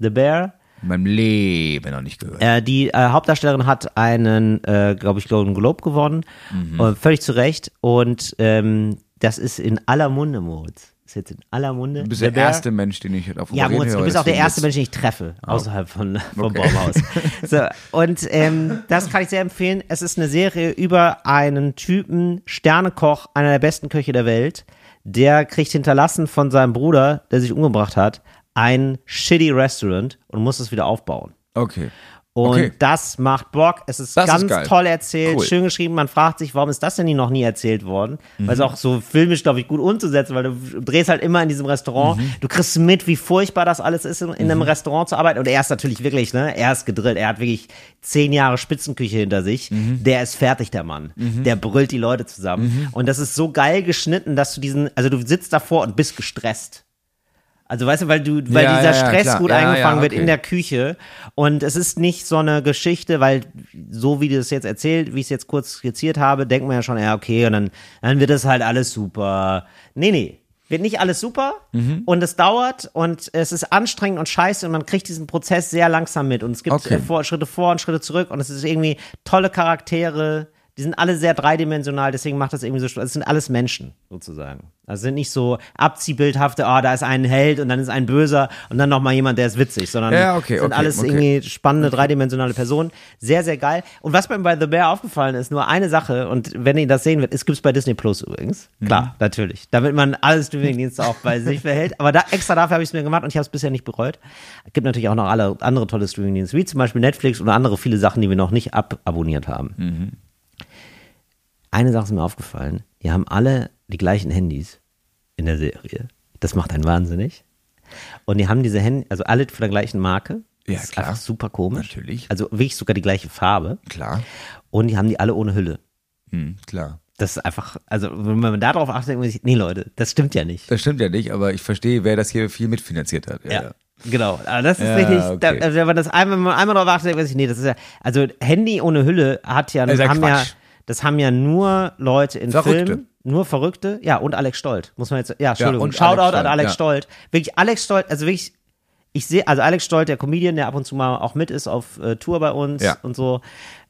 Speaker 3: The Bear,
Speaker 2: In meinem Leben noch nicht gehört.
Speaker 3: Äh, die äh, Hauptdarstellerin hat einen, äh, glaube ich, Golden Globe gewonnen.
Speaker 2: Mhm.
Speaker 3: Äh, völlig zu Recht. Und ähm, das ist in aller Munde, Moritz. Ist jetzt in aller Munde.
Speaker 2: Du bist der
Speaker 3: Bear-
Speaker 2: erste Mensch, den ich auf
Speaker 3: Ja,
Speaker 2: Umarien
Speaker 3: Moritz, du
Speaker 2: höre,
Speaker 3: bist auch der
Speaker 2: deswegen
Speaker 3: erste
Speaker 2: jetzt-
Speaker 3: Mensch, den ich treffe, außerhalb von, vom
Speaker 2: Okay. *laughs*
Speaker 3: Baumhaus. So, und ähm, das kann ich sehr empfehlen. Es ist eine Serie über einen Typen, Sternekoch, einer der besten Köche der Welt. Der kriegt hinterlassen von seinem Bruder, der sich umgebracht hat, ein shitty Restaurant und muss es wieder aufbauen.
Speaker 2: Okay.
Speaker 3: Und
Speaker 2: Okay.
Speaker 3: das macht Bock. Es ist
Speaker 2: Das ist
Speaker 3: ganz
Speaker 2: geil.
Speaker 3: toll erzählt,
Speaker 2: Cool.
Speaker 3: schön geschrieben. Man fragt sich, warum ist das denn nie- noch nie erzählt worden? Weil
Speaker 2: Mhm.
Speaker 3: es auch so filmisch, glaube ich, gut umzusetzen, weil du drehst halt immer in diesem Restaurant.
Speaker 2: Mhm.
Speaker 3: Du kriegst mit, wie furchtbar das alles ist, in, in einem Restaurant zu arbeiten. Und er ist natürlich wirklich, ne, er ist gedrillt. Er hat wirklich zehn Jahre Spitzenküche hinter sich.
Speaker 2: Mhm.
Speaker 3: Der ist fertig, der Mann. Der brüllt die Leute zusammen. Und das ist so geil geschnitten, dass du diesen, also du sitzt davor und bist gestresst. Also weißt du, weil du, weil
Speaker 2: Ja,
Speaker 3: dieser
Speaker 2: ja, ja,
Speaker 3: Stress
Speaker 2: klar.
Speaker 3: gut
Speaker 2: Ja,
Speaker 3: eingefangen
Speaker 2: ja,
Speaker 3: wird
Speaker 2: okay.
Speaker 3: in der Küche. Und es ist nicht so eine Geschichte, weil so wie du das jetzt erzählt, wie ich es jetzt kurz skizziert habe, denkt man ja schon, ja, okay, und dann, dann wird das halt alles super. Nee, nee. Wird nicht alles super und es dauert und es ist anstrengend und scheiße und man kriegt diesen Prozess sehr langsam mit. Und es gibt
Speaker 2: Okay.
Speaker 3: äh, vor, Schritte vor und Schritte zurück und es ist irgendwie tolle Charaktere. Die sind alle sehr dreidimensional, deswegen macht das irgendwie so Spaß. Es sind alles Menschen, sozusagen. Also sind nicht so abziehbildhafte, ah, da ist ein Held und dann ist ein Böser und dann nochmal jemand, der ist witzig, sondern
Speaker 2: Ja, okay,
Speaker 3: sind
Speaker 2: okay,
Speaker 3: alles
Speaker 2: okay.
Speaker 3: irgendwie spannende, dreidimensionale Personen. Sehr, sehr geil. Und was mir bei The Bear aufgefallen ist, nur eine Sache, und wenn ihr das sehen wird, es gibt's bei Disney Plus übrigens.
Speaker 2: Mhm.
Speaker 3: Klar, natürlich. Damit man alle Streamingdienste auch
Speaker 2: *laughs*
Speaker 3: bei sich verhält. Aber da, extra dafür habe ich es mir gemacht und ich habe es bisher nicht bereut. Es gibt natürlich auch noch alle andere tolle Streamingdienste, wie zum Beispiel Netflix oder andere viele Sachen, die wir noch nicht ababonniert haben. Eine Sache ist mir aufgefallen, die haben alle die gleichen Handys in der Serie. Das macht einen wahnsinnig. Und die haben diese Handys, also alle von der gleichen Marke.
Speaker 2: Ja,
Speaker 3: das ist
Speaker 2: klar.
Speaker 3: einfach super komisch.
Speaker 2: Natürlich.
Speaker 3: Also wirklich sogar die gleiche Farbe.
Speaker 2: Klar.
Speaker 3: Und die haben die alle ohne Hülle.
Speaker 2: Hm, klar.
Speaker 3: Das ist einfach, also wenn man darauf achtet, denkt man sich, nee Leute, das stimmt ja nicht.
Speaker 2: Das stimmt ja nicht, aber ich verstehe, wer das hier viel mitfinanziert hat. Ja. ja.
Speaker 3: Genau, aber das ist
Speaker 2: Ja,
Speaker 3: richtig, da,
Speaker 2: okay.
Speaker 3: also wenn man das einmal, wenn man einmal drauf achtet, denkt man sich, nee, das ist ja, also Handy ohne Hülle hat ja,
Speaker 2: Ist ja
Speaker 3: haben ja
Speaker 2: Quatsch.
Speaker 3: das haben ja nur Leute in
Speaker 2: Verrückte.
Speaker 3: Filmen, nur Verrückte, ja, und Alex Stolt, muss man jetzt, ja, Entschuldigung,
Speaker 2: und
Speaker 3: Shoutout
Speaker 2: Alex
Speaker 3: an
Speaker 2: Stolt,
Speaker 3: Alex
Speaker 2: ja.
Speaker 3: Stolt, wirklich Alex Stolt, also wirklich, ich sehe, also Alex Stolt, der Comedian, der ab und zu mal auch mit ist auf äh, Tour bei uns
Speaker 2: Ja.
Speaker 3: und so,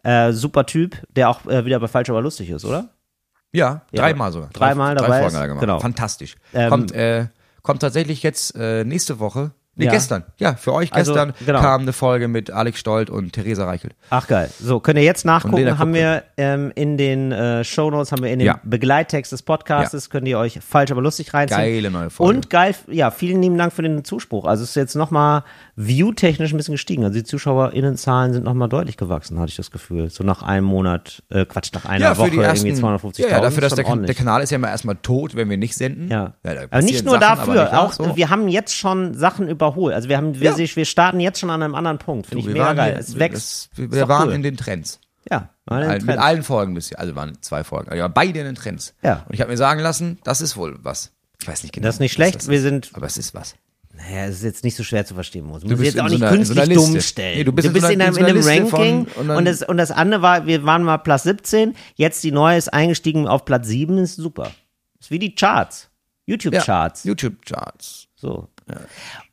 Speaker 3: äh, super Typ, der auch äh, wieder bei Falsch aber lustig ist, oder? Ja.
Speaker 2: dreimal sogar.
Speaker 3: Dreimal
Speaker 2: drei, Drei
Speaker 3: dabei ist,
Speaker 2: Folgen hat er gemacht.
Speaker 3: genau.
Speaker 2: Fantastisch.
Speaker 3: Ähm,
Speaker 2: kommt, äh, kommt tatsächlich jetzt äh, nächste Woche. Nee,
Speaker 3: Ja.
Speaker 2: gestern. Ja, für euch
Speaker 3: Also,
Speaker 2: gestern
Speaker 3: genau.
Speaker 2: kam eine Folge mit Alex Stolt und Theresa Reichelt.
Speaker 3: Ach geil. So, könnt ihr jetzt
Speaker 2: Und Lena
Speaker 3: nachgucken, haben wir ähm, in den äh, Shownotes, haben wir in den
Speaker 2: Ja.
Speaker 3: Begleittext des Podcastes, könnt ihr euch falsch aber lustig reinziehen.
Speaker 2: Geile neue Folge.
Speaker 3: Und geil, ja, vielen lieben Dank für den Zuspruch. Also es ist jetzt nochmal view-technisch ein bisschen gestiegen. Also die ZuschauerInnenzahlen sind nochmal deutlich gewachsen, hatte ich das Gefühl. So nach einem Monat, äh, Quatsch, nach einer
Speaker 2: ja,
Speaker 3: Woche
Speaker 2: für die ersten,
Speaker 3: irgendwie 250.000.
Speaker 2: ja, ja, dafür, dass der,
Speaker 3: schon
Speaker 2: der
Speaker 3: ordentlich.
Speaker 2: Kanal ist ja immer erstmal tot, wenn wir nicht senden.
Speaker 3: Ja.
Speaker 2: da
Speaker 3: aber nicht
Speaker 2: passieren
Speaker 3: nur
Speaker 2: Sachen, aber
Speaker 3: dafür,
Speaker 2: nicht
Speaker 3: auch wir haben jetzt schon Sachen über überholt. Also wir haben, wir,
Speaker 2: Ja.
Speaker 3: wir starten jetzt schon an einem anderen Punkt. Finde ich
Speaker 2: wir
Speaker 3: mega
Speaker 2: waren
Speaker 3: geil.
Speaker 2: hier-
Speaker 3: es wächst.
Speaker 2: das- wir
Speaker 3: Ist doch
Speaker 2: waren
Speaker 3: cool.
Speaker 2: in den Trends.
Speaker 3: ja,
Speaker 2: All,
Speaker 3: mal
Speaker 2: mit
Speaker 3: den Trend.
Speaker 2: allen Folgen bisher. Also waren zwei Folgen. Also beide in den Trends.
Speaker 3: Ja.
Speaker 2: Und ich habe mir sagen lassen, das ist wohl was. Ich weiß nicht genau.
Speaker 3: Das ist nicht
Speaker 2: was
Speaker 3: schlecht. Wir sind-
Speaker 2: Aber es ist was.
Speaker 3: Naja, es ist jetzt nicht so schwer zu verstehen, muss. Du musst
Speaker 2: bist
Speaker 3: jetzt auch
Speaker 2: in so
Speaker 3: nicht
Speaker 2: einer- in so
Speaker 3: künstlich
Speaker 2: einer Liste.
Speaker 3: dumm stellen.
Speaker 2: Nee, du bist in so
Speaker 3: in
Speaker 2: einer-
Speaker 3: einem,
Speaker 2: in
Speaker 3: in
Speaker 2: so einer
Speaker 3: einem
Speaker 2: Liste von-
Speaker 3: Ranking
Speaker 2: und
Speaker 3: und,
Speaker 2: dann-
Speaker 3: das, und das andere war, wir waren mal Platz 17, jetzt die neue ist eingestiegen auf Platz 7, ist super. Ist wie die Charts.
Speaker 2: Ja.
Speaker 3: YouTube-Charts.
Speaker 2: YouTube-Charts.
Speaker 3: So.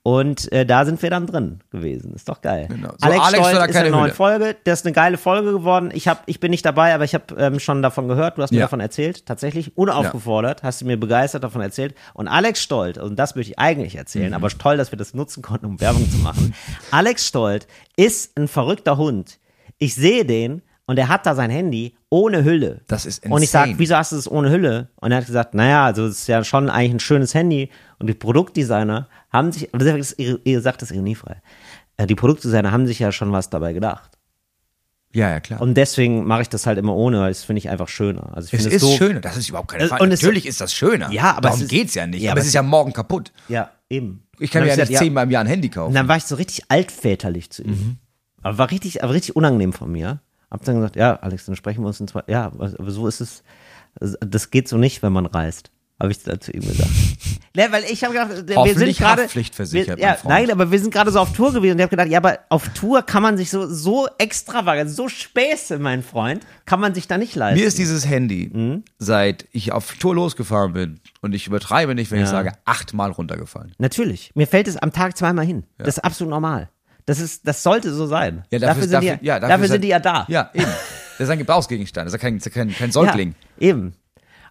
Speaker 3: Und äh, da sind wir dann drin gewesen. Ist doch geil.
Speaker 2: Genau. So,
Speaker 3: Alex,
Speaker 2: Alex oder
Speaker 3: Alex Stolz ist in
Speaker 2: keine
Speaker 3: der neuen
Speaker 2: Hülle?
Speaker 3: Folge. Das ist eine geile Folge geworden. Ich, hab, ich bin nicht dabei, aber ich habe ähm, schon davon gehört. Du hast mir
Speaker 2: Ja.
Speaker 3: davon erzählt. Tatsächlich unaufgefordert. Hast du mir begeistert davon erzählt. Und Alex Stolt, und das möchte ich eigentlich
Speaker 2: Mhm.
Speaker 3: erzählen, aber toll, dass wir das nutzen konnten, um Werbung
Speaker 2: *laughs*
Speaker 3: zu machen. Alex Stolt ist ein verrückter Hund. Ich sehe den und er hat da sein Handy ohne Hülle.
Speaker 2: Das ist
Speaker 3: Und ich sag,
Speaker 2: insane.
Speaker 3: wieso hast du es ohne Hülle? Und er hat gesagt, naja, also es ist ja schon eigentlich ein schönes Handy. Und die Produktdesigner haben sich, aber das ist, ihr sagt das ironiefrei, Äh, die Produktdesigner haben sich ja schon was dabei gedacht.
Speaker 2: Ja, ja, klar.
Speaker 3: Und deswegen mache ich das halt immer ohne, weil das finde ich einfach schöner. Also ich
Speaker 2: es
Speaker 3: finde
Speaker 2: ist
Speaker 3: so,
Speaker 2: schöner. Das ist überhaupt keine
Speaker 3: Es-
Speaker 2: Frage.
Speaker 3: und es-
Speaker 2: Natürlich ist das schöner.
Speaker 3: Ja, aber
Speaker 2: Darum
Speaker 3: es ist-
Speaker 2: geht's ja nicht.
Speaker 3: Ja,
Speaker 2: aber
Speaker 3: aber
Speaker 2: es
Speaker 3: es-
Speaker 2: ist ja morgen kaputt.
Speaker 3: Ja, eben.
Speaker 2: Ich kann
Speaker 3: Und
Speaker 2: mir ja nicht
Speaker 3: dann hab ich gesagt,
Speaker 2: zehnmal im Jahr ein Handy
Speaker 3: Und
Speaker 2: kaufen.
Speaker 3: dann war ich so richtig altväterlich zu ihm.
Speaker 2: Mhm.
Speaker 3: Aber war richtig, aber richtig unangenehm von mir. Hab dann gesagt, ja, Alex, dann sprechen wir uns in zwei. Ja, aber aber so ist es. Das geht so nicht, wenn man reist. Habe ich dazu
Speaker 2: *laughs*
Speaker 3: ihm gesagt. Ne, weil ich habe gedacht, wir sind
Speaker 2: Hoffentlich
Speaker 3: gerade.
Speaker 2: haftpflichtversichert,
Speaker 3: wir- Ja,
Speaker 2: mein Freund.
Speaker 3: nein, aber wir sind gerade so auf Tour gewesen und ich habe gedacht, ja, aber auf Tour kann man sich so, so extravagant, so Späße, mein Freund, kann man sich da nicht leisten.
Speaker 2: Mir ist dieses Handy,
Speaker 3: hm?
Speaker 2: seit ich auf Tour losgefahren bin, und ich übertreibe nicht, wenn ich sage, achtmal runtergefallen.
Speaker 3: Natürlich. Mir fällt es am Tag zweimal hin. Das ist absolut normal. Das ist, das sollte so sein.
Speaker 2: ist-
Speaker 3: sind, die, ja, dafür
Speaker 2: ist
Speaker 3: sind
Speaker 2: ein-
Speaker 3: die ja da.
Speaker 2: Ja, eben. Das ist ein Gebrauchsgegenstand, das ist ja kein, das ist ja kein, kein Säugling.
Speaker 3: Ja, eben.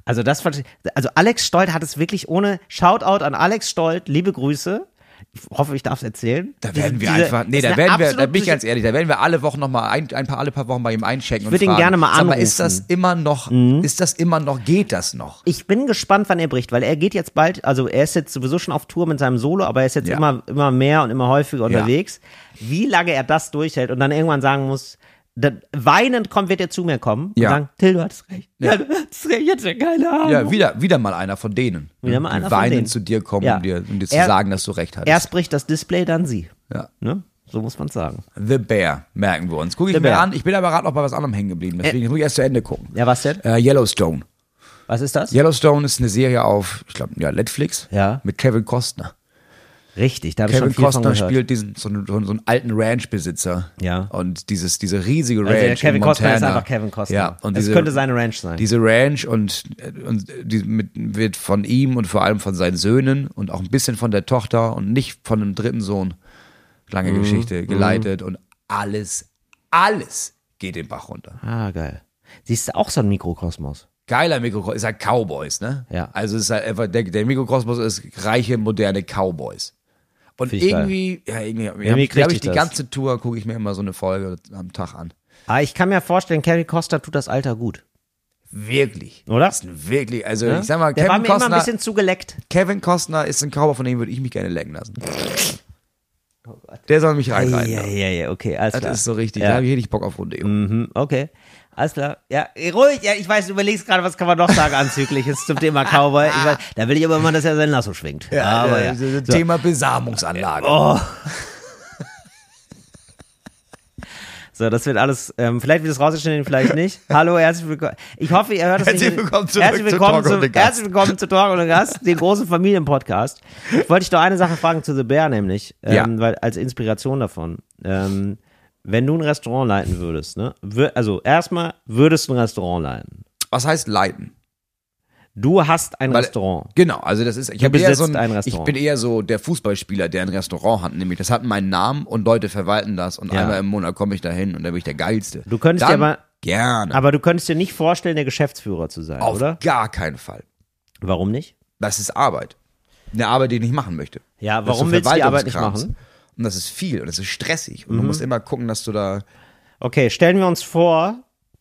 Speaker 3: Also das ver- also Alex Stolt hat es wirklich ohne Shoutout an Alex Stolt, liebe Grüße. Ich hoffe, ich darf es erzählen.
Speaker 2: Da werden wir
Speaker 3: Diese-
Speaker 2: einfach, nee,
Speaker 3: das ist
Speaker 2: da
Speaker 3: eine
Speaker 2: werden wir, da
Speaker 3: absolut
Speaker 2: bin ich
Speaker 3: durch-
Speaker 2: ganz ehrlich, da werden wir alle Wochen nochmal, ein, ein paar, alle paar Wochen bei ihm einchecken ich und
Speaker 3: würd ihn
Speaker 2: fragen.
Speaker 3: gerne mal
Speaker 2: Sag mal, ist das
Speaker 3: anrufen. Mhm.
Speaker 2: immer noch, ist das immer noch, geht das noch?
Speaker 3: Ich bin gespannt, wann er bricht, weil er geht jetzt bald, also er ist jetzt sowieso schon auf Tour mit seinem Solo, aber er ist jetzt
Speaker 2: Ja.
Speaker 3: immer, immer mehr und immer häufiger unterwegs. Wie lange er das durchhält und dann irgendwann sagen muss, dann weinend kommt, wird er zu mir kommen
Speaker 2: Ja.
Speaker 3: und sagen, Till, du hattest recht. Ja, *laughs* du hattest recht, jetzt keine Ahnung.
Speaker 2: Ja, wieder, wieder mal einer von denen.
Speaker 3: Wieder mal
Speaker 2: Die
Speaker 3: einer von
Speaker 2: weinen
Speaker 3: denen.
Speaker 2: zu dir kommen,
Speaker 3: Ja.
Speaker 2: um dir, um dir zu
Speaker 3: Er-
Speaker 2: sagen, dass du recht hattest.
Speaker 3: Erst bricht das Display, dann sie.
Speaker 2: Ja.
Speaker 3: Ne? So muss man sagen.
Speaker 2: The Bear, merken wir uns. Guck ich
Speaker 3: The
Speaker 2: mir
Speaker 3: Bear.
Speaker 2: an. Ich bin aber gerade noch bei was anderem hängen geblieben, deswegen muss ich erst zu Ende gucken.
Speaker 3: Ja, was denn?
Speaker 2: Äh, Yellowstone.
Speaker 3: Was ist das?
Speaker 2: Yellowstone ist eine Serie auf, ich glaube, ja, Netflix.
Speaker 3: Ja.
Speaker 2: Mit Kevin Costner.
Speaker 3: Richtig, da habe ich schon
Speaker 2: Kevin
Speaker 3: viel von
Speaker 2: Costner
Speaker 3: gehört.
Speaker 2: spielt diesen, so, einen, so einen- so einen alten Ranchbesitzer.
Speaker 3: Ja.
Speaker 2: Und dieses, diese riesige Ranch.
Speaker 3: also der
Speaker 2: in
Speaker 3: Kevin Costner ist
Speaker 2: Montana.
Speaker 3: einfach Kevin Costner. Also,
Speaker 2: Ja. Und diese,
Speaker 3: es könnte seine Ranch sein.
Speaker 2: Diese Ranch und, und die mit, wird von ihm und vor allem von seinen Söhnen und auch ein bisschen von der Tochter und nicht von dem dritten Sohn, lange
Speaker 3: Mhm.
Speaker 2: Geschichte, geleitet und alles, alles geht den Bach runter.
Speaker 3: ah, geil. Siehst du auch so einen Mikrokosmos?
Speaker 2: Geiler Mikrokosmos, ist halt Cowboys, ne?
Speaker 3: Ja.
Speaker 2: Also es ist halt einfach, der, der Mikrokosmos ist reiche, moderne Cowboys. Und
Speaker 3: Find ich geil.
Speaker 2: irgendwie, ja, irgendwie, irgendwie,
Speaker 3: Irgendwie kriegt
Speaker 2: glaube ich,
Speaker 3: dich
Speaker 2: die
Speaker 3: das.
Speaker 2: ganze Tour gucke ich mir immer so eine Folge am Tag an.
Speaker 3: Ah, ich kann mir vorstellen, Kevin Costner tut das Alter gut.
Speaker 2: Wirklich.
Speaker 3: Oder?
Speaker 2: Das ist ein wirklich, also
Speaker 3: ne?
Speaker 2: ich sag mal,
Speaker 3: der war
Speaker 2: Kevin
Speaker 3: mir immer ein
Speaker 2: Costner,
Speaker 3: bisschen zugeleckt.
Speaker 2: Kevin Costner ist ein Cowboy, von dem würde ich mich gerne lecken lassen. Der soll mich
Speaker 3: Ja,
Speaker 2: reinreiten.
Speaker 3: ja, ja, ja, okay, alles
Speaker 2: Das
Speaker 3: klar.
Speaker 2: ist so richtig, da
Speaker 3: Ja.
Speaker 2: habe ich richtig Bock auf Runde.
Speaker 3: Mhm, okay, alles klar. Ja, eh, ruhig, ja, ich weiß, du überlegst gerade, was kann man noch sagen anzügliches zum Thema Cowboy. Ich weiß, da will ich aber mal, dass er sein Lasso schwingt. Ja, aber ja.
Speaker 2: so, so Äh, Thema Besamungsanlage.
Speaker 3: Oh. So, das wird alles, ähm, vielleicht wird es rausgeschnitten, vielleicht nicht. Hallo, herzlich willkommen. Ich hoffe, ihr hört das
Speaker 2: Herzlich
Speaker 3: nicht.
Speaker 2: willkommen zurück
Speaker 3: herzlich
Speaker 2: zu
Speaker 3: willkommen
Speaker 2: Talk
Speaker 3: zu,
Speaker 2: ohne Gast.
Speaker 3: Herzlich willkommen zu Talk und Gast, den großen Familienpodcast. Ich wollte dich doch eine Sache fragen zu The Bear nämlich, ähm,
Speaker 2: Ja.
Speaker 3: weil als Inspiration davon. Ähm, wenn du ein Restaurant leiten würdest, ne? Wür- Also erstmal würdest du ein Restaurant leiten.
Speaker 2: Was heißt leiten?
Speaker 3: Du hast ein
Speaker 2: Weil-
Speaker 3: Restaurant.
Speaker 2: Genau, also das ist, ich, hab eher
Speaker 3: besitzt
Speaker 2: so ein,
Speaker 3: ein
Speaker 2: ich
Speaker 3: Restaurant.
Speaker 2: bin eher so der Fußballspieler, der ein Restaurant hat, nämlich das hat meinen Namen und Leute verwalten das und
Speaker 3: Ja.
Speaker 2: einmal im Monat komme ich da hin und dann bin ich der Geilste.
Speaker 3: Du könntest
Speaker 2: dann,
Speaker 3: dir aber-
Speaker 2: Gerne,
Speaker 3: Aber du könntest dir nicht vorstellen, der Geschäftsführer zu sein,
Speaker 2: auf
Speaker 3: oder?
Speaker 2: gar keinen Fall.
Speaker 3: Warum nicht?
Speaker 2: Das ist Arbeit. Eine Arbeit, die ich nicht machen möchte.
Speaker 3: Ja,
Speaker 2: Das ist so
Speaker 3: warum willst du die Arbeit nicht
Speaker 2: Verwaltungskrams.
Speaker 3: machen? Mhm.
Speaker 2: Und das ist viel und das ist stressig und du musst immer gucken, dass du da,
Speaker 3: Okay, stellen wir uns vor,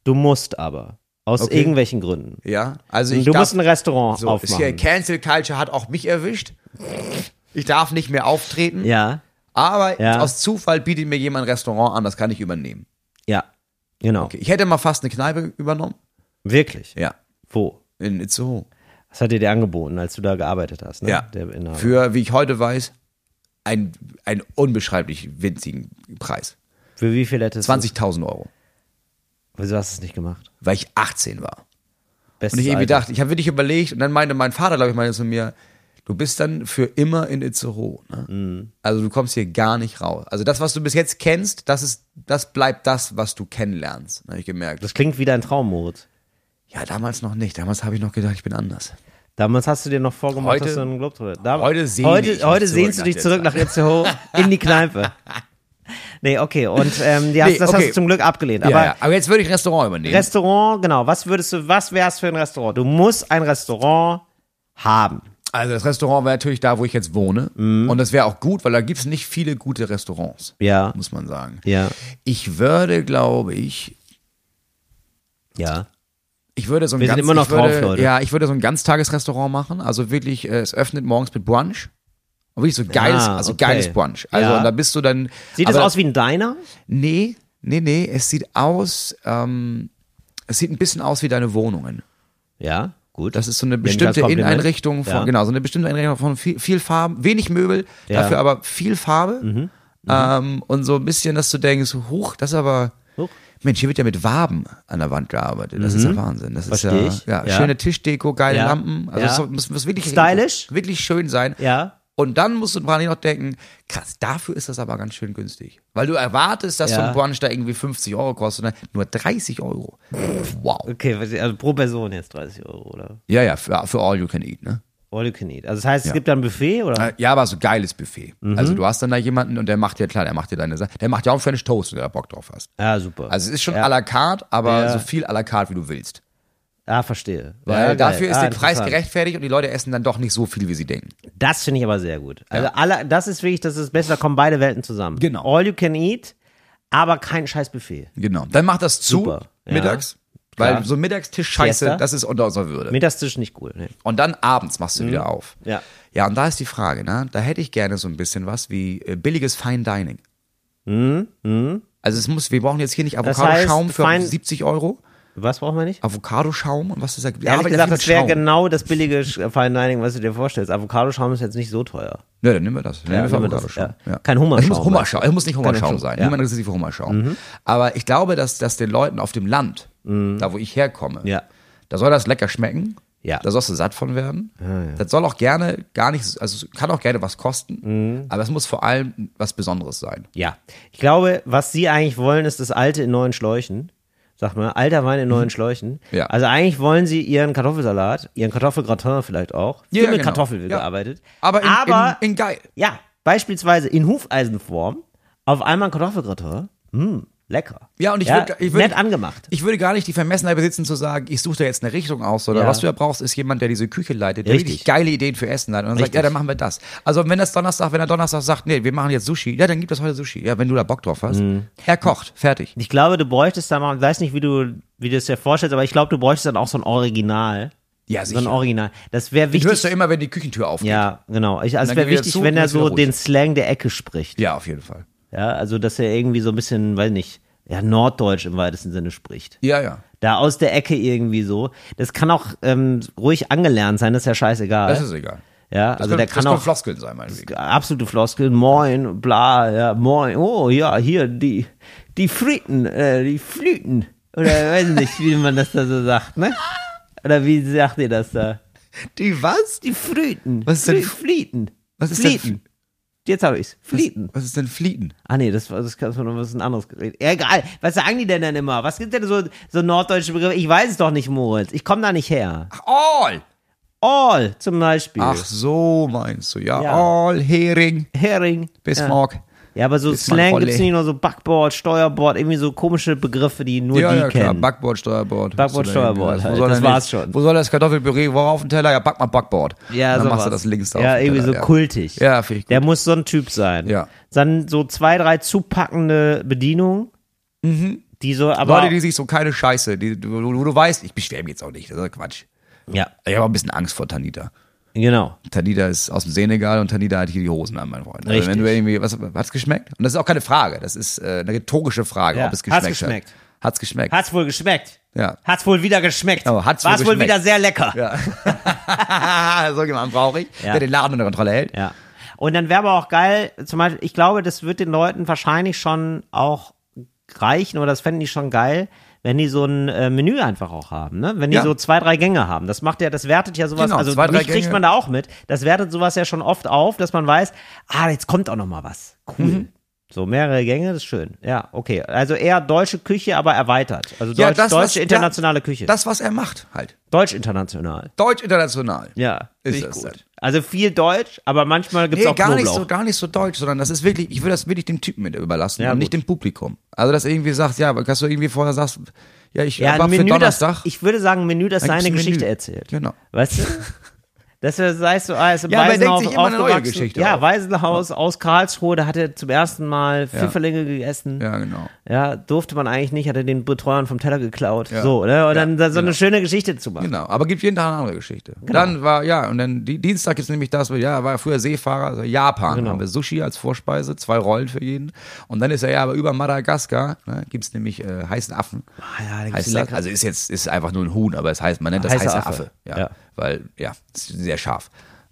Speaker 3: du musst aber. Aus
Speaker 2: Okay.
Speaker 3: irgendwelchen Gründen.
Speaker 2: ja, also ich
Speaker 3: du
Speaker 2: darf,
Speaker 3: musst ein Restaurant
Speaker 2: so, ist hier
Speaker 3: aufmachen.
Speaker 2: Cancel Culture hat auch mich erwischt. Ich darf nicht mehr auftreten,
Speaker 3: Ja,
Speaker 2: aber
Speaker 3: Ja.
Speaker 2: aus Zufall bietet mir jemand ein Restaurant an, das kann ich übernehmen.
Speaker 3: ja, genau.
Speaker 2: Ich hätte mal fast eine Kneipe übernommen.
Speaker 3: Wirklich.
Speaker 2: Ja.
Speaker 3: Wo?
Speaker 2: In Itzehoe.
Speaker 3: Was hat dir der angeboten, als du da gearbeitet hast? Ne?
Speaker 2: Ja.
Speaker 3: Der Inhaber.
Speaker 2: Für, wie ich heute weiß, einen, einen unbeschreiblich winzigen Preis.
Speaker 3: Für wie viel hättest
Speaker 2: 20.000 Euro,
Speaker 3: du? Wieso hast du es nicht gemacht?
Speaker 2: weil ich 18 war.
Speaker 3: Bestes
Speaker 2: Und ich irgendwie
Speaker 3: Alter.
Speaker 2: dachte, ich habe wirklich überlegt und dann meinte mein Vater, glaube ich, meinte zu mir, du bist dann für immer in Itzehoe. Ne?
Speaker 3: Mhm.
Speaker 2: Also du kommst hier gar nicht raus. Also das, was du bis jetzt kennst, das ist, das bleibt das, was du kennenlernst. Habe ich gemerkt.
Speaker 3: Das klingt wie dein Traum, Moritz.
Speaker 2: ja, damals noch nicht. Damals habe ich noch gedacht, ich bin anders.
Speaker 3: Damals hast du dir noch vorgemacht,
Speaker 2: Heute-
Speaker 3: dass du einen Globetrotter da,
Speaker 2: heute sehne
Speaker 3: heute,
Speaker 2: ich mich
Speaker 3: heute
Speaker 2: zurück
Speaker 3: sehnst du
Speaker 2: nach
Speaker 3: dich
Speaker 2: der
Speaker 3: zurück
Speaker 2: Zeit.
Speaker 3: nach Itzehoe in
Speaker 2: *laughs*
Speaker 3: die Kneipe. Nee, okay. Und ähm, die hast,
Speaker 2: Nee,
Speaker 3: das hast
Speaker 2: okay.
Speaker 3: du zum Glück abgelehnt.
Speaker 2: Aber,
Speaker 3: Aber
Speaker 2: ja, ja. aber jetzt würde ich ein Restaurant übernehmen.
Speaker 3: Restaurant, genau. Was würdest du, was wär's für ein Restaurant? Du musst ein Restaurant haben.
Speaker 2: also das Restaurant wäre natürlich da, wo ich jetzt wohne.
Speaker 3: Mhm.
Speaker 2: Und das wäre auch gut, weil da gibt es nicht viele gute Restaurants,
Speaker 3: Ja.
Speaker 2: muss man sagen.
Speaker 3: Ja.
Speaker 2: Ich würde, glaube ich,
Speaker 3: Ja.
Speaker 2: Ich würde so ein
Speaker 3: Wir sind
Speaker 2: ganz,
Speaker 3: immer noch
Speaker 2: ich würde,
Speaker 3: drauf, Leute.
Speaker 2: Ja, ich würde so ein Ganztagesrestaurant machen. Also wirklich, äh, es öffnet morgens mit Brunch. Und wirklich so geiles,
Speaker 3: Ah,
Speaker 2: also
Speaker 3: okay.
Speaker 2: geiles Brunch. Also
Speaker 3: Ja.
Speaker 2: und da bist du dann.
Speaker 3: Sieht es
Speaker 2: aber-
Speaker 3: aus wie ein Diner?
Speaker 2: Nee, nee, nee. Es sieht aus, ähm, es sieht ein bisschen aus wie deine Wohnungen.
Speaker 3: Ja, gut.
Speaker 2: Das ist so eine
Speaker 3: Nehme ich
Speaker 2: bestimmte
Speaker 3: als Kompliment.
Speaker 2: Inneneinrichtung von,
Speaker 3: Ja.
Speaker 2: genau, so eine bestimmte Einrichtung von viel, viel Farben, wenig Möbel,
Speaker 3: Ja. Mhm.
Speaker 2: dafür aber viel Farbe. Ähm, und so ein bisschen, dass du denkst, huch, das ist aber.
Speaker 3: Huch.
Speaker 2: Mensch, hier wird ja mit Waben an der Wand gearbeitet. Das ist ja Wahnsinn. Das ist
Speaker 3: Mhm. Versteh
Speaker 2: ja,
Speaker 3: ich.
Speaker 2: ja,
Speaker 3: Ja.
Speaker 2: schöne Tischdeko, geile
Speaker 3: Ja.
Speaker 2: Lampen. Also
Speaker 3: Ja.
Speaker 2: es muss, muss wirklich
Speaker 3: Stylisch?
Speaker 2: wirklich schön sein.
Speaker 3: Ja.
Speaker 2: Und dann musst du wahrscheinlich noch denken, krass, dafür ist das aber ganz schön günstig. Weil du erwartest, dass
Speaker 3: Ja.
Speaker 2: so ein Brunch da irgendwie 50 Euro kostet, ne? nur 30 Euro. Wow.
Speaker 3: Okay, was- also pro Person jetzt 30 Euro, oder?
Speaker 2: Ja, ja, für, für all you can eat, ne?
Speaker 3: All you can eat. Also das heißt, es gibt da ein Buffet, oder?
Speaker 2: Äh, Ja, aber so geiles Buffet.
Speaker 3: Mhm.
Speaker 2: Also du hast dann da jemanden und der macht dir, klar, der macht dir deine Sachen. Der macht ja auch French Toast, wenn du da Bock drauf hast.
Speaker 3: Ja, super.
Speaker 2: Also es ist schon
Speaker 3: ja.
Speaker 2: à la carte, aber
Speaker 3: Ja.
Speaker 2: so viel à la carte, wie du willst.
Speaker 3: Ah, verstehe.
Speaker 2: Weil
Speaker 3: Ja, geil.
Speaker 2: dafür ist
Speaker 3: Ah,
Speaker 2: der Preis
Speaker 3: interessant.
Speaker 2: gerechtfertigt und die Leute essen dann doch nicht so viel, wie sie denken.
Speaker 3: Das finde ich aber sehr gut. Also alle, das ist wirklich, das ist besser, da kommen beide Welten zusammen.
Speaker 2: Genau.
Speaker 3: All you can eat, aber kein scheiß Buffet.
Speaker 2: Genau. Dann macht das zu
Speaker 3: Super. Ja.
Speaker 2: mittags.
Speaker 3: Klar.
Speaker 2: Weil so Mittagstisch scheiße,
Speaker 3: Siesta?
Speaker 2: das ist unter unserer Würde.
Speaker 3: Mittagstisch nicht cool. Nee.
Speaker 2: Und dann abends machst du wieder auf.
Speaker 3: Mhm. Ja.
Speaker 2: Ja, und da ist die Frage, ne? Da hätte ich gerne so ein bisschen was wie äh, billiges Fine Dining. Also es muss, wir brauchen jetzt hier nicht
Speaker 3: Mhm. Das
Speaker 2: Avocado-Schaum
Speaker 3: heißt,
Speaker 2: für
Speaker 3: Fine-
Speaker 2: 70 Euro.
Speaker 3: Was brauchen wir nicht?
Speaker 2: Avocado-Schaum und was ist da? Ja,
Speaker 3: Ehrlich
Speaker 2: aber
Speaker 3: gesagt,
Speaker 2: mit
Speaker 3: das wäre
Speaker 2: Schaum.
Speaker 3: genau das billige Sch- Fine Dining, was du dir vorstellst. Avocadoschaum ist jetzt nicht so teuer.
Speaker 2: Nö, dann nehmen wir das. Dann
Speaker 3: Ja,
Speaker 2: nehmen wir
Speaker 3: nehmen wir
Speaker 2: Avocadoschaum.
Speaker 3: das, ja. Kein Hummerschaum,
Speaker 2: Es muss, Hummerschaum. Es muss nicht Hummerschaum
Speaker 3: Hummerschaum,
Speaker 2: sein.
Speaker 3: ja. Mhm.
Speaker 2: Niemand interessiert sich für Hummerschaum. Aber ich glaube, dass, dass den Leuten auf dem Land, da wo ich herkomme,
Speaker 3: Ja.
Speaker 2: da soll das lecker schmecken.
Speaker 3: Ja. Ah,
Speaker 2: Da sollst du satt von werden. Das soll auch gerne gar nicht, also es kann auch gerne was kosten,
Speaker 3: Mhm.
Speaker 2: aber es muss vor allem was Besonderes sein.
Speaker 3: Ja. Ich glaube, was sie eigentlich wollen, ist das Alte in neuen Schläuchen. Sag mal, alter Wein in neuen Schläuchen.
Speaker 2: Mhm. Ja.
Speaker 3: Also eigentlich wollen sie ihren Kartoffelsalat, ihren Kartoffelgratin vielleicht auch. Viel
Speaker 2: Ja,
Speaker 3: mit
Speaker 2: genau.
Speaker 3: Kartoffel wird
Speaker 2: Ja.
Speaker 3: gearbeitet.
Speaker 2: Aber in,
Speaker 3: Aber
Speaker 2: in, in geil.
Speaker 3: ja, beispielsweise in Hufeisenform auf einmal ein Kartoffelgratin. Hm, lecker.
Speaker 2: Ja, und ich würd- ich würd-
Speaker 3: nett angemacht.
Speaker 2: Ich würde gar nicht die Vermessenheit besitzen zu sagen, ich suche da jetzt eine Richtung aus, sondern
Speaker 3: Ja.
Speaker 2: was du da brauchst, ist jemand, der diese Küche leitet, der
Speaker 3: Richtig.
Speaker 2: richtig, geile Ideen für Essen hat und dann sagt,
Speaker 3: Richtig.
Speaker 2: ja, dann machen wir das. Also wenn das Donnerstag, wenn er Donnerstag sagt, nee, wir machen jetzt Sushi, ja, dann gibt es heute Sushi. Ja, wenn du da Bock drauf hast.
Speaker 3: Mhm.
Speaker 2: Er kocht, fertig.
Speaker 3: Ich glaube, du bräuchtest da mal, ich weiß nicht, wie du, wie du es dir vorstellst, aber ich glaube, du bräuchtest dann auch so ein Original.
Speaker 2: Ja,
Speaker 3: So ein Original. Das wäre
Speaker 2: Den
Speaker 3: wichtig.
Speaker 2: hörst du immer, wenn die Küchentür aufgeht.
Speaker 3: ja, genau. Ich, also
Speaker 2: Und
Speaker 3: es
Speaker 2: eh dann
Speaker 3: wäre
Speaker 2: gehen wir
Speaker 3: wichtig,
Speaker 2: zu
Speaker 3: wenn
Speaker 2: und
Speaker 3: er
Speaker 2: ist wieder
Speaker 3: so
Speaker 2: ruhig.
Speaker 3: den Slang der Ecke spricht.
Speaker 2: Ja, auf jeden Fall.
Speaker 3: Ja, also dass er irgendwie so ein bisschen, weiß nicht, ja, Norddeutsch im weitesten Sinne spricht.
Speaker 2: Ja, ja.
Speaker 3: Da aus der Ecke irgendwie so. Das kann auch ähm, ruhig angelernt sein, das ist ja scheißegal.
Speaker 2: Das ist egal.
Speaker 3: ja,
Speaker 2: Das
Speaker 3: Äh? also
Speaker 2: können,
Speaker 3: der
Speaker 2: das
Speaker 3: kann
Speaker 2: können
Speaker 3: auch
Speaker 2: Floskeln sein, meinetwegen.
Speaker 3: absolute Floskeln, moin, bla, ja, moin, oh ja, hier die, die Fritten, äh, die Flüten. Oder weiß nicht, wie man das da so sagt, ne? Oder wie sagt ihr das da?
Speaker 2: Die was?
Speaker 3: Die Flüten.
Speaker 2: Was ist denn-
Speaker 3: Flü- Flüten.
Speaker 2: Was ist denn-
Speaker 3: Flüten? Jetzt habe ich's. Flüten.
Speaker 2: Was ist denn Flieten?
Speaker 3: Ah nee, das, war- das kannst du noch was anderes geredet. Ja, Egal, was sagen die denn denn immer? Was gibt denn so, so norddeutsche Begriffe? Ich weiß es doch nicht, Moritz. Ich komme da nicht her.
Speaker 2: All!
Speaker 3: All zum Beispiel.
Speaker 2: Ach, so meinst du, ja.
Speaker 3: Ja.
Speaker 2: All, Hering,
Speaker 3: Hering.
Speaker 2: Bismarck.
Speaker 3: Ja, aber so
Speaker 2: Bis
Speaker 3: Slang
Speaker 2: Macaulay.
Speaker 3: gibt's nicht nur so Backboard, Steuerboard, irgendwie so komische Begriffe, die nur
Speaker 2: Ja,
Speaker 3: die
Speaker 2: ja, klar.
Speaker 3: kennen.
Speaker 2: Backboard, Steuerboard.
Speaker 3: Backboard,
Speaker 2: Hast du da eben
Speaker 3: Steuerboard
Speaker 2: gesagt.
Speaker 3: halt.
Speaker 2: Wo soll
Speaker 3: Das
Speaker 2: denn
Speaker 3: war's
Speaker 2: jetzt-
Speaker 3: schon.
Speaker 2: Wo soll das Kartoffelpüree? Worauf auf den Teller? Ja, back mal Backboard.
Speaker 3: ja,
Speaker 2: Dann
Speaker 3: sowas.
Speaker 2: machst du das links da auf
Speaker 3: Ja,
Speaker 2: den
Speaker 3: irgendwie so
Speaker 2: Teller, ja.
Speaker 3: kultig.
Speaker 2: Ja, finde ich gut.
Speaker 3: Der muss so ein Typ sein.
Speaker 2: Ja.
Speaker 3: Dann so zwei, drei zupackende Bedienungen, die so, aber.
Speaker 2: Mhm. Leute, die sich so keine Scheiße, die, wo, wo du weißt, ich beschwere mich jetzt auch nicht, das ist Quatsch.
Speaker 3: ja,
Speaker 2: Ich habe ein bisschen Angst vor Tanita.
Speaker 3: genau.
Speaker 2: Tanita ist aus dem Senegal und Tanita hat hier die Hosen an, mein Freund.
Speaker 3: Richtig.
Speaker 2: Also wenn du irgendwie, was hat's geschmeckt? Und das ist auch keine Frage, das ist äh, eine rhetorische Frage,
Speaker 3: Ja,
Speaker 2: ob es
Speaker 3: hat's
Speaker 2: geschmeckt
Speaker 3: geschmeckt.
Speaker 2: hat. Hat's geschmeckt.
Speaker 3: Hat's wohl geschmeckt.
Speaker 2: Ja.
Speaker 3: Hat's wohl wieder geschmeckt.
Speaker 2: Oh, hat's wohl
Speaker 3: War's wohl
Speaker 2: geschmeckt.
Speaker 3: wieder sehr lecker.
Speaker 2: ja. *laughs* so jemanden brauche ich,
Speaker 3: Ja.
Speaker 2: der den Laden unter Kontrolle hält.
Speaker 3: Ja. Und dann wäre aber auch geil, zum Beispiel, ich glaube, das wird den Leuten wahrscheinlich schon auch reichen oder das fänden die schon geil, wenn die so ein äh, Menü einfach auch haben, ne? Wenn die
Speaker 2: Ja.
Speaker 3: so zwei, drei Gänge haben. Das macht ja, das wertet ja sowas,
Speaker 2: Genau,
Speaker 3: also
Speaker 2: zwei, drei
Speaker 3: mich kriegt
Speaker 2: Gänge.
Speaker 3: man da auch mit. Das wertet sowas ja schon oft auf, dass man weiß, ah, jetzt kommt auch noch mal was. Cool.
Speaker 2: Mhm.
Speaker 3: So mehrere Gänge, das ist schön. Ja, okay. Also eher deutsche Küche, aber erweitert. Also deutsch, deutsche internationale
Speaker 2: ja,
Speaker 3: Küche.
Speaker 2: Das, was er macht, halt.
Speaker 3: deutsch international.
Speaker 2: Deutsch international.
Speaker 3: Ja,
Speaker 2: Ist
Speaker 3: ist
Speaker 2: es
Speaker 3: gut.
Speaker 2: dann.
Speaker 3: Also viel Deutsch, aber manchmal gibt's
Speaker 2: Nee,
Speaker 3: auch
Speaker 2: gar
Speaker 3: Knoblauch.
Speaker 2: nicht, so, gar nicht so deutsch, sondern das ist wirklich, ich würde das wirklich dem Typen mit überlassen
Speaker 3: Ja,
Speaker 2: und
Speaker 3: gut.
Speaker 2: nicht dem Publikum. Also, dass er irgendwie sagt, ja, aber kannst du irgendwie vorher sagst, ja, ich
Speaker 3: Ja,
Speaker 2: war
Speaker 3: ein
Speaker 2: für
Speaker 3: Menü, das,
Speaker 2: Donnerstag.
Speaker 3: ich würde sagen, ein Menü, das
Speaker 2: Dann gibt's ein
Speaker 3: seine
Speaker 2: Menü.
Speaker 3: Geschichte erzählt.
Speaker 2: Genau.
Speaker 3: Weißt du? Dass er heißt so, ah, er ist im
Speaker 2: Ja, aber er denkt
Speaker 3: Waisenhaus
Speaker 2: sich immer eine neue
Speaker 3: aufgewachsen.
Speaker 2: Geschichte
Speaker 3: ja,
Speaker 2: auf.
Speaker 3: Waisenhaus aus Karlsruhe, da hat er zum ersten Mal Pfifferlinge gegessen.
Speaker 2: ja, genau.
Speaker 3: Ja, durfte man eigentlich nicht, hat er den Betreuern vom Teller geklaut.
Speaker 2: Ja.
Speaker 3: So, oder? Und
Speaker 2: Ja,
Speaker 3: dann da so eine
Speaker 2: genau.
Speaker 3: schöne Geschichte zu machen.
Speaker 2: Genau, aber gibt jeden Tag eine andere Geschichte.
Speaker 3: Genau.
Speaker 2: Dann war, ja, und dann die, Dienstag ist nämlich das, ja, er war früher Seefahrer, also Japan,
Speaker 3: Genau.
Speaker 2: haben wir Sushi als Vorspeise, zwei Rollen für jeden. Und dann ist er ja aber über Madagaskar, ne, gibt's nämlich äh, heißen Affen.
Speaker 3: Ah, ja, da gibt's
Speaker 2: heißt das,
Speaker 3: lecker.
Speaker 2: also ist jetzt, ist einfach nur ein Huhn, aber es heißt, man nennt das
Speaker 3: Heißer
Speaker 2: heißer
Speaker 3: Affe.
Speaker 2: Affe. Ja,
Speaker 3: Ja.
Speaker 2: Weil, ja, ist sehr scharf.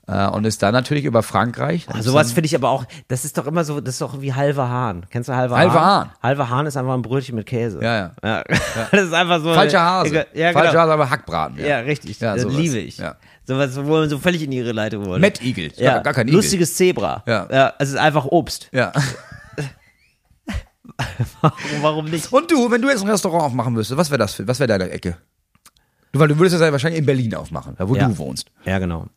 Speaker 2: Äh, und ist dann natürlich über Frankreich.
Speaker 3: Ah, sowas finde ich aber auch, das ist doch immer so, das ist doch wie halber Hahn. Kennst du halber Hahn?
Speaker 2: Halber Hahn.
Speaker 3: Halber Hahn ist einfach ein Brötchen mit Käse.
Speaker 2: Ja, ja.
Speaker 3: *laughs* Das ist einfach so.
Speaker 2: Falscher Hase.
Speaker 3: Ja, genau.
Speaker 2: Falscher Hase, aber Hackbraten.
Speaker 3: Ja, richtig.
Speaker 2: Ja,
Speaker 3: das
Speaker 2: sowas.
Speaker 3: liebe ich.
Speaker 2: Ja.
Speaker 3: Sowas, wo man so völlig in die Irre leitet wurde.
Speaker 2: Mettigel. Ist
Speaker 3: Ja.
Speaker 2: Gar, gar kein Igel.
Speaker 3: Lustiges Zebra.
Speaker 2: Ja.
Speaker 3: ja. Es ist
Speaker 2: *laughs*
Speaker 3: einfach Obst.
Speaker 2: Ja.
Speaker 3: Warum nicht?
Speaker 2: Und du, wenn du jetzt ein Restaurant aufmachen müsstest, was wäre das für, was wäre deine Ecke? Du, weil du würdest das ja wahrscheinlich in Berlin aufmachen, da wo
Speaker 3: Ja.
Speaker 2: du wohnst.
Speaker 3: Ja, genau.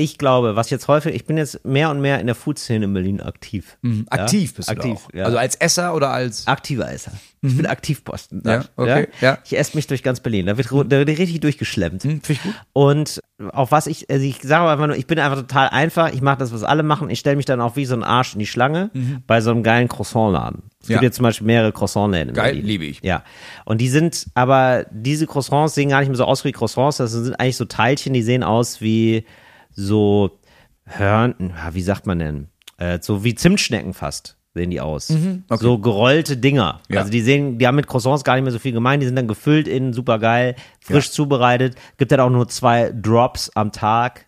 Speaker 3: Ich glaube, was jetzt häufig, ich bin jetzt mehr und mehr in der Food-Szene in Berlin aktiv. Ja?
Speaker 2: Aktiv bist du da
Speaker 3: aktiv,
Speaker 2: auch.
Speaker 3: Ja. Ah,
Speaker 2: Also als Esser oder als
Speaker 3: Aktiver Esser. Ich bin Aktivposten.
Speaker 2: Mhm. Ja, okay, ja.
Speaker 3: Ich esse mich durch ganz Berlin. Da wird, ru- da wird richtig durchgeschlemmt.
Speaker 2: Hm, finde ich gut.
Speaker 3: Und auf was ich, also ich sage einfach nur, ich bin einfach total einfach. Ich mache das, was alle machen. Ich stelle mich dann auch wie so ein Arsch in die Schlange bei so einem geilen Croissant-Laden. Es gibt
Speaker 2: Mhm. Ja.
Speaker 3: jetzt zum Beispiel mehrere Croissant-Läden. in
Speaker 2: Geil,
Speaker 3: Berlin.
Speaker 2: liebe ich.
Speaker 3: Ja. Und die sind, aber diese Croissants sehen gar nicht mehr so aus wie Croissants. Das sind eigentlich so Teilchen, die sehen aus wie so Hörn, ja, wie sagt man denn? Äh, so wie Zimtschnecken fast sehen die aus. So gerollte Dinger.
Speaker 2: Mhm. Ja.
Speaker 3: Also die sehen, die haben mit Croissants gar nicht mehr so viel gemein. Die sind dann gefüllt in, super geil, frisch zubereitet. Gibt dann auch nur zwei Drops am Tag.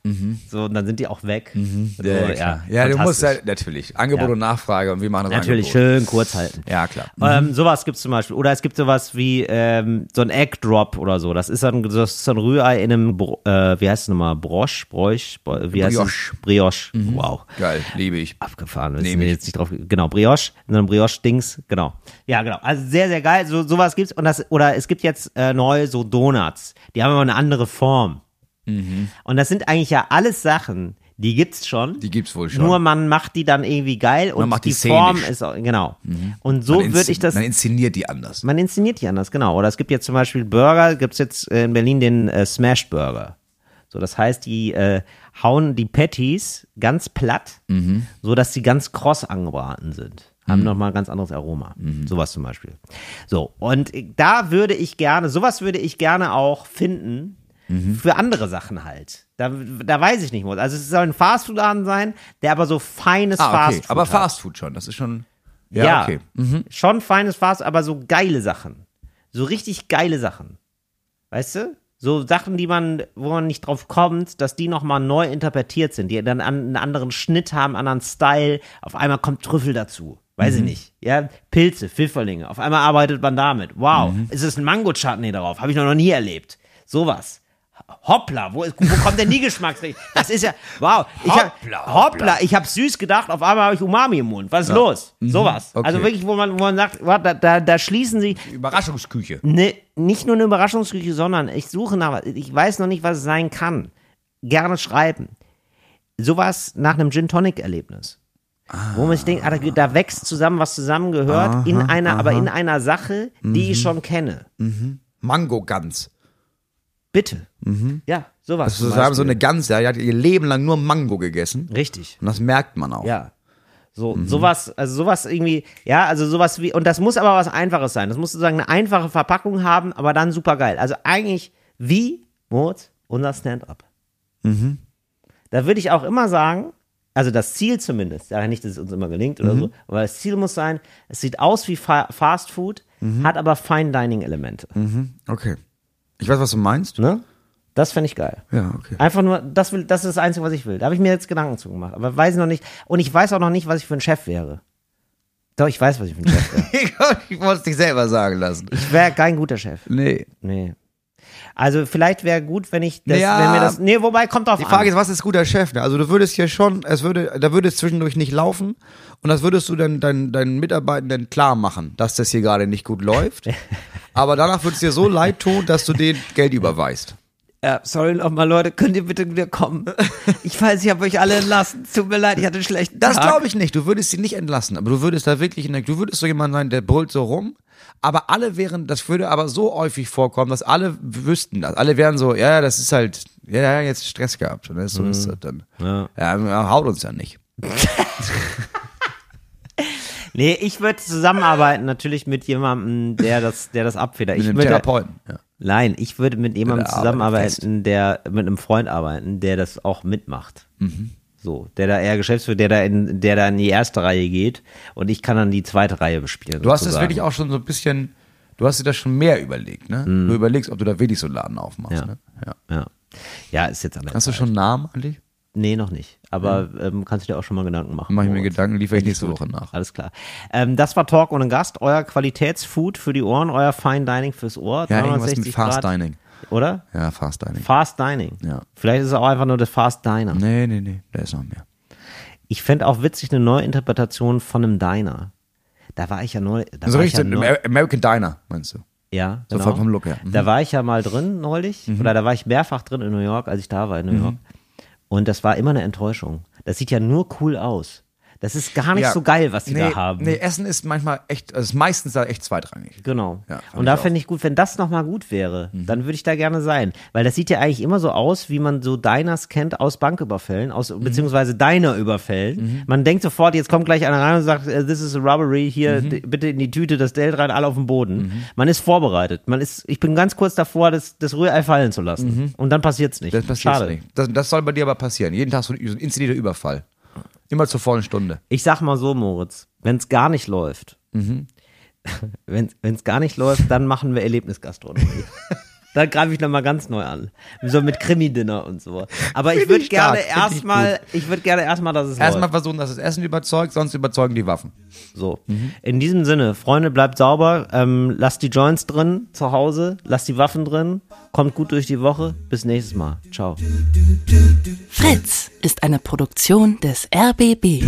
Speaker 3: So, und dann sind die auch weg. So,
Speaker 2: Mhm. ja, klar. ja, du musst halt-
Speaker 3: fantastisch.
Speaker 2: ja, natürlich. Angebot
Speaker 3: Ja.
Speaker 2: und Nachfrage und wir machen das
Speaker 3: Natürlich
Speaker 2: Angebot.
Speaker 3: schön kurz halten.
Speaker 2: Ja, klar.
Speaker 3: Ähm, sowas gibt's zum Beispiel. Oder es gibt sowas wie ähm, so ein Egg Drop oder so. Das ist dann, das ist so ein Rührei in einem, Bro äh, wie heißt es nochmal? Brosch? Brosch? Bro- Wie heißt
Speaker 2: Brioche.
Speaker 3: Es? Brioche. Wow.
Speaker 2: Geil, liebe ich.
Speaker 3: Abgefahren. Ist
Speaker 2: Nehm
Speaker 3: mir
Speaker 2: ich.
Speaker 3: jetzt nicht drauf. Genau, Brioche. In einem Brioche-Dings. Genau. Ja, genau. Also sehr, sehr geil. So, sowas gibt's. Und das, oder es gibt jetzt äh, neu so Donuts. Die haben aber eine andere Form. Und das sind eigentlich ja alles Sachen, die gibt's schon.
Speaker 2: Mhm. Die gibt's wohl schon.
Speaker 3: Nur man macht die dann irgendwie geil und
Speaker 2: macht
Speaker 3: die,
Speaker 2: die
Speaker 3: Form
Speaker 2: szenisch.
Speaker 3: ist auch, genau. Und so
Speaker 2: Man
Speaker 3: würde ich
Speaker 2: inszen-
Speaker 3: das
Speaker 2: Man inszeniert die anders.
Speaker 3: man inszeniert die anders, genau. Oder es gibt jetzt zum Beispiel Burger, gibt es jetzt äh, in Berlin den äh, Smash Burger. So, das heißt, die äh, hauen die Patties ganz platt,
Speaker 2: Mhm.
Speaker 3: so dass sie ganz kross angebraten sind. Haben noch nochmal ein ganz anderes Aroma.
Speaker 2: Mhm.
Speaker 3: Sowas zum Beispiel. So, und ich- da würde ich gerne, sowas würde ich gerne auch finden.
Speaker 2: Mhm.
Speaker 3: Für andere Sachen halt. Da, da weiß ich nicht mehr. Also es soll ein Fastfood-Laden sein, der aber so feines
Speaker 2: Ah, okay.
Speaker 3: Fastfood
Speaker 2: Aber
Speaker 3: hat.
Speaker 2: Fastfood schon, das ist schon.
Speaker 3: Ja,
Speaker 2: Ja,
Speaker 3: Mhm.
Speaker 2: okay.
Speaker 3: schon feines Fass, aber so geile Sachen. So richtig geile Sachen. Weißt du? So Sachen, die man, wo man nicht drauf kommt, dass die nochmal neu interpretiert sind, die dann an, einen anderen Schnitt haben, einen anderen Style. Auf einmal kommt Trüffel dazu. Weiß
Speaker 2: Mhm.
Speaker 3: ich nicht. Ja, Pilze, Pfifferlinge. Auf einmal arbeitet man damit. Wow,
Speaker 2: Mhm.
Speaker 3: ist es ein Mango-Chutney darauf? Habe ich noch nie erlebt. Sowas. Hoppla, wo, ist, wo
Speaker 2: *laughs*
Speaker 3: kommt denn die Geschmacksrichtung? Das ist ja, wow. Ich hab,
Speaker 2: Hoppla,
Speaker 3: hoppla, ich habe süß gedacht, auf einmal habe ich Umami im Mund. Was ist los? Sowas.
Speaker 2: Mhm. Okay.
Speaker 3: Also wirklich, wo man, wo man sagt, warte, da, da, da schließen sie
Speaker 2: Überraschungsküche.
Speaker 3: ne, nicht nur eine Überraschungsküche, sondern ich suche nach was. Ich weiß noch nicht, was es sein kann. Gerne schreiben. Sowas nach einem Gin Tonic Erlebnis. Wo man sich denkt, ah, da, da wächst zusammen, was zusammengehört, in einer, aber in einer Sache, die
Speaker 2: Mhm.
Speaker 3: ich schon kenne.
Speaker 2: Mango Gans.
Speaker 3: Bitte. Ja, sowas.
Speaker 2: Also
Speaker 3: zum
Speaker 2: haben so
Speaker 3: Beispiel.
Speaker 2: eine Gans, ja, die hat ihr Leben lang nur Mango gegessen.
Speaker 3: Richtig.
Speaker 2: Und das merkt man auch.
Speaker 3: Ja. So, sowas, also sowas irgendwie, ja, also sowas wie, und das muss aber was Einfaches sein. Das muss sozusagen eine einfache Verpackung haben, aber dann super geil. Also eigentlich wie Moritz, unser Stand-up. Da würde ich auch immer sagen, also das Ziel zumindest, ja nicht, dass es uns immer gelingt oder so, aber das Ziel muss sein, es sieht aus wie Fa Fast Food, hat aber Fine Dining Elemente.
Speaker 2: Okay. Ich weiß, was du meinst.
Speaker 3: Ne? Das fände ich geil.
Speaker 2: Ja, okay.
Speaker 3: Einfach nur, das, will, das ist das Einzige, was ich will. Da habe ich mir jetzt Gedanken zu gemacht. Aber weiß noch nicht. Und ich weiß auch noch nicht, was ich für ein Chef wäre. Doch, ich weiß, was ich für ein Chef wäre.
Speaker 2: *laughs* ich wollte es dich selber sagen lassen.
Speaker 3: Ich wäre kein guter Chef.
Speaker 2: Nee.
Speaker 3: Nee. Also vielleicht wäre gut, wenn ich das,
Speaker 2: Ja.
Speaker 3: wenn mir das. Nee, wobei kommt auf
Speaker 2: Die Frage ist, was ist guter Chef? Ne? Also du würdest hier schon, es würde, da würde es zwischendurch nicht laufen und das würdest du dann deinen, deinen Mitarbeitenden klar machen, dass das hier gerade nicht gut *laughs* läuft. Aber danach würde es dir so leid tun, dass du denen Geld überweist.
Speaker 5: Ja, sorry nochmal, Leute, könnt ihr bitte wieder kommen? Ich weiß, ich habe euch alle entlassen. Tut mir leid, ich hatte einen schlechten
Speaker 2: Das
Speaker 5: Tag.
Speaker 2: glaube ich nicht. Du würdest sie nicht entlassen, aber du würdest da wirklich, in der- du würdest so jemand sein, der brüllt so rum. Aber alle wären, das würde aber so häufig vorkommen, dass alle wüssten das. Alle wären so, ja, ja, das ist halt, ja, ja, jetzt Stress gehabt. Und so ist
Speaker 3: Mhm.
Speaker 2: das dann. Ja. ja, haut uns ja nicht.
Speaker 3: Nee, ich würde zusammenarbeiten natürlich mit jemandem, der das, der das abfedert.
Speaker 2: Mit
Speaker 3: ich
Speaker 2: einem
Speaker 3: würde,
Speaker 2: Therapeuten. Ja.
Speaker 3: Nein, ich würde mit jemandem
Speaker 2: Der arbeitet
Speaker 3: zusammenarbeiten, der mit einem Freund arbeiten, der das auch mitmacht.
Speaker 2: Mhm.
Speaker 3: So, der da eher Geschäftsführer, der da in, der da in die erste Reihe geht und ich kann dann die zweite Reihe bespielen.
Speaker 2: Du hast es wirklich auch schon so ein bisschen, du hast dir das schon mehr überlegt, ne? Du überlegst, ob du da wirklich so einen Laden aufmachst,
Speaker 3: Mhm. Ja.
Speaker 2: ne? Ja.
Speaker 3: Ja, ja ist jetzt anders.
Speaker 2: Hast du schon einen Namen eigentlich?
Speaker 3: Nee, noch nicht. Aber ähm, kannst du dir auch schon mal Gedanken machen.
Speaker 2: Mach ich mir
Speaker 3: Moritz.
Speaker 2: Gedanken, liefere ich nächste Woche nach.
Speaker 3: Alles klar. Ähm, das war Talk ohne Gast, euer Qualitätsfood für die Ohren, euer Fine Dining fürs Ohr.
Speaker 2: Ja, irgendwas mit
Speaker 3: 360
Speaker 2: Fast
Speaker 3: Grad,
Speaker 2: Dining.
Speaker 3: Oder?
Speaker 2: Ja, Fast Dining.
Speaker 3: Fast Dining.
Speaker 2: Ja.
Speaker 3: Vielleicht ist es auch einfach nur der Fast Diner.
Speaker 2: nee, nee, nee, da ist noch mehr.
Speaker 3: Ich fände auch witzig eine Neuinterpretation von einem Diner. Da war ich ja neu. Da
Speaker 2: So
Speaker 3: war ich
Speaker 2: richtig,
Speaker 3: ja,
Speaker 2: so ein
Speaker 3: neu,
Speaker 2: Amer- American Diner, meinst du?
Speaker 3: ja
Speaker 2: so
Speaker 3: genau.
Speaker 2: vom Look her. Mhm.
Speaker 3: Da war ich ja mal drin neulich. Oder da war ich mehrfach drin in New York, als ich da war in
Speaker 2: Mhm.
Speaker 3: New York. Und das war immer eine Enttäuschung. Das sieht ja nur cool aus. Das ist gar nicht
Speaker 2: Ja.
Speaker 3: so geil, was die
Speaker 2: nee,
Speaker 3: da haben.
Speaker 2: Nee, Essen ist manchmal echt, also ist meistens da echt zweitrangig.
Speaker 3: Genau.
Speaker 2: Ja, fand
Speaker 3: und da
Speaker 2: ich auch. Mhm.
Speaker 3: fände ich gut, wenn das nochmal gut wäre, dann würde ich da gerne sein. Weil das sieht ja eigentlich immer so aus, wie man so Diners kennt aus Banküberfällen, aus,
Speaker 2: Mhm.
Speaker 3: beziehungsweise Diner-Überfällen. Man denkt sofort, jetzt kommt gleich einer rein und sagt, äh, this is a robbery, hier
Speaker 2: Mhm.
Speaker 3: d- bitte in die Tüte, das Geld rein, alle auf den Boden. Man ist vorbereitet. Man ist, ich bin ganz kurz davor, das, das Rührei fallen zu lassen. Und dann passiert's nicht.
Speaker 2: Das passiert
Speaker 3: Schade.
Speaker 2: Mhm. nicht. Das, das soll bei dir aber passieren. Jeden Tag so ein inszenierter Überfall. Immer zur vollen Stunde.
Speaker 3: Ich sag mal so, Moritz, wenn es gar nicht läuft,
Speaker 2: Mhm.
Speaker 3: *laughs* wenn's wenn es gar nicht läuft, dann machen
Speaker 2: *laughs*
Speaker 3: wir Erlebnisgastronomie. dann greife ich nochmal ganz neu an. So mit Krimi-Dinner und so. Aber ich
Speaker 2: Find
Speaker 3: würde
Speaker 2: ich stark,
Speaker 3: gerne
Speaker 2: find ich
Speaker 3: erstmal, ich, würde gerne erstmal, dass es
Speaker 2: Erstmal
Speaker 3: läuft.
Speaker 2: versuchen, dass das Essen überzeugt, sonst überzeugen die Waffen.
Speaker 3: So.
Speaker 2: Mhm.
Speaker 3: In diesem Sinne, Freunde, bleibt sauber, ähm, lasst die Joints drin zu Hause, lasst die Waffen drin, kommt gut durch die Woche. Bis nächstes Mal. Ciao.
Speaker 1: Fritz ist eine Produktion des RBB.